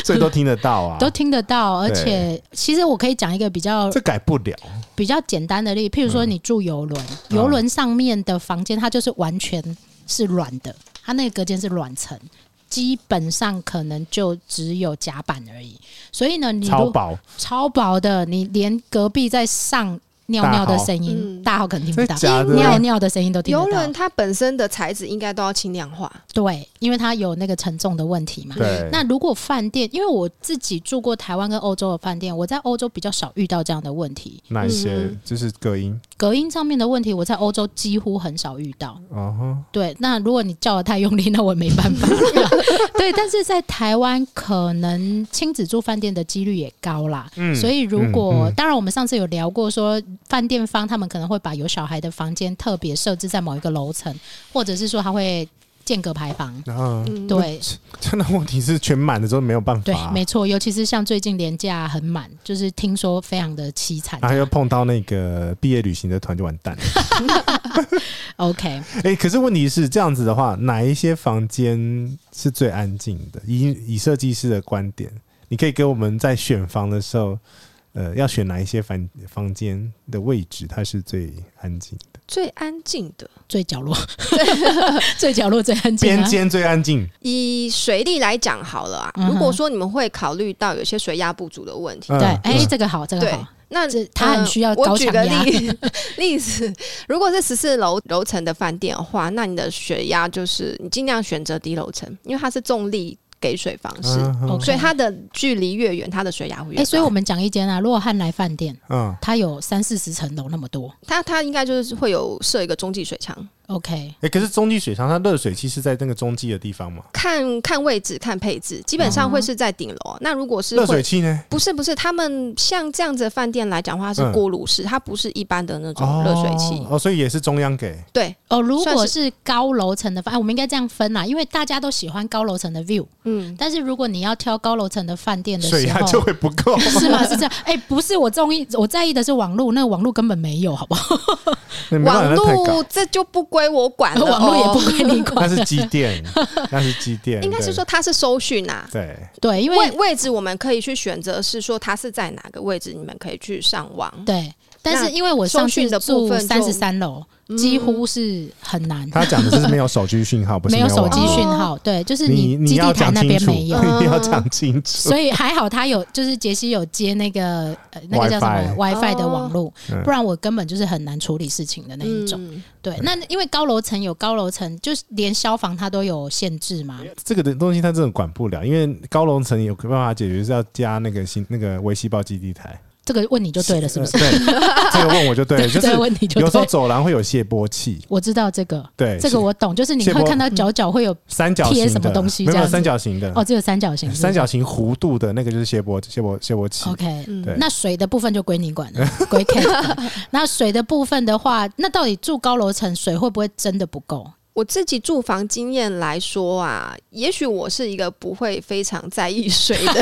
Speaker 2: 所以都听得到啊
Speaker 1: 都。听得到。而
Speaker 2: 对
Speaker 1: 且，其实我可以讲一个比较
Speaker 2: 这改不了，
Speaker 1: 比较简单的例子，譬如说你住游轮，
Speaker 2: 嗯
Speaker 1: 游轮上面的房间它就是完全是软的，它那个隔间是软层，基本上可能就只有甲板而已。所以呢，你如
Speaker 2: 超薄，
Speaker 1: 超薄的，你连隔壁在上尿尿的声音，大号肯定听
Speaker 2: 真
Speaker 1: 不
Speaker 2: 的
Speaker 1: 到。
Speaker 2: 假的？
Speaker 1: 尿尿的声音都听
Speaker 3: 嗯游
Speaker 1: 得到
Speaker 3: 轮，它本身的材质应该都要轻量化，
Speaker 1: 对，因为它有那个沉重的问题嘛。
Speaker 2: 对，
Speaker 1: 嗯那如果饭店，因为我自己住过台湾跟欧洲的饭店，我在欧洲比较少遇到这样的问题，
Speaker 2: 那一些
Speaker 3: 嗯
Speaker 2: 就是隔音，
Speaker 1: 隔音上面的问题，我在欧洲几乎很少遇到。
Speaker 3: 啊
Speaker 2: 哦吼，
Speaker 1: 对，那如果你叫的太用力，那我也没办法。 对，但是在台湾，可能亲子住饭店的几率也高啦。
Speaker 2: 嗯
Speaker 1: 所以，如果、
Speaker 2: 嗯嗯
Speaker 1: 当然，我们上次有聊过说饭店方他们可能会把有小孩的房间特别设置在某一个楼层，或者是说他会间隔排房。
Speaker 2: 啊，
Speaker 3: 嗯，
Speaker 1: 对，
Speaker 2: 真的问题是全满的时候没有办法
Speaker 1: 对，
Speaker 2: 啊，
Speaker 1: 没错，尤其是像最近廉价很满，就是听说非常的凄惨。
Speaker 2: 然
Speaker 3: 哎
Speaker 2: 后又碰到那个毕业旅行的团就完蛋了。
Speaker 1: OK，
Speaker 2: 哎、可是问题是这样子的话，哪一些房间是最安静的？以以设计师的观点，你可以给我们在选房的时候，呃，要选哪一些房房间的位置，它是最安静的？
Speaker 3: 最安静的。
Speaker 1: 最角落， 最角落最安静、
Speaker 2: 边
Speaker 1: 啊。
Speaker 2: 间最安静，
Speaker 3: 以水利来讲好了啊，
Speaker 1: 嗯哼
Speaker 3: 如果说你们会考虑到有些水压不足的问题，
Speaker 2: 嗯
Speaker 1: 对，哎、
Speaker 2: 嗯
Speaker 1: 这个好，这个
Speaker 3: 对
Speaker 1: 好，
Speaker 3: 那
Speaker 1: 这它很需要
Speaker 3: 呃
Speaker 1: 高
Speaker 3: 我举
Speaker 1: 强
Speaker 3: 个
Speaker 1: 压
Speaker 3: 例 例子，如果是十四楼楼层的饭店的话，那你的血压就是你尽量选择低楼层，因为它是重力给水方式，
Speaker 2: 嗯嗯
Speaker 1: OK
Speaker 3: 所以它的距离越远，它的水压会越
Speaker 1: 哎、
Speaker 3: 高。
Speaker 1: 所以我们讲一间啊，如果汉来饭店，
Speaker 2: 嗯，
Speaker 1: 它有三四十层楼那么多。
Speaker 3: 它它应该就是会有设一个中继水枪，
Speaker 1: OK，
Speaker 2: 哎、可是中继水箱它热水器是在那个中继的地方嘛？
Speaker 3: 看看位置看配置，基本
Speaker 1: 嗯
Speaker 3: 上会是在顶楼。啊那如果是
Speaker 2: 热
Speaker 3: 会
Speaker 2: 水器呢？
Speaker 3: 不是不是，他们像这样子的饭店来讲的话，它是
Speaker 2: 嗯
Speaker 3: 锅炉式，它不是一般的那种热水器。
Speaker 2: 哦，哦所以也是中央给。
Speaker 3: 对，
Speaker 1: 哦，如果
Speaker 3: 算
Speaker 1: 是高楼层的饭、哎，我们应该这样分啦，因为大家都喜欢高楼层的 view，
Speaker 3: 嗯，
Speaker 1: 但是如果你要挑高楼层的饭店的
Speaker 2: 水
Speaker 1: 时
Speaker 2: 压就
Speaker 1: 候。，
Speaker 2: 会不够
Speaker 1: 是吗？是这样？ 哎、不是我中意，我在意的是网络，那个网络根本没有，好不好？
Speaker 2: 你没办法，
Speaker 3: 网
Speaker 2: 那太高
Speaker 3: 络。这就不归我管了、哦，
Speaker 1: 网络也不归你管
Speaker 2: 那。是机电，那是机电。
Speaker 3: 应该是
Speaker 2: 对
Speaker 3: 说它是搜寻啊。
Speaker 2: 对，
Speaker 1: 对，因为
Speaker 3: 位位置我们可以去选择，是说它是在哪个位置，你们可以去上网。
Speaker 1: 对，但是
Speaker 3: 那
Speaker 1: 因为我上去
Speaker 3: 搜寻的部
Speaker 1: 住
Speaker 3: 分就
Speaker 1: 三十三楼，几乎是很难，
Speaker 2: 他讲的是没有手机讯号，不是
Speaker 1: 没有
Speaker 2: 网
Speaker 1: 手机
Speaker 2: 络
Speaker 1: 讯号，对，就是
Speaker 2: 你
Speaker 1: 基
Speaker 2: 要
Speaker 1: 地台
Speaker 2: 讲
Speaker 1: 那
Speaker 2: 清
Speaker 1: 边
Speaker 2: 楚，
Speaker 1: 没有。
Speaker 2: 你要讲清楚。
Speaker 1: 所以还好他有，就是杰西有接那个呃那个叫什么
Speaker 3: WiFi
Speaker 1: WiFi 的网络，
Speaker 2: 嗯
Speaker 1: 不然我根本就是很难处理事情的那一种。
Speaker 3: 嗯，
Speaker 1: 对，那因为高楼层有高楼层，就是连消防它都有限制嘛。
Speaker 2: 这个的东西他真的管不了，因为高楼层有办法解决是要加那个新那个微细胞基地台，
Speaker 1: 这个问你就对了，是不是？
Speaker 2: 呃对，这 个问我就对 了，就是
Speaker 1: 这个问题就
Speaker 2: 有时候
Speaker 1: 对。
Speaker 2: 走廊会有泄波器，
Speaker 1: 我知道这个，
Speaker 2: 对，
Speaker 1: 这个我懂，就是你
Speaker 2: 谢
Speaker 1: 会
Speaker 2: 波嗯
Speaker 1: 看到角角会有
Speaker 2: 三角
Speaker 1: 贴
Speaker 2: 形
Speaker 1: 什么
Speaker 2: 的，
Speaker 1: 东西
Speaker 2: 没
Speaker 1: 这
Speaker 2: 有没有
Speaker 1: 样子
Speaker 2: 三角形的，
Speaker 1: 哦，只有三角形是不是，
Speaker 2: 三角形弧度的那个就是泄波泄波泄波器。
Speaker 1: OK，
Speaker 3: 嗯
Speaker 2: 对
Speaker 1: 那水的部分就归你管 了，归 Kate 管。那水的部分的话，那到底住高楼层水会不会真的不够？
Speaker 3: 我自己住房经验来说啊，也许我是一个不会非常在意水 的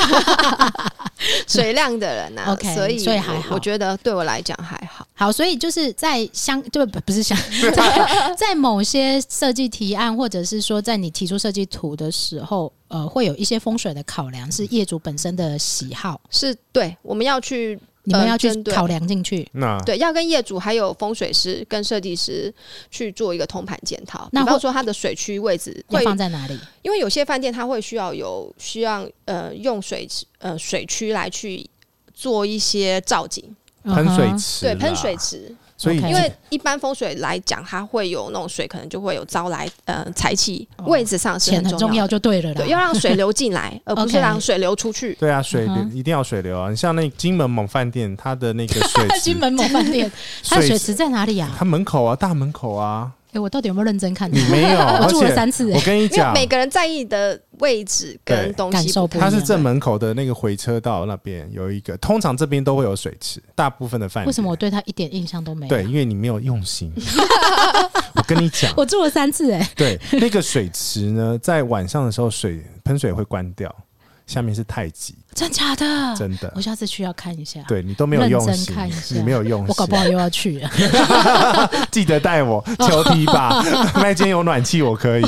Speaker 3: 水量的人啊
Speaker 1: OK，
Speaker 3: 所以
Speaker 1: 所以还
Speaker 3: 我
Speaker 1: 好
Speaker 3: 我觉得对我来讲还好。
Speaker 1: 好，所以就是在相就不不是相 在在某些设计提案，或者是说在你提出设计图的时候，呃，会有一些风水的考量，是业主本身的喜好，
Speaker 3: 是对，我们要去
Speaker 1: 你们
Speaker 3: 呃
Speaker 1: 要去
Speaker 3: 针对
Speaker 1: 考量进去。
Speaker 2: 那
Speaker 3: 对，要跟业主还有风水师跟设计师去做一个通盘检讨。
Speaker 1: 那
Speaker 3: 比
Speaker 1: 会
Speaker 3: 方说它的水区位置
Speaker 1: 要
Speaker 3: 会，
Speaker 1: 放在哪里？
Speaker 3: 因为有些饭店它会需要有需要呃用水池呃水区来去做一些造景，
Speaker 2: 喷水
Speaker 1: 嗯哼
Speaker 2: 池，
Speaker 3: 对，喷水，池，
Speaker 2: 所以
Speaker 1: OK
Speaker 3: 因为一般风水来讲，它会有那种水可能就会有招来呃财气，
Speaker 1: 哦
Speaker 3: 位置上是
Speaker 1: 钱很重
Speaker 3: 要
Speaker 1: 要
Speaker 3: 的。
Speaker 1: 就对了啦。
Speaker 3: 对，要让水流进来，呃 而不是
Speaker 1: OK
Speaker 3: 让水流出去。
Speaker 2: 对啊，水流
Speaker 1: 嗯
Speaker 2: 一定要水流啊！你像那金门某饭店，它的那个水 池，
Speaker 1: 金门某饭 店，嗯它的水
Speaker 2: 池
Speaker 1: 池在哪里呀、啊？
Speaker 2: 它门口啊，大门口 啊，
Speaker 1: 哎、我到底有没有认真看它？
Speaker 2: 你没有，
Speaker 1: 我
Speaker 2: 而
Speaker 1: 住了
Speaker 2: 且
Speaker 1: 三次、
Speaker 2: 我
Speaker 1: 哎，
Speaker 2: 跟你
Speaker 3: 没有
Speaker 2: 讲，
Speaker 3: 每个人在意的位置
Speaker 2: 对
Speaker 3: 跟东
Speaker 1: 感
Speaker 3: 西
Speaker 1: 受
Speaker 3: 不
Speaker 1: 不一
Speaker 2: 它
Speaker 1: 样
Speaker 2: 是正门口的那个回车道那边有一个，通常这边都会有水池，大部分的饭店
Speaker 1: 为什么我对它一点印象都没有？
Speaker 2: 对，因为你没有 用心。我跟你讲，
Speaker 1: 我住了三次哎、
Speaker 2: 对那个水池呢，在晚上的时候水喷水会关掉，下面是太极，
Speaker 1: 真假的？
Speaker 2: 真的
Speaker 1: 啊我，下次去要看一下。
Speaker 2: 对你啊都没有用
Speaker 1: 认真
Speaker 2: 心
Speaker 1: 看一，下
Speaker 2: 你没有用
Speaker 1: 我搞
Speaker 2: 心
Speaker 1: 不，好又要去了。
Speaker 2: 记得 带我 求梯吧，那间有暖气，我可以。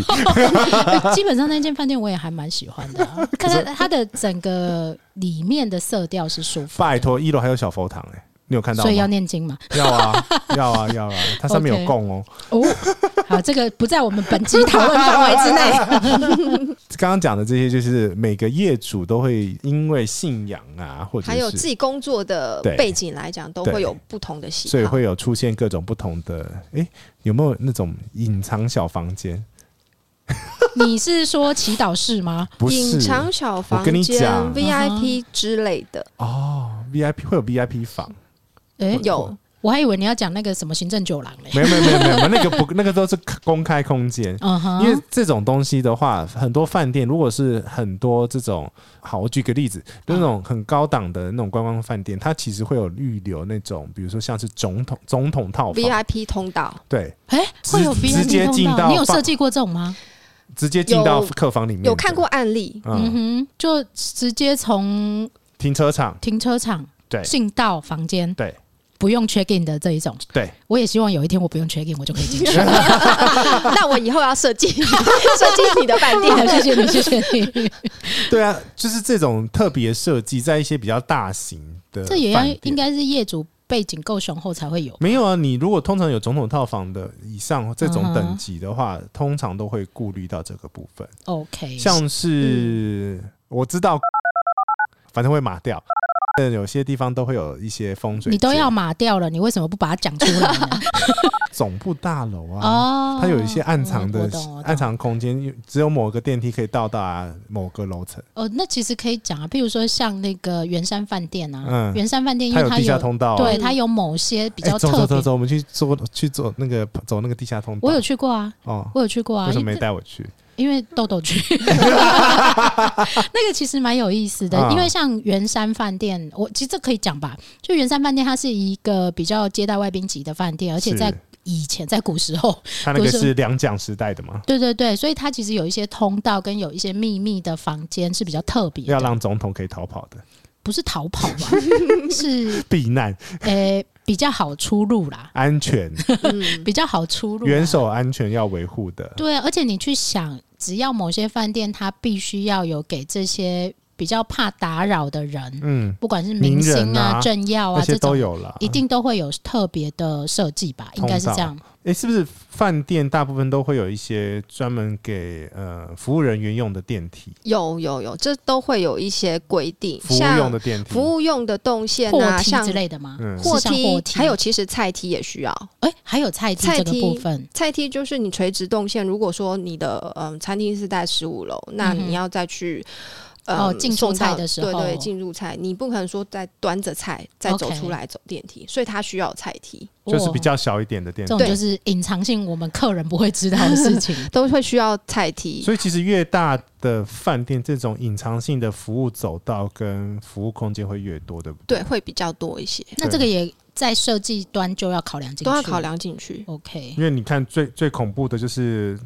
Speaker 1: 基本上那间饭店我也还蛮喜欢的 啊、但是它的整个里面的色调是舒服，
Speaker 2: 拜托，一楼还有小佛堂哎、你有看到吗？
Speaker 1: 所以要念经嘛。
Speaker 2: 要 啊，要啊，要啊，它上面有
Speaker 1: OK
Speaker 2: 供哦。
Speaker 1: 哦， 好，这个不在我们本集讨 论范 围之内。
Speaker 2: 刚刚讲的这些，就是每个业主都会因为信仰啊，或者是
Speaker 3: 还有自己工作的
Speaker 2: 对
Speaker 3: 背景来讲，都
Speaker 2: 对
Speaker 3: 会有不同的喜好。
Speaker 2: 所以会有出现各种不同的。诶，有没有那种隐藏小房间？
Speaker 1: 你是说祈祷室吗？
Speaker 2: 不
Speaker 3: 隐
Speaker 2: 是
Speaker 3: 藏小房
Speaker 2: 我跟你
Speaker 3: 间
Speaker 2: 讲
Speaker 1: 嗯
Speaker 3: VIP 之类的，
Speaker 2: 哦，VIP 会有 VIP 房，
Speaker 1: 哎、
Speaker 2: 哦
Speaker 3: 有
Speaker 1: 我还以为你要讲那个什么行政酒廊嘞。
Speaker 2: 没有没有没有没有，那个 不那个都是公开空间。
Speaker 1: 嗯
Speaker 3: 哦
Speaker 2: 因为
Speaker 1: 哼，
Speaker 2: 这种东西的话，很多饭店如果是很多这种，好，我举个例
Speaker 3: 嗯
Speaker 2: 子，就那种很高档的那种观光饭店，它其实会有预留那种，比如说像是总统总统套房，啊
Speaker 3: VIP 通道。
Speaker 2: 对，
Speaker 1: 哎、会有
Speaker 2: 直直接
Speaker 1: VIP
Speaker 2: 进
Speaker 1: 通
Speaker 2: 到
Speaker 1: 道，你有
Speaker 2: 放
Speaker 1: 设计过这种吗？
Speaker 2: 直接进到客房里面的，
Speaker 3: 有看过案 例，
Speaker 1: 嗯
Speaker 2: 嗯，
Speaker 1: 哼，就直接从
Speaker 2: 停车场，
Speaker 1: 停车场
Speaker 2: 对
Speaker 1: 进到房间，
Speaker 2: 对
Speaker 1: 不用 check in 的这一种。
Speaker 2: 对，
Speaker 1: 我也希望有一天我不用 check in，我就可以 进去。
Speaker 3: 那我以后要设计设计你的饭店。
Speaker 1: 谢谢你，谢谢你。
Speaker 2: 对啊，就是这种特别设计，在一些比较大型的，
Speaker 1: 这也要应。该是业主背景够雄厚才会有。
Speaker 2: 没有啊，你如果通常有总统套房的以上这
Speaker 1: 嗯
Speaker 2: 种
Speaker 1: 哼
Speaker 2: 等级的话，通常都会顾虑到这个部分。
Speaker 1: OK，
Speaker 2: 像是、我知道，反正会码掉，但有些地方都会有一些风水界，
Speaker 1: 你都要码掉了，你为什么不把它讲出来 呢？
Speaker 2: 总部大楼啊，
Speaker 1: 哦，
Speaker 2: 它有一些暗藏
Speaker 1: 我
Speaker 2: 的
Speaker 1: 我懂我懂
Speaker 2: 暗藏空间，只有某个电梯可以到达某个楼层，
Speaker 1: 哦，那其实可以讲啊，譬如说像那个圆山饭店啊，
Speaker 2: 嗯
Speaker 1: 圆山饭店因
Speaker 2: 它
Speaker 1: 为
Speaker 2: 有
Speaker 1: 它
Speaker 2: 地下
Speaker 1: 有
Speaker 2: 通道、啊。
Speaker 1: 对它有某些比
Speaker 2: 哎
Speaker 1: 较
Speaker 2: 走
Speaker 1: 特
Speaker 2: 走走
Speaker 1: 别，
Speaker 2: 走，我们去坐去坐那个走那个地下通道。
Speaker 1: 我有去过啊，
Speaker 2: 哦，
Speaker 1: 我有去过啊，
Speaker 2: 为什么
Speaker 1: 因为
Speaker 2: 没带我去？
Speaker 1: 因为豆豆去， 那个其实蛮有意思的。
Speaker 2: 啊
Speaker 1: 因为像圆山饭店，我其实这可以讲吧，就圆山饭店它是一个比较接待外宾级的饭店，而且
Speaker 2: 是
Speaker 1: 在以前在古时候，
Speaker 2: 他那个
Speaker 1: 不是
Speaker 2: 是两蒋时代的嘛，
Speaker 1: 对对对，所以它其实有一些通道跟有一些秘密的房间是比较特别
Speaker 2: 要
Speaker 1: 的，
Speaker 2: 让总统可以逃跑的
Speaker 1: 不是逃跑吧， 是
Speaker 2: 避难
Speaker 1: 诶、比较好出入啦，
Speaker 2: 安 全，
Speaker 1: 啊
Speaker 3: 嗯，
Speaker 1: 比较好出入啦，
Speaker 2: 元首安全要维护的。
Speaker 1: 对，而且你去想，只要某些饭店，它必须要有给这些比较怕打扰的人，
Speaker 2: 嗯，
Speaker 1: 不管是
Speaker 2: 名
Speaker 1: 明星
Speaker 2: 人
Speaker 1: 啊、
Speaker 2: 啊
Speaker 1: 政要
Speaker 2: 那
Speaker 1: 啊
Speaker 2: 些
Speaker 1: 这
Speaker 2: 都
Speaker 1: 种，
Speaker 2: 有了。
Speaker 1: 一定都会有特别的设计吧？应该是
Speaker 2: 通道
Speaker 1: 这样。
Speaker 2: 诶，哎是不是饭店大部分都会有一些专门给呃服务人员用的电梯，
Speaker 3: 有有有，这都会有一些规定，
Speaker 2: 服务用
Speaker 3: 像
Speaker 2: 的电梯？
Speaker 3: 服务用的动线
Speaker 1: 货
Speaker 3: 啊，
Speaker 1: 梯
Speaker 3: 像
Speaker 1: 之类的吗？
Speaker 2: 嗯
Speaker 1: 是
Speaker 3: 货
Speaker 1: 像货
Speaker 3: 梯，
Speaker 1: 梯，
Speaker 3: 还有其实菜梯也需要。
Speaker 1: 哎、还有菜梯
Speaker 3: 菜
Speaker 1: 这个部
Speaker 3: 梯
Speaker 1: 分，
Speaker 3: 菜梯就是你垂直动线，如果说你的嗯餐厅是在十五楼，那
Speaker 1: 嗯哼
Speaker 3: 你要再
Speaker 1: 哦
Speaker 3: 去。呃，
Speaker 1: 进出
Speaker 3: 送到
Speaker 1: 菜的时候
Speaker 3: 对对，进入菜，你不可能说再端着菜再走
Speaker 1: OK
Speaker 3: 出来走电梯，所以它需要菜梯，
Speaker 2: 就是
Speaker 1: 哇
Speaker 2: 比较小一点的电
Speaker 1: 这
Speaker 2: 梯
Speaker 1: 种。就是隐藏性，我们客人不会知道的事 情。
Speaker 3: 都会需要菜梯。
Speaker 2: 所以其实越大的饭店，这种隐藏性的服务走道跟服务空间会越多，对不对？
Speaker 3: 对，会比较多一些，
Speaker 1: 那这个也在设计端就要考量进去，
Speaker 3: 都要考。量进去。
Speaker 1: OK，
Speaker 2: 因为你看最最恐怖的就是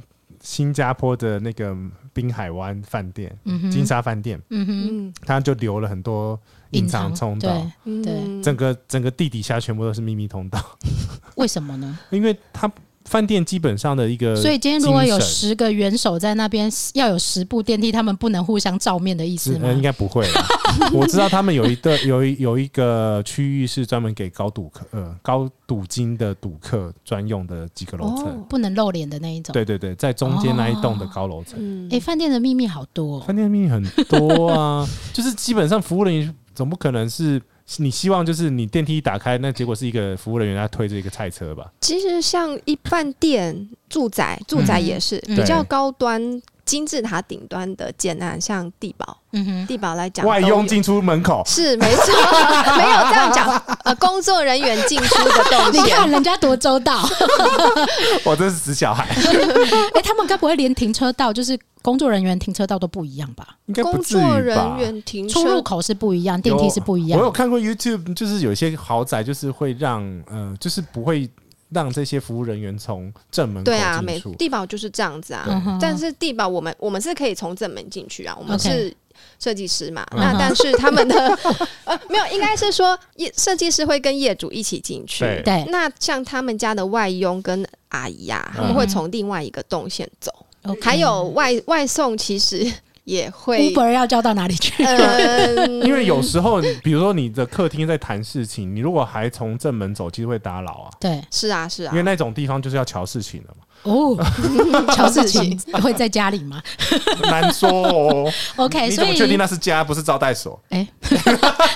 Speaker 2: 新加坡的那个滨海湾饭店、
Speaker 1: 嗯哼，
Speaker 2: 金沙饭店，
Speaker 1: 嗯哼，
Speaker 3: 嗯
Speaker 2: 它就留了很多隐藏通道
Speaker 1: 对，，
Speaker 3: 嗯
Speaker 1: 对
Speaker 2: 整个整个地底下全部都是秘密通道，
Speaker 1: 为什么呢？
Speaker 2: 因为它饭店基本上的一个
Speaker 1: 所以今天如果有
Speaker 2: 呃精神
Speaker 1: 十个元首在那边，要有十部电梯，他们不能互相照面的意思
Speaker 2: 呃，应
Speaker 1: 吗？
Speaker 2: 该不会 啦。我知道他们有一个有一有一个区域是专门给高赌客呃高赌金的赌客专用的几个楼层。
Speaker 3: 哦，
Speaker 1: 不能露脸的那一种。，
Speaker 2: 对对对，在中间那一栋
Speaker 1: 哦
Speaker 2: 的高楼层，
Speaker 3: 嗯
Speaker 1: 哎，饭店的秘密好多哦。
Speaker 2: 饭店秘密很多啊， 就是基本上服务人员总不可能是。你希望就是你电梯一打开，那结果是一个服务人员他推着一个菜车吧？
Speaker 3: 其实像一饭店、住宅、住宅也是、
Speaker 1: 嗯
Speaker 3: 比较
Speaker 2: 对
Speaker 3: 高端金字塔顶端的建案，像地堡，
Speaker 1: 嗯哼，
Speaker 3: 地堡来讲
Speaker 2: 外
Speaker 3: 都有
Speaker 2: 佣进出门 口，
Speaker 3: 是没错，没有这样讲。呃，工作人员进出的动
Speaker 1: 你看
Speaker 3: 线，
Speaker 1: 人家多周到。
Speaker 2: 我真是死小孩，
Speaker 1: 哎，他们该不会连停车道，就是工作人员停车道都不一样吧？
Speaker 2: 应该不
Speaker 3: 工
Speaker 2: 至于
Speaker 3: 作
Speaker 2: 吧？
Speaker 3: 人员停
Speaker 1: 出入
Speaker 3: 车
Speaker 1: 口是不一样，电梯是不一
Speaker 2: 我有
Speaker 1: 样。
Speaker 2: 看过 YouTube，就是有一些豪宅，就是会让呃，就是不会让这些服务人员从正门口
Speaker 3: 对啊，
Speaker 2: 进
Speaker 3: 没
Speaker 2: 出。
Speaker 3: 地堡就是这样子啊。
Speaker 1: 嗯哼
Speaker 3: 但是地堡我们我们是可以从正门进去啊，我们
Speaker 1: OK
Speaker 3: 是设计师嘛。
Speaker 2: 嗯
Speaker 3: 那但是他们的 呃没有，应该是说业设计师会跟业主一起进去。
Speaker 2: 对
Speaker 1: 对
Speaker 3: 那像他们家的外佣跟阿姨啊，
Speaker 2: 嗯
Speaker 3: 他们会从另外一个动线走。
Speaker 1: OK
Speaker 3: 还有外外送，其实也会。
Speaker 1: Uber 要叫到哪里去？
Speaker 3: 嗯，
Speaker 2: 因为有时候，比如说你的客厅在谈事情，你如果还从正门走，其实会打扰啊。
Speaker 1: 对，
Speaker 3: 是啊是啊，
Speaker 2: 因为那种地方就是要瞧事情的嘛，
Speaker 1: 哦，乔治琴会在家里吗
Speaker 2: 难说哦。
Speaker 3: 哎
Speaker 1: ？OK，
Speaker 2: 你
Speaker 1: 所
Speaker 2: 怎么
Speaker 1: 以
Speaker 2: 确定那是家，不是招待所？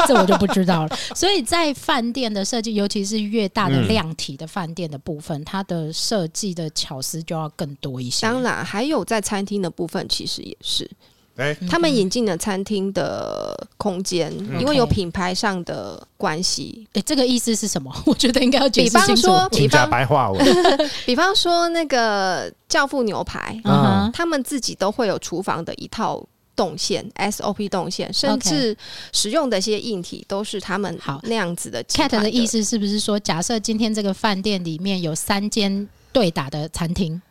Speaker 1: 这我就不知道了。所以在饭店的设计，尤其是越大
Speaker 2: 嗯
Speaker 1: 的量体的饭店的部分，它的设计的巧思就要更多一些。
Speaker 3: 当然，还有在餐厅的部分，其实也是
Speaker 2: 哎，
Speaker 1: 嗯，
Speaker 3: 他们引进了餐厅的空间，因为有品牌上的关系。
Speaker 1: 诶、这个意思是什么？ 我觉得应该要解释
Speaker 3: 比方
Speaker 1: 清楚。
Speaker 3: 说
Speaker 2: 请假白话 文，
Speaker 3: 比方说那个教父牛排，
Speaker 1: 嗯
Speaker 2: 啊
Speaker 1: 哼，
Speaker 3: 他们自己都会有厨房的一套。动线 SOP 动线，甚至使用的一些硬体都是他们
Speaker 1: 好
Speaker 3: 那样子的集
Speaker 1: cat
Speaker 3: 团
Speaker 1: 的意思是不是说，假设今天这个饭店里面有三间对打的餐厅，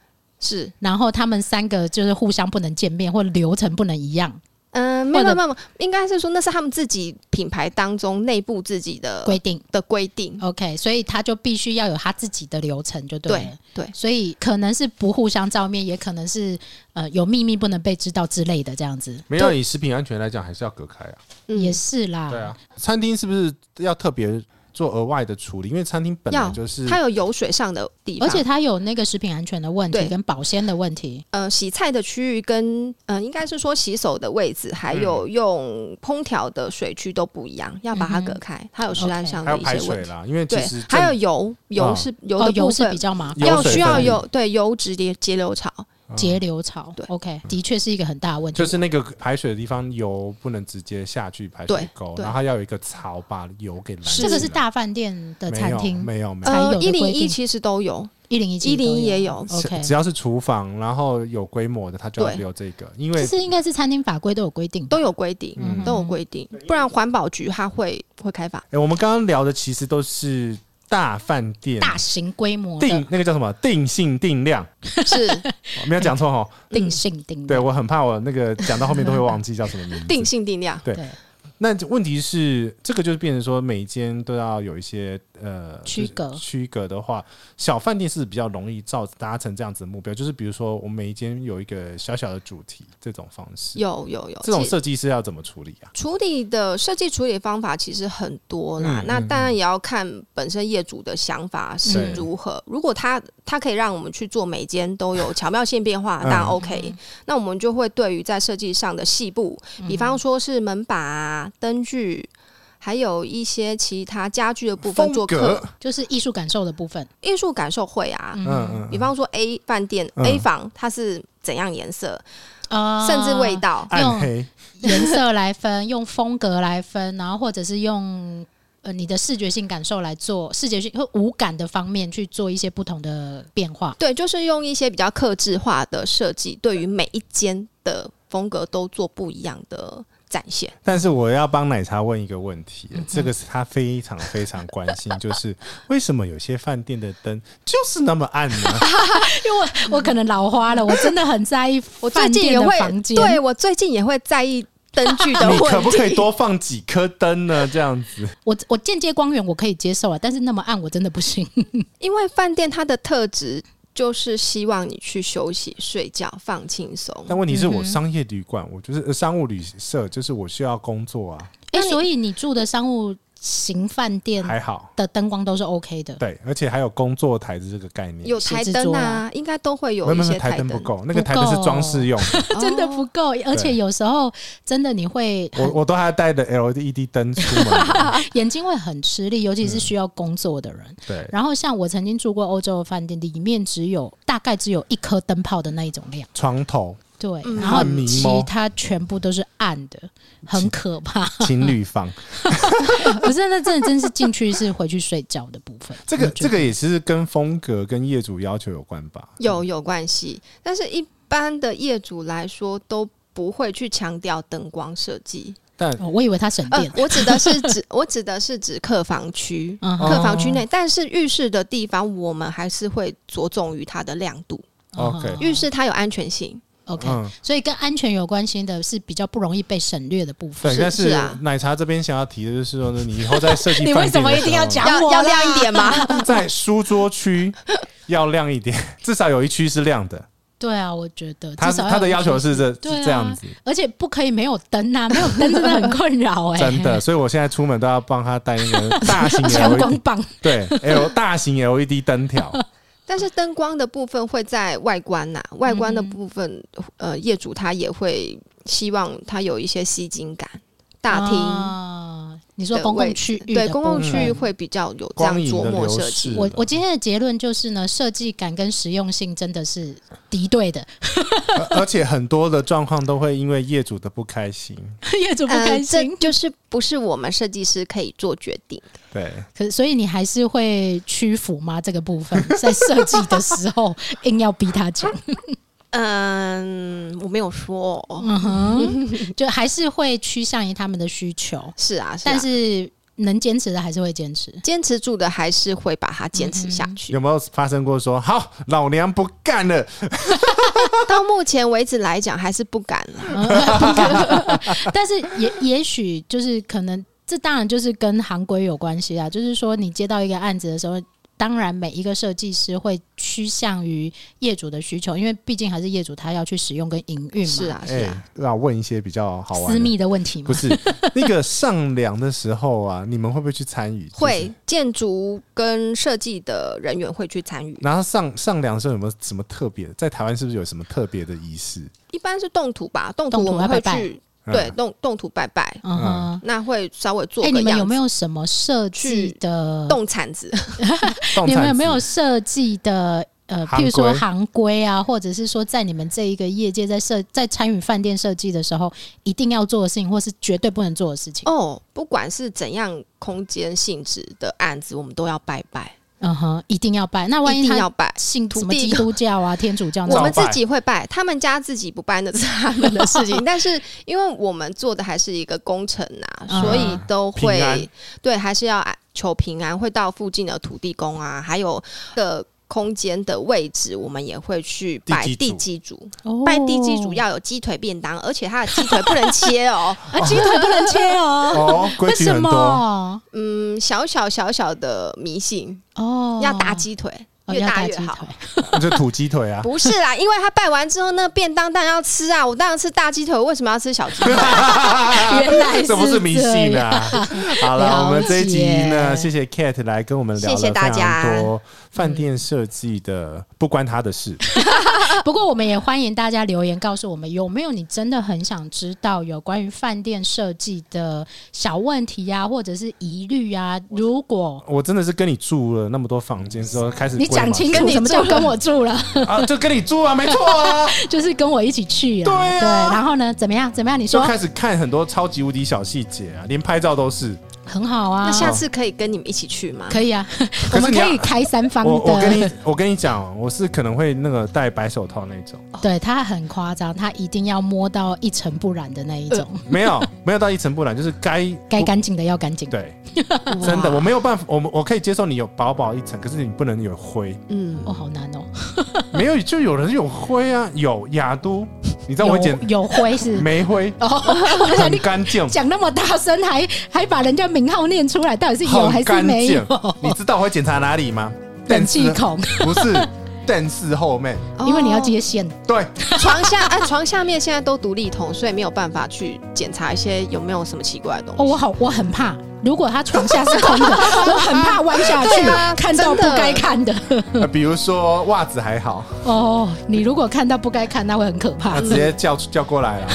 Speaker 3: 是，
Speaker 1: 然后他们三个就是互相不能见面，或流程不能一样
Speaker 3: 嗯、没有
Speaker 1: 或
Speaker 3: 没
Speaker 1: 者
Speaker 3: 有没有，应该是说那是他们自己品牌当中内部自己的
Speaker 1: 规哦定。
Speaker 3: 的规定。
Speaker 1: OK，所以他就必须要有他自己的流程，就对了。
Speaker 3: 对对，
Speaker 1: 所以可能是不互相照面，也可能是呃有秘密不能被知道之类的这样子，
Speaker 2: 没有以食品安全来讲，还是要隔开啊。
Speaker 3: 嗯
Speaker 1: 也是啦。
Speaker 2: 对啊，餐厅是不是要特别做额外的处理？因为餐厅本来
Speaker 3: 要
Speaker 2: 就是
Speaker 3: 它有油水上的地方，
Speaker 1: 而且它有那个食品安全的问题
Speaker 3: 对
Speaker 1: 跟保鲜的问题，
Speaker 3: 呃，洗菜的区域跟呃，应该是说洗手的位置，
Speaker 2: 嗯
Speaker 3: 还有用烹调的水区都不一样，要把它
Speaker 1: 嗯哼
Speaker 3: 隔开。它有食安
Speaker 1: OK
Speaker 3: 上
Speaker 2: 还
Speaker 3: 的
Speaker 2: 有
Speaker 3: 一
Speaker 2: 排
Speaker 3: 些
Speaker 2: 水
Speaker 3: 问题，
Speaker 2: 啦，因为其
Speaker 3: 对
Speaker 2: 实，
Speaker 3: 还有
Speaker 2: 正
Speaker 3: 油，油是油
Speaker 1: 哦
Speaker 3: 的部
Speaker 1: 油是
Speaker 3: 分
Speaker 1: 比，较麻烦，
Speaker 2: 油
Speaker 3: 要
Speaker 2: 水
Speaker 3: 需要
Speaker 2: 分离
Speaker 3: 有对油脂的节流槽，
Speaker 1: 节流槽。
Speaker 3: 对
Speaker 1: OK，的确是一个很大的问题。
Speaker 2: 嗯就是那个排水的地方油不能直接下去排水
Speaker 3: 对
Speaker 2: 沟，
Speaker 3: 对
Speaker 2: 然后它要有一个槽把油给拦
Speaker 3: 是
Speaker 2: 住。
Speaker 1: 这个是大饭店的
Speaker 2: 没
Speaker 1: 餐
Speaker 2: 有
Speaker 1: 厅，
Speaker 2: 没有没有，
Speaker 1: 才有
Speaker 3: 呃，
Speaker 1: 的
Speaker 3: 一零
Speaker 1: 规定
Speaker 3: 一其实都有，
Speaker 1: 一零一
Speaker 3: 一零一也有，
Speaker 1: OK，
Speaker 2: 只要是厨房，然后有规模的，它就要
Speaker 3: 对
Speaker 2: 留这个，因为
Speaker 1: 这是应该是餐厅法规都有规定吧，
Speaker 3: 都有规定，
Speaker 2: 嗯
Speaker 3: 都有规定，不然环保局它会会开罚。
Speaker 2: 哎、我们刚刚聊的其实都是大饭店
Speaker 1: 大型规模
Speaker 2: 定嗯
Speaker 1: 的
Speaker 2: 那个叫什么定性定量，
Speaker 3: 是
Speaker 2: 哦没有讲错哦。
Speaker 1: 定性定
Speaker 2: 对
Speaker 1: 量
Speaker 2: 我很怕我那个讲到后面都会忘记叫什么名字。
Speaker 3: 定性定量，
Speaker 2: 对
Speaker 1: 对
Speaker 2: 那问题是，这个就是变成说，每一间都要有一些呃
Speaker 1: 区隔
Speaker 2: 就是区隔的话，小饭店是比较容易造达成这样子的目标，就是比如说，我们每一间有一个小小的主题，这种方式，
Speaker 3: 有有有
Speaker 2: 这种
Speaker 3: 其
Speaker 2: 设计师要怎么处理啊？
Speaker 3: 处理的设计处理方法其实很多啦，
Speaker 2: 嗯
Speaker 3: 那
Speaker 2: 嗯
Speaker 3: 当然也要看本身业主的想法是
Speaker 2: 对
Speaker 3: 如何。如果他他可以让我们去做每间都有巧妙性变化，
Speaker 2: 嗯
Speaker 3: 当然 OK、那我们就会对于在设计上的细部，
Speaker 2: 嗯
Speaker 3: 比方说是门把、啊、灯具，还有一些其他家具的部分做
Speaker 2: 格
Speaker 3: 课，
Speaker 1: 就是艺术感受的部分。
Speaker 3: 艺术感受会啊。
Speaker 2: 嗯
Speaker 3: 比方说 A 饭店、
Speaker 2: 嗯
Speaker 3: A 房它是怎样颜色，
Speaker 1: 啊
Speaker 3: 甚至味道，
Speaker 2: 暗黑
Speaker 1: 颜色来分，用风格来分，然后或者是用呃你的视觉性感受来做视觉性和无感的方面去做一些不同的变化。
Speaker 3: 对，就是用一些比较克制化的设计，对于每一间的风格都做不一样的展现。
Speaker 2: 但是我要帮奶茶问一个问题，这个是他非常非常关心，嗯 就是为什么有些饭店的灯就是那么暗 呢？
Speaker 1: 因为我我可能老花了，我真的很在意
Speaker 3: 我最
Speaker 1: 饭
Speaker 3: 近
Speaker 1: 店
Speaker 3: 也
Speaker 1: 的
Speaker 3: 会
Speaker 1: 房，间。
Speaker 3: 对我最近也会在意灯具的
Speaker 2: 你
Speaker 3: 问题。
Speaker 2: 可不可以多放几颗灯呢？这样子，
Speaker 1: 我我间接光源我可以接受啊，但是那么暗我真的不行。
Speaker 3: 因为饭店它的特质就是希望你去休息、睡觉、放轻松。
Speaker 2: 但问题是我
Speaker 1: 嗯哼
Speaker 2: 商业旅馆，我就是呃商务旅社，就是我需要工作啊，
Speaker 1: 哎、
Speaker 3: 那你
Speaker 1: 所以你住的商务型饭店
Speaker 2: 还好。
Speaker 1: 的灯光都是 OK 的。
Speaker 2: 对，而且还有工作台的这个概念，
Speaker 3: 有
Speaker 1: 写
Speaker 3: 台
Speaker 1: 字
Speaker 3: 灯
Speaker 1: 桌
Speaker 3: 啊
Speaker 1: 啊，
Speaker 3: 应该都会
Speaker 2: 没
Speaker 3: 有
Speaker 2: 有
Speaker 3: 一
Speaker 2: 没有
Speaker 3: 些
Speaker 2: 台灯
Speaker 3: 灯
Speaker 2: 不，够，那哦个台灯是装饰用的，
Speaker 1: 真的不够，而且有时候真的你会
Speaker 2: 我
Speaker 1: 很
Speaker 2: 我都还带着 LED 灯出门。
Speaker 1: 眼睛会很吃力，尤其是需要工作的人。
Speaker 2: 对，
Speaker 1: 然后像我曾经住过欧洲的饭店，里面只有大概只有一颗灯泡的那一种亮，
Speaker 2: 床头
Speaker 1: 对，
Speaker 3: 嗯
Speaker 1: 然后
Speaker 2: 很迷
Speaker 1: 其
Speaker 2: 蒙
Speaker 1: 他全部都是暗的，很可 怕。
Speaker 2: 情侣房，
Speaker 1: 不是，那真的真是进去是回去睡觉的部分。
Speaker 2: 这个
Speaker 1: 我觉
Speaker 2: 这
Speaker 1: 得
Speaker 2: 个也是跟风格跟业主要求有关吧？
Speaker 3: 有有关系，但是一般的业主来说都不会去强调灯光设计。
Speaker 2: 但
Speaker 1: 哦我以为他省
Speaker 3: 呃
Speaker 1: 电，，
Speaker 3: 我指的 是指我指的是指客房区，
Speaker 1: 嗯
Speaker 3: 客
Speaker 1: 哼，
Speaker 3: 房区内，但是浴室的地方，我们还是会着重于它的亮度。
Speaker 1: 哦
Speaker 2: OK
Speaker 3: 浴室它有安全性，
Speaker 1: OK，
Speaker 2: 嗯，
Speaker 1: 所以跟安全有关系的是比较不容易被省略的部分。
Speaker 2: 对，但
Speaker 3: 是啊
Speaker 2: 奶茶这边想要提的就是说呢，你以后在设计
Speaker 1: 你
Speaker 2: 饭
Speaker 1: 为
Speaker 2: 店
Speaker 1: 什么
Speaker 2: 的
Speaker 1: 一定
Speaker 2: 时
Speaker 1: 要
Speaker 2: 候
Speaker 1: 讲
Speaker 3: 要
Speaker 1: 我
Speaker 3: 要
Speaker 1: 啦
Speaker 3: 亮一点吗？
Speaker 2: 在书桌区要亮一点，至少有一区是 亮的。
Speaker 1: 对啊，我觉得
Speaker 2: 他
Speaker 1: 至少
Speaker 2: 他的
Speaker 1: 有
Speaker 2: 要求是这
Speaker 1: 对啊
Speaker 2: 这样子，
Speaker 1: 而且不可以没有灯啊，没有灯真的很困扰哎、
Speaker 2: 真的，所以我现在出门都要帮他带那个大 型
Speaker 1: 强光
Speaker 2: LED，
Speaker 1: 棒
Speaker 2: 对 L 大型 LED 灯条，
Speaker 3: 但是灯光的部分会在外观呐、外观的部分，呃，业主他也会希望它有一些吸睛感。大厅
Speaker 1: 啊你说
Speaker 3: 的
Speaker 1: 公
Speaker 3: 位
Speaker 1: 共区
Speaker 3: 置
Speaker 1: 域
Speaker 3: 对
Speaker 1: 的
Speaker 3: 公共
Speaker 1: 部
Speaker 3: 区
Speaker 1: 分
Speaker 3: 域会比较有这样
Speaker 2: 光影
Speaker 3: 琢
Speaker 2: 的
Speaker 3: 磨
Speaker 2: 流
Speaker 3: 设
Speaker 2: 逝
Speaker 3: 计。
Speaker 1: 我
Speaker 2: 了
Speaker 1: 我今天的结论就是呢，设计感跟实用性真的是敌对的，
Speaker 2: 而而且很多的状况都会因为业主的不开心，
Speaker 1: 业主不
Speaker 3: 嗯
Speaker 1: 开心
Speaker 3: 这。就是不是我们设计师可以做决定。
Speaker 2: 对，
Speaker 1: 可所以你还是会屈服吗？这个部分 在设计的时候硬要逼他 讲，
Speaker 3: 嗯，我没有说、哦
Speaker 1: 嗯哼，就还是会趋向于他们的需求，
Speaker 3: 是啊，是啊
Speaker 1: 但是能坚持的还是会坚持。
Speaker 3: 坚持住的还是会把它坚持下去。
Speaker 2: 有没有发生过说好老娘不干了？
Speaker 3: 到目前为止来讲，还是不敢了。
Speaker 1: 但是也也许就是可能，这当然就是跟行规有关系啊。就是说，你接到一个案子的时候，当然每一个设计师会趋向于业主的需求，因为毕竟还是业主他要去使用跟营运嘛。
Speaker 3: 是，啊，是
Speaker 2: 哎
Speaker 3: 啊，，
Speaker 2: 那、问一些比较好玩
Speaker 1: 私
Speaker 2: 的
Speaker 1: 密的问题嘛
Speaker 2: 不。是那个上梁的时候啊，你们会不会去参与？就是
Speaker 3: 会建筑跟设计的人员会去参与，
Speaker 2: 然后上上梁的时候有没有什么特别的？在台湾是不是有什么特别的仪式？
Speaker 3: 一般是动土吧，动土
Speaker 1: 动土
Speaker 3: 我们
Speaker 1: 要
Speaker 3: 会
Speaker 1: 拜拜
Speaker 3: 去
Speaker 2: 嗯
Speaker 3: 对动动土拜拜，
Speaker 1: 嗯哼，
Speaker 3: 那会稍微做
Speaker 1: 哎、
Speaker 3: 个
Speaker 1: 你们有
Speaker 3: 样
Speaker 1: 没
Speaker 3: 子。
Speaker 1: 有什么设计的？
Speaker 3: 动 铲子，
Speaker 2: 动
Speaker 1: 你们
Speaker 2: 产
Speaker 1: 有没有
Speaker 2: 子
Speaker 1: 设计的？呃，
Speaker 2: 行规
Speaker 1: 譬如说行规啊，或者是说在你们这一个业界在设在参与饭店设计的时候，一定要做的事情，或是绝对不能做的事情。
Speaker 3: 哦，不管是怎样空间性质的案子，我们都要拜拜，
Speaker 1: 嗯哼，一定要拜。那万
Speaker 3: 一
Speaker 1: 一
Speaker 3: 定要
Speaker 1: 他
Speaker 3: 拜。
Speaker 1: 信
Speaker 3: 土
Speaker 1: 什么
Speaker 3: 地
Speaker 1: 基督教啊、天主教那
Speaker 3: 我
Speaker 1: 种
Speaker 3: 们
Speaker 2: 照
Speaker 3: 自
Speaker 2: 拜
Speaker 3: 己会拜，他们家自己不拜那是他们的 事情。但是因为我们做的还是一个工程呐、
Speaker 1: 嗯
Speaker 3: 所以都
Speaker 2: 平
Speaker 3: 会
Speaker 2: 安
Speaker 3: 对，还是要求平安，会到附近的土地公啊，还有的空间的位置，我们也会去拜
Speaker 2: 地基
Speaker 3: 地
Speaker 2: 主
Speaker 3: 基主。
Speaker 1: 哦
Speaker 3: 拜地基主要有鸡腿便当，而且他的鸡腿不能切哦。
Speaker 1: 啊，鸡腿不能切哦。
Speaker 2: 哦， 规
Speaker 1: 为
Speaker 2: 矩
Speaker 1: 什
Speaker 2: 很多，
Speaker 1: 么？
Speaker 3: 嗯，小小小小的迷信，
Speaker 1: 哦，
Speaker 3: 要打鸡腿，
Speaker 1: 哦，
Speaker 3: 越
Speaker 1: 要
Speaker 3: 大
Speaker 1: 打
Speaker 3: 越
Speaker 1: 鸡腿
Speaker 3: 好。。
Speaker 2: 就土鸡腿啊。
Speaker 3: 不是啦，因为他拜完之后，那便当当然要吃啊。我当然吃大鸡腿，为什么要吃小鸡腿？
Speaker 1: 原来是
Speaker 2: 这不是迷信
Speaker 1: 这
Speaker 2: 啊！好
Speaker 1: 了
Speaker 2: 了，
Speaker 1: 解
Speaker 2: 我们这一集呢，谢谢 Cat 来跟我们聊了
Speaker 3: 谢谢
Speaker 2: 非
Speaker 3: 大家
Speaker 2: 常
Speaker 1: 嗯
Speaker 2: 多饭店设计的不关他的事。
Speaker 1: 不过，我们也欢迎大家留言告诉我们，有没有你真的很想知道有关于饭店设计的小问题呀、或者是疑虑啊？如果
Speaker 2: 我真的是跟你住了那么多房间之后，开始
Speaker 1: 你
Speaker 2: 规划
Speaker 1: 讲清
Speaker 3: 跟
Speaker 1: 楚
Speaker 3: 你
Speaker 1: 什么叫跟我住了，
Speaker 2: 啊，就跟你住啊，没错啊，
Speaker 1: 就是跟我一起去啊。
Speaker 2: 对啊
Speaker 1: 然后呢，怎么样？怎么样？你
Speaker 2: 就
Speaker 1: 说
Speaker 2: 开始看很多超级无敌小细节啊，连拍照都是。
Speaker 1: 很好啊
Speaker 3: 那，下次可以跟你们一起去吗？
Speaker 1: 可以啊，我
Speaker 2: 可是
Speaker 1: 们
Speaker 2: 你
Speaker 1: 可
Speaker 2: 要
Speaker 1: 以开三方
Speaker 2: 我我跟
Speaker 1: 的。
Speaker 2: 你我跟你讲，哦我是可能会那个戴白手套那 种，
Speaker 1: 对他很夸张，他一定要摸到一尘不染的那一种，
Speaker 2: 没有没有到一尘不染，就是该
Speaker 1: 该干净的要干净。
Speaker 2: 对，
Speaker 3: 哇
Speaker 2: 真的我没有办法，我我可以接受你有薄薄一层，可是你不能有灰。
Speaker 3: 嗯
Speaker 1: 哦，好难哦，
Speaker 2: 没有，就有人有灰啊，有雅都，你知道我会剪
Speaker 1: 有有灰是
Speaker 2: 煤灰，
Speaker 1: 哦，我想
Speaker 2: 很
Speaker 1: 你
Speaker 2: 干净，
Speaker 1: 讲那么大声，还还把人家名号念出来，到底是 有还
Speaker 2: 很
Speaker 1: 是
Speaker 2: 干
Speaker 1: 没
Speaker 2: 净
Speaker 1: 有？。
Speaker 2: 你知道我会检查哪里吗？
Speaker 1: 冷
Speaker 2: 电
Speaker 1: 气
Speaker 2: 视
Speaker 1: 孔，
Speaker 2: 不是电视后面，
Speaker 1: 因为你要
Speaker 3: 哦
Speaker 1: 接线，
Speaker 2: 对，
Speaker 3: 床下，哎、床下面现在都独立桶，所以没有办法去检查一些有没有什么奇怪的东西。
Speaker 1: 哦，我好，我很怕。如果他床下是空的，我很怕弯下去
Speaker 3: 对啊
Speaker 1: 看到不
Speaker 3: 真的
Speaker 1: 该看的。
Speaker 2: 呃比如说袜子还好，
Speaker 1: 哦，你如果看到不该看，那会很可怕
Speaker 2: 他。啊直接叫叫过来了。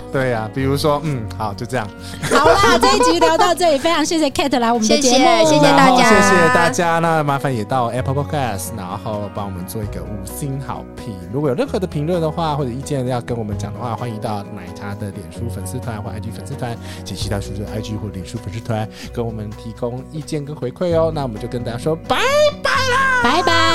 Speaker 2: 对呀、比如说，嗯， 好，就这样。
Speaker 1: 好啦，这一集聊到这里，非常谢谢 Kate 来我们的
Speaker 3: 谢谢
Speaker 1: 节目，
Speaker 3: 谢谢大
Speaker 2: 然后
Speaker 3: 家
Speaker 2: 谢谢大家。那麻烦也到 Apple Podcast，然后帮我们做一个五星好评。如果有任何的评论的话，或者意见要跟我们讲的话，欢迎到奶茶的脸书粉丝团或 IG 粉丝团，请其他叔叔 IG 或脸书粉丝团跟我们提供意见跟回馈哦。那我们就跟大家说拜拜啦，
Speaker 1: 拜拜。